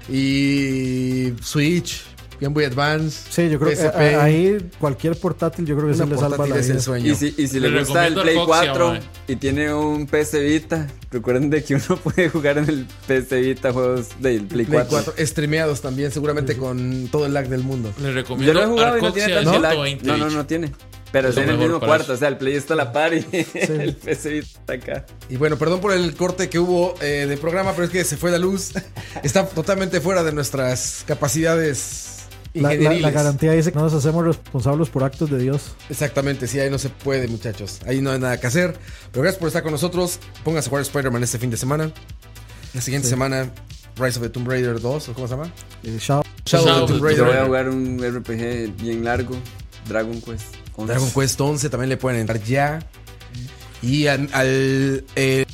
[SPEAKER 1] y Switch, Game Boy Advance.
[SPEAKER 2] Sí, yo creo que
[SPEAKER 1] PSP.
[SPEAKER 2] a- ahí cualquier portátil yo creo que
[SPEAKER 1] Una
[SPEAKER 2] se le salva
[SPEAKER 1] portátil
[SPEAKER 2] la
[SPEAKER 1] es el
[SPEAKER 2] vida.
[SPEAKER 1] sueño.
[SPEAKER 3] Y si, y si
[SPEAKER 4] Le
[SPEAKER 3] le, gusta el
[SPEAKER 4] recomiendo el
[SPEAKER 3] Play
[SPEAKER 4] Coxia,
[SPEAKER 3] 4
[SPEAKER 4] mae.
[SPEAKER 3] y tiene un PS Vita, recuerden de que uno puede jugar en el PS Vita juegos del
[SPEAKER 1] Play
[SPEAKER 3] Play, 4.
[SPEAKER 1] 4, streameados también, seguramente con todo el lag del mundo.
[SPEAKER 4] Le
[SPEAKER 3] Yo
[SPEAKER 4] recomiendo
[SPEAKER 3] lo he jugado y no
[SPEAKER 4] Arcoxia
[SPEAKER 3] tiene tanto lag.
[SPEAKER 4] 120.
[SPEAKER 3] No, no, no tiene. Pero
[SPEAKER 4] Es
[SPEAKER 3] está
[SPEAKER 4] lo
[SPEAKER 3] en el
[SPEAKER 4] mejor
[SPEAKER 3] mismo
[SPEAKER 4] para
[SPEAKER 3] cuarto,
[SPEAKER 4] eso.
[SPEAKER 3] o sea, el Play está a la par y el PS Vita acá.
[SPEAKER 1] Y bueno, perdón por el corte que hubo eh, de programa, pero es que se fue la luz. Está totalmente fuera de nuestras capacidades
[SPEAKER 2] La, la-
[SPEAKER 1] ingenieriles.
[SPEAKER 2] la garantía dice que no nos hacemos responsables por actos de Dios.
[SPEAKER 1] Exactamente, sí, ahí no se puede, muchachos. Ahí no hay nada que hacer. Pero gracias por estar con nosotros. Pónganse a jugar Spider-Man este fin de semana. La siguiente semana, Rise of the Tomb Raider 2, ¿o cómo se llama?
[SPEAKER 2] Eh, Shadow
[SPEAKER 1] Shadow, of the Tomb
[SPEAKER 3] Yo voy a
[SPEAKER 1] Raider.
[SPEAKER 3] jugar un RPG bien largo, Dragon Quest. 11.
[SPEAKER 1] Dragon Quest 11 también le pueden entrar ya. Y an- al el,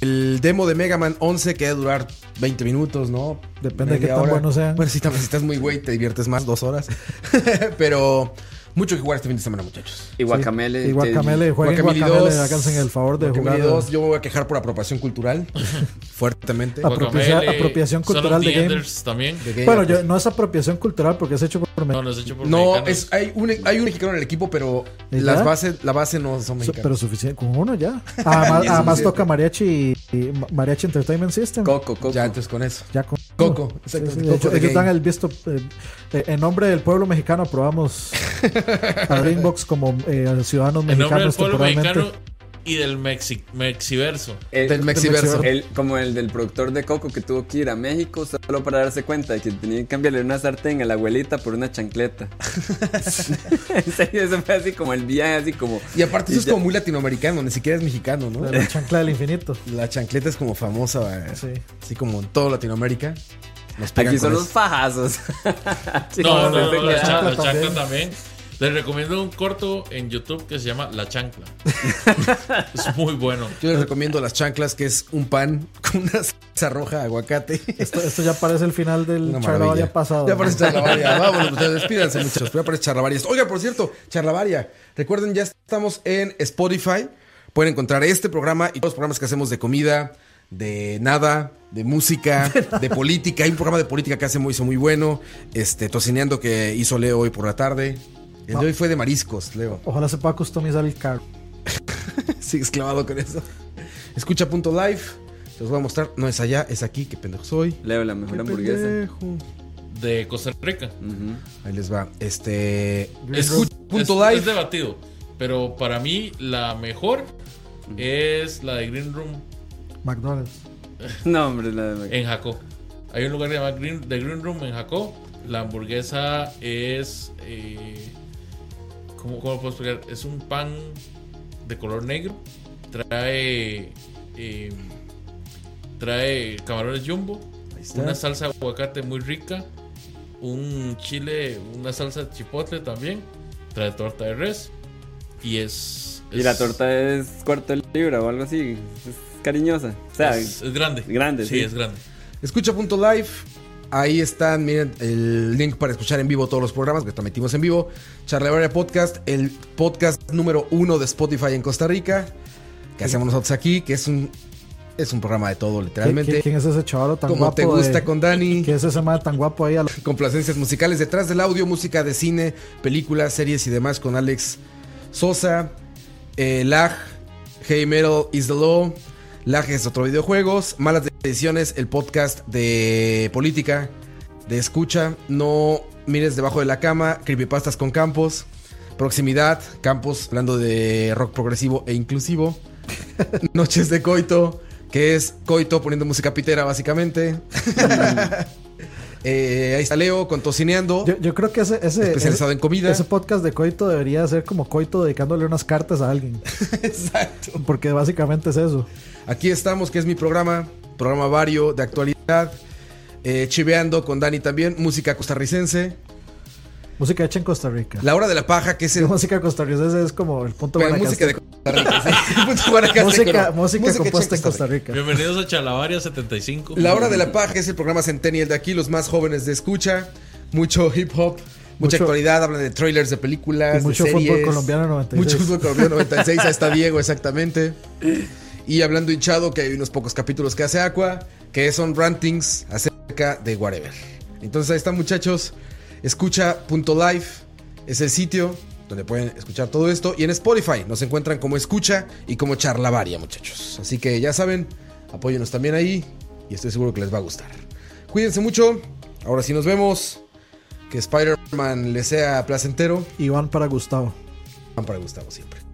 [SPEAKER 1] el demo de Mega Man 11 que debe durar 20 minutos, ¿no?
[SPEAKER 2] Depende
[SPEAKER 1] Media
[SPEAKER 2] de qué tan
[SPEAKER 1] hora.
[SPEAKER 2] buenos sean.
[SPEAKER 1] Bueno, si, tam- si estás muy güey, te diviertes más, dos horas. Pero mucho que jugar este fin de semana, muchachos.
[SPEAKER 3] Y Guacamele.
[SPEAKER 2] Y Guacamele, jueguen
[SPEAKER 1] Guacamole
[SPEAKER 2] Guacamele,
[SPEAKER 1] 2,
[SPEAKER 2] háganse el favor de
[SPEAKER 1] Guacamole
[SPEAKER 2] jugar.
[SPEAKER 1] 2, yo me voy a quejar por apropiación cultural, fuertemente.
[SPEAKER 2] Ah, Apropiación-
[SPEAKER 4] Guacamele,
[SPEAKER 2] apropiación
[SPEAKER 4] Son of
[SPEAKER 2] cultural
[SPEAKER 4] the
[SPEAKER 2] de game.
[SPEAKER 4] Enders también.
[SPEAKER 1] De Game
[SPEAKER 2] Bueno,
[SPEAKER 1] of-
[SPEAKER 2] yo, no es apropiación cultural porque es hecho por
[SPEAKER 4] No,
[SPEAKER 2] mexicanos,
[SPEAKER 4] no es hecho por
[SPEAKER 1] No,
[SPEAKER 4] mexicanos.
[SPEAKER 1] es, hay, un, hay un mexicano en el equipo, pero
[SPEAKER 2] ¿Y ya?
[SPEAKER 1] las bases, la base no son
[SPEAKER 2] su-
[SPEAKER 1] mexicanos.
[SPEAKER 2] pero suficiente con uno ya. Además,
[SPEAKER 1] Ya es
[SPEAKER 2] además
[SPEAKER 1] suficiente.
[SPEAKER 2] toca Mariachi y, y Ma- Mariachi Entertainment System.
[SPEAKER 3] Coco, Coco.
[SPEAKER 1] Ya, entonces con eso.
[SPEAKER 2] Ya con
[SPEAKER 1] Coco,
[SPEAKER 2] Sí,
[SPEAKER 1] exactamente,
[SPEAKER 2] sí, de
[SPEAKER 1] Coco
[SPEAKER 2] hecho,
[SPEAKER 1] de
[SPEAKER 2] ellos
[SPEAKER 1] game.
[SPEAKER 2] dan el visto. eh, eh, en nombre del pueblo mexicano aprobamos a Dreambox como eh, ciudadanos
[SPEAKER 4] En nombre del
[SPEAKER 2] mexicanos
[SPEAKER 4] pueblo mexicano
[SPEAKER 2] temporalmente.
[SPEAKER 4] y del Mexi Mexiverso.
[SPEAKER 3] El-
[SPEAKER 1] Del Mexiverso.
[SPEAKER 3] el- como el del productor de Coco que tuvo que ir a México solo para darse cuenta de que tenía que cambiarle una sartén a la abuelita por una chancleta. en serio, eso fue así como el viaje, así como.
[SPEAKER 1] Y aparte, eso es
[SPEAKER 3] ya-
[SPEAKER 1] como muy latinoamericano, ni siquiera es mexicano, ¿no?
[SPEAKER 2] La chancla del infinito.
[SPEAKER 1] La chancleta es como famosa, eh,
[SPEAKER 2] Sí.
[SPEAKER 1] así como en toda Latinoamérica. Nos pegan
[SPEAKER 3] Aquí son
[SPEAKER 1] con
[SPEAKER 3] los
[SPEAKER 1] eso.
[SPEAKER 3] fajazos.
[SPEAKER 4] No, no, no,
[SPEAKER 3] se quedaron.
[SPEAKER 4] la, chancla,
[SPEAKER 2] chancla
[SPEAKER 4] la chancla también. Les recomiendo un corto en YouTube que se llama La Chancla. es muy bueno.
[SPEAKER 1] Yo les recomiendo las chanclas, que es un pan con una salsa roja, aguacate.
[SPEAKER 2] Esto, esto ya parece el final del
[SPEAKER 1] Una
[SPEAKER 2] charlavaria
[SPEAKER 1] maravilla.
[SPEAKER 2] pasado.
[SPEAKER 1] Ya parece charlavaria. Vámonos, muchachos. Despídanse, muchachos. Ya parece charlavarias. Oiga, por cierto, charlavaria. Recuerden, ya estamos en Spotify. Pueden encontrar este programa y todos los programas que hacemos de comida, de nada, de música, de política. Hay un programa de política que hace muy, hizo muy bueno. Este, tocineando que hizo Leo hoy por la tarde. El de hoy fue de mariscos, Leo.
[SPEAKER 2] Ojalá se pueda customizar el carro.
[SPEAKER 1] Sí, exclamado con eso. Escucha punto live. Les voy a mostrar. No es allá, es aquí. Qué pendejo soy.
[SPEAKER 3] Leo, la mejor hamburguesa.
[SPEAKER 1] Pendejo.
[SPEAKER 4] De Costa Rica.
[SPEAKER 3] Ujú.
[SPEAKER 1] Ahí les va. Este.
[SPEAKER 4] Es,
[SPEAKER 1] Escucha punto
[SPEAKER 4] es-
[SPEAKER 1] live.
[SPEAKER 4] es debatido. Pero para mí, la mejor
[SPEAKER 1] Mm.
[SPEAKER 4] es la de Green Room
[SPEAKER 2] McDonald's.
[SPEAKER 3] No, hombre, la de
[SPEAKER 4] en Jacó. Hay un lugar que se llama Green, The Green Room en Jacó. La hamburguesa es. eh, ¿cómo, cómo puedo explicar? Es un pan de color negro. Trae. eh, trae camarones jumbo. Una salsa de aguacate muy rica. un chile, una salsa de chipotle también. Trae torta de res. Y es.
[SPEAKER 3] Y
[SPEAKER 4] es-
[SPEAKER 3] la torta es cuarto de libra o algo así. Es cariñosa. O sea,
[SPEAKER 4] es, es grande.
[SPEAKER 3] grande,
[SPEAKER 4] Sí,
[SPEAKER 3] sí.
[SPEAKER 4] es grande.
[SPEAKER 1] Escucha.live. Ahí están, miren, el link para escuchar en vivo todos los programas que también metimos en vivo. Charlevaria Podcast, el podcast número uno de Spotify en Costa Rica. Que hacemos nosotros aquí, que es un, es un programa de todo, literalmente.
[SPEAKER 2] ¿Quién, quién es ese chaval tan
[SPEAKER 1] Como
[SPEAKER 2] guapo?
[SPEAKER 1] te gusta
[SPEAKER 2] de-
[SPEAKER 1] con Dani.
[SPEAKER 2] ¿Quién es ese mal tan guapo ahí? a la-
[SPEAKER 1] Complacencias musicales detrás del audio, música de cine, películas, series y demás con Alex Sosa, eh, Lag, Hey Metal is the Law, Lag es otro videojuegos, Malas Decisiones, el podcast de política, de escucha, No mires debajo de la cama, Creepypastas con Campos, Proximidad, Campos hablando de rock progresivo e inclusivo, Noches de Coito, que es Coito poniendo música pitera básicamente. Eh, ahí está Leo con Tocineando.
[SPEAKER 2] Yo, eh, yo creo que ese, ese,
[SPEAKER 1] Especializado
[SPEAKER 2] ese-
[SPEAKER 1] en comida.
[SPEAKER 2] ese podcast de Coito debería ser como Coito dedicándole unas cartas a alguien.
[SPEAKER 1] Exacto.
[SPEAKER 2] Porque básicamente es eso.
[SPEAKER 1] Aquí estamos, que es mi programa, programa vario de actualidad. Eh, chiveando con Dani también, música costarricense.
[SPEAKER 2] Música hecha en Costa Rica.
[SPEAKER 1] La hora de la paja, que es el.
[SPEAKER 2] La música costarricense es como el punto
[SPEAKER 1] pero música de
[SPEAKER 2] guanacasteco.
[SPEAKER 1] Costa Rica. sí. Punto Guanacasteco,
[SPEAKER 2] música,
[SPEAKER 1] no.
[SPEAKER 2] música
[SPEAKER 1] Música
[SPEAKER 2] compuesta en
[SPEAKER 1] hecha
[SPEAKER 2] Costa Rica.
[SPEAKER 4] Bienvenidos a Chalabaria 75.
[SPEAKER 1] La hora de la paja es el programa Centennial de aquí, los más jóvenes de escucha. Mucho hip hop, mucha
[SPEAKER 2] Mucho-
[SPEAKER 1] actualidad, hablan de trailers, de películas,
[SPEAKER 2] Y
[SPEAKER 1] de
[SPEAKER 2] mucho fútbol
[SPEAKER 1] series.
[SPEAKER 2] colombiano 96.
[SPEAKER 1] Mucho fútbol colombiano 96, ahí está Diego, exactamente. Y hablando hinchado, que hay unos pocos capítulos que hace Aqua, que son rantings acerca de whatever. Entonces ahí están, muchachos. Escucha.live es el sitio donde pueden escuchar todo esto. Y en Spotify nos encuentran como Escucha y como Charlavaria, muchachos. Así que ya saben, apóyenos también ahí y estoy seguro que les va a gustar. Cuídense mucho. Ahora sí nos vemos. Que Spider-Man les sea placentero.
[SPEAKER 2] Iván para Gustavo.
[SPEAKER 1] Van para Gustavo siempre.